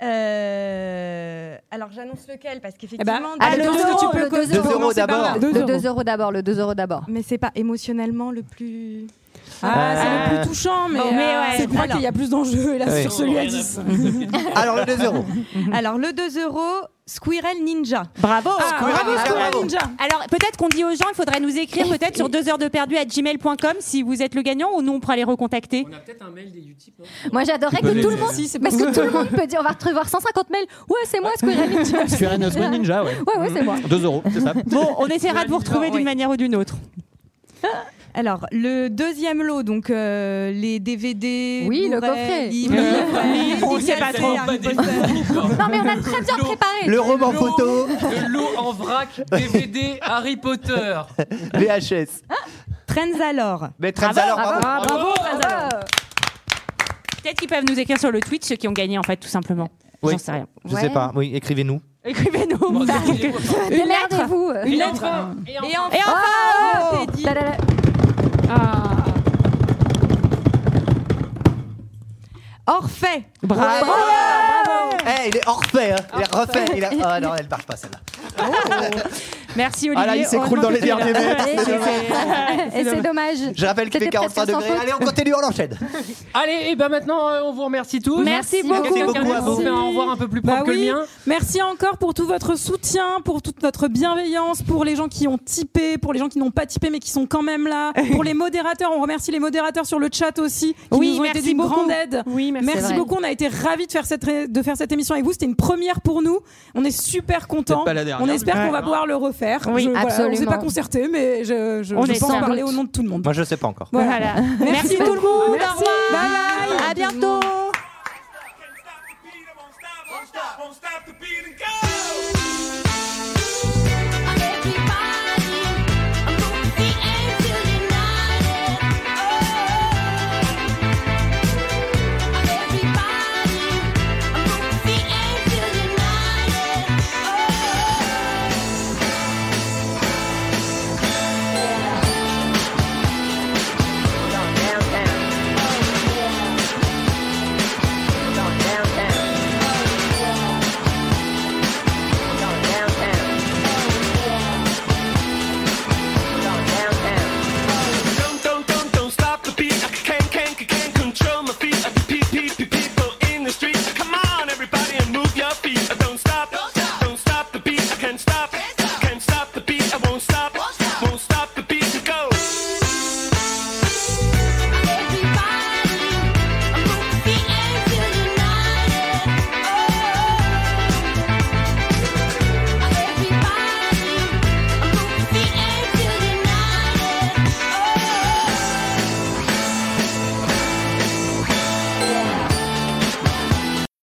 Euh, alors, j'annonce lequel parce Eh ben, qu'effectivement. Ah, le deux 2 euros, euros, le le deux 2 euros. euros d'abord. Le 2 euros d'abord, le 2 euros d'abord. Mais c'est pas émotionnellement le plus. Ah Ah. c'est le plus touchant mais Oh, Bon, mais euh, ouais. c'est pour ça Alors. (laughs) qu'il y a plus d'enjeux et là Oui. sur celui à 10 Alors le 2 euros. Alors, le 2 euros, Squirrel Ninja. Bravo Ah, bravo, Squirrel Ninja. Alors peut-être qu'on dit aux gens, il faudrait nous écrire peut-être sur 2 heures de perdu à gmail.com si vous êtes le gagnant ou nous on pourra les recontacter. Peut-être un mail des Utip. hein. Moi, j'adorerais Tu peux que tout les- le monde. Si, c'est parce que possible. tout le monde peut dire on va recevoir 150 mails. Ouais, c'est moi, Squirrel Ninja. Square Enhancement Ninja, ouais. Ouais, ouais, c'est moi. 2 euros, c'est ça. Bon, on essaiera de vous retrouver d'une oui. manière ou d'une autre. Alors, le deuxième lot, donc euh, les DVD. Oui, le Blu-ray, coffret. livres, livres, Euh, on sait pas livres, trop. Harry Non, mais on a très bien préparé. Le roman photo, De l'eau en vrac, DVD, Harry Potter. VHS. Trends alors. Mais Trends alors, bravo. Ah, bravo, Trends alors. Peut-être qu'ils peuvent nous écrire sur le Twitch ceux qui ont gagné en fait tout simplement. Oui. J'en sais rien. Je sais pas, oui, écrivez-nous. Écrivez-nous. Une lettre. Démerdez-vous. Une lettre. Et enfin, Et enfin, Ah, oh, Da, da, da. Orphée. Bravo. Eh, il est orfait, hein. il est refait. Il a... (laughs) Ah non, elle marche pas celle-là. Merci Olivier. Ah là, il s'écroule dans les euh, derniers mètres. Et c'est- Et c'est dommage. Je rappelle qu'il fait C'était 43 presque sans degrés. faute. Allez, on continue, on enchaîne. Allez, et ben maintenant, euh, on vous remercie tous. Merci Quelqu'un beaucoup. qui a Merci. fait un au revoir un peu plus propre Bah que oui. le mien. Merci encore pour tout votre soutien, pour toute votre bienveillance, pour les gens qui ont typé, pour les gens qui n'ont pas typé mais qui sont quand (laughs) même là, pour les modérateurs. On remercie les modérateurs sur le chat aussi qui Oui, nous ont été merci d'une beaucoup. grande aide. Oui, merci. C'est merci vrai. beaucoup. On a été ravis de faire cette ré- de faire cette émission avec vous. C'était une première pour nous. On est super contents. Peut-être pas la dernière, On espère mais- qu'on va pouvoir le refaire. Oui, voilà, absolument. on s'est pas concerté, mais je, je, On je est peux en sans parler doute. au nom de tout le monde. Moi, je sais pas encore. Voilà. Voilà. Merci, tout le monde.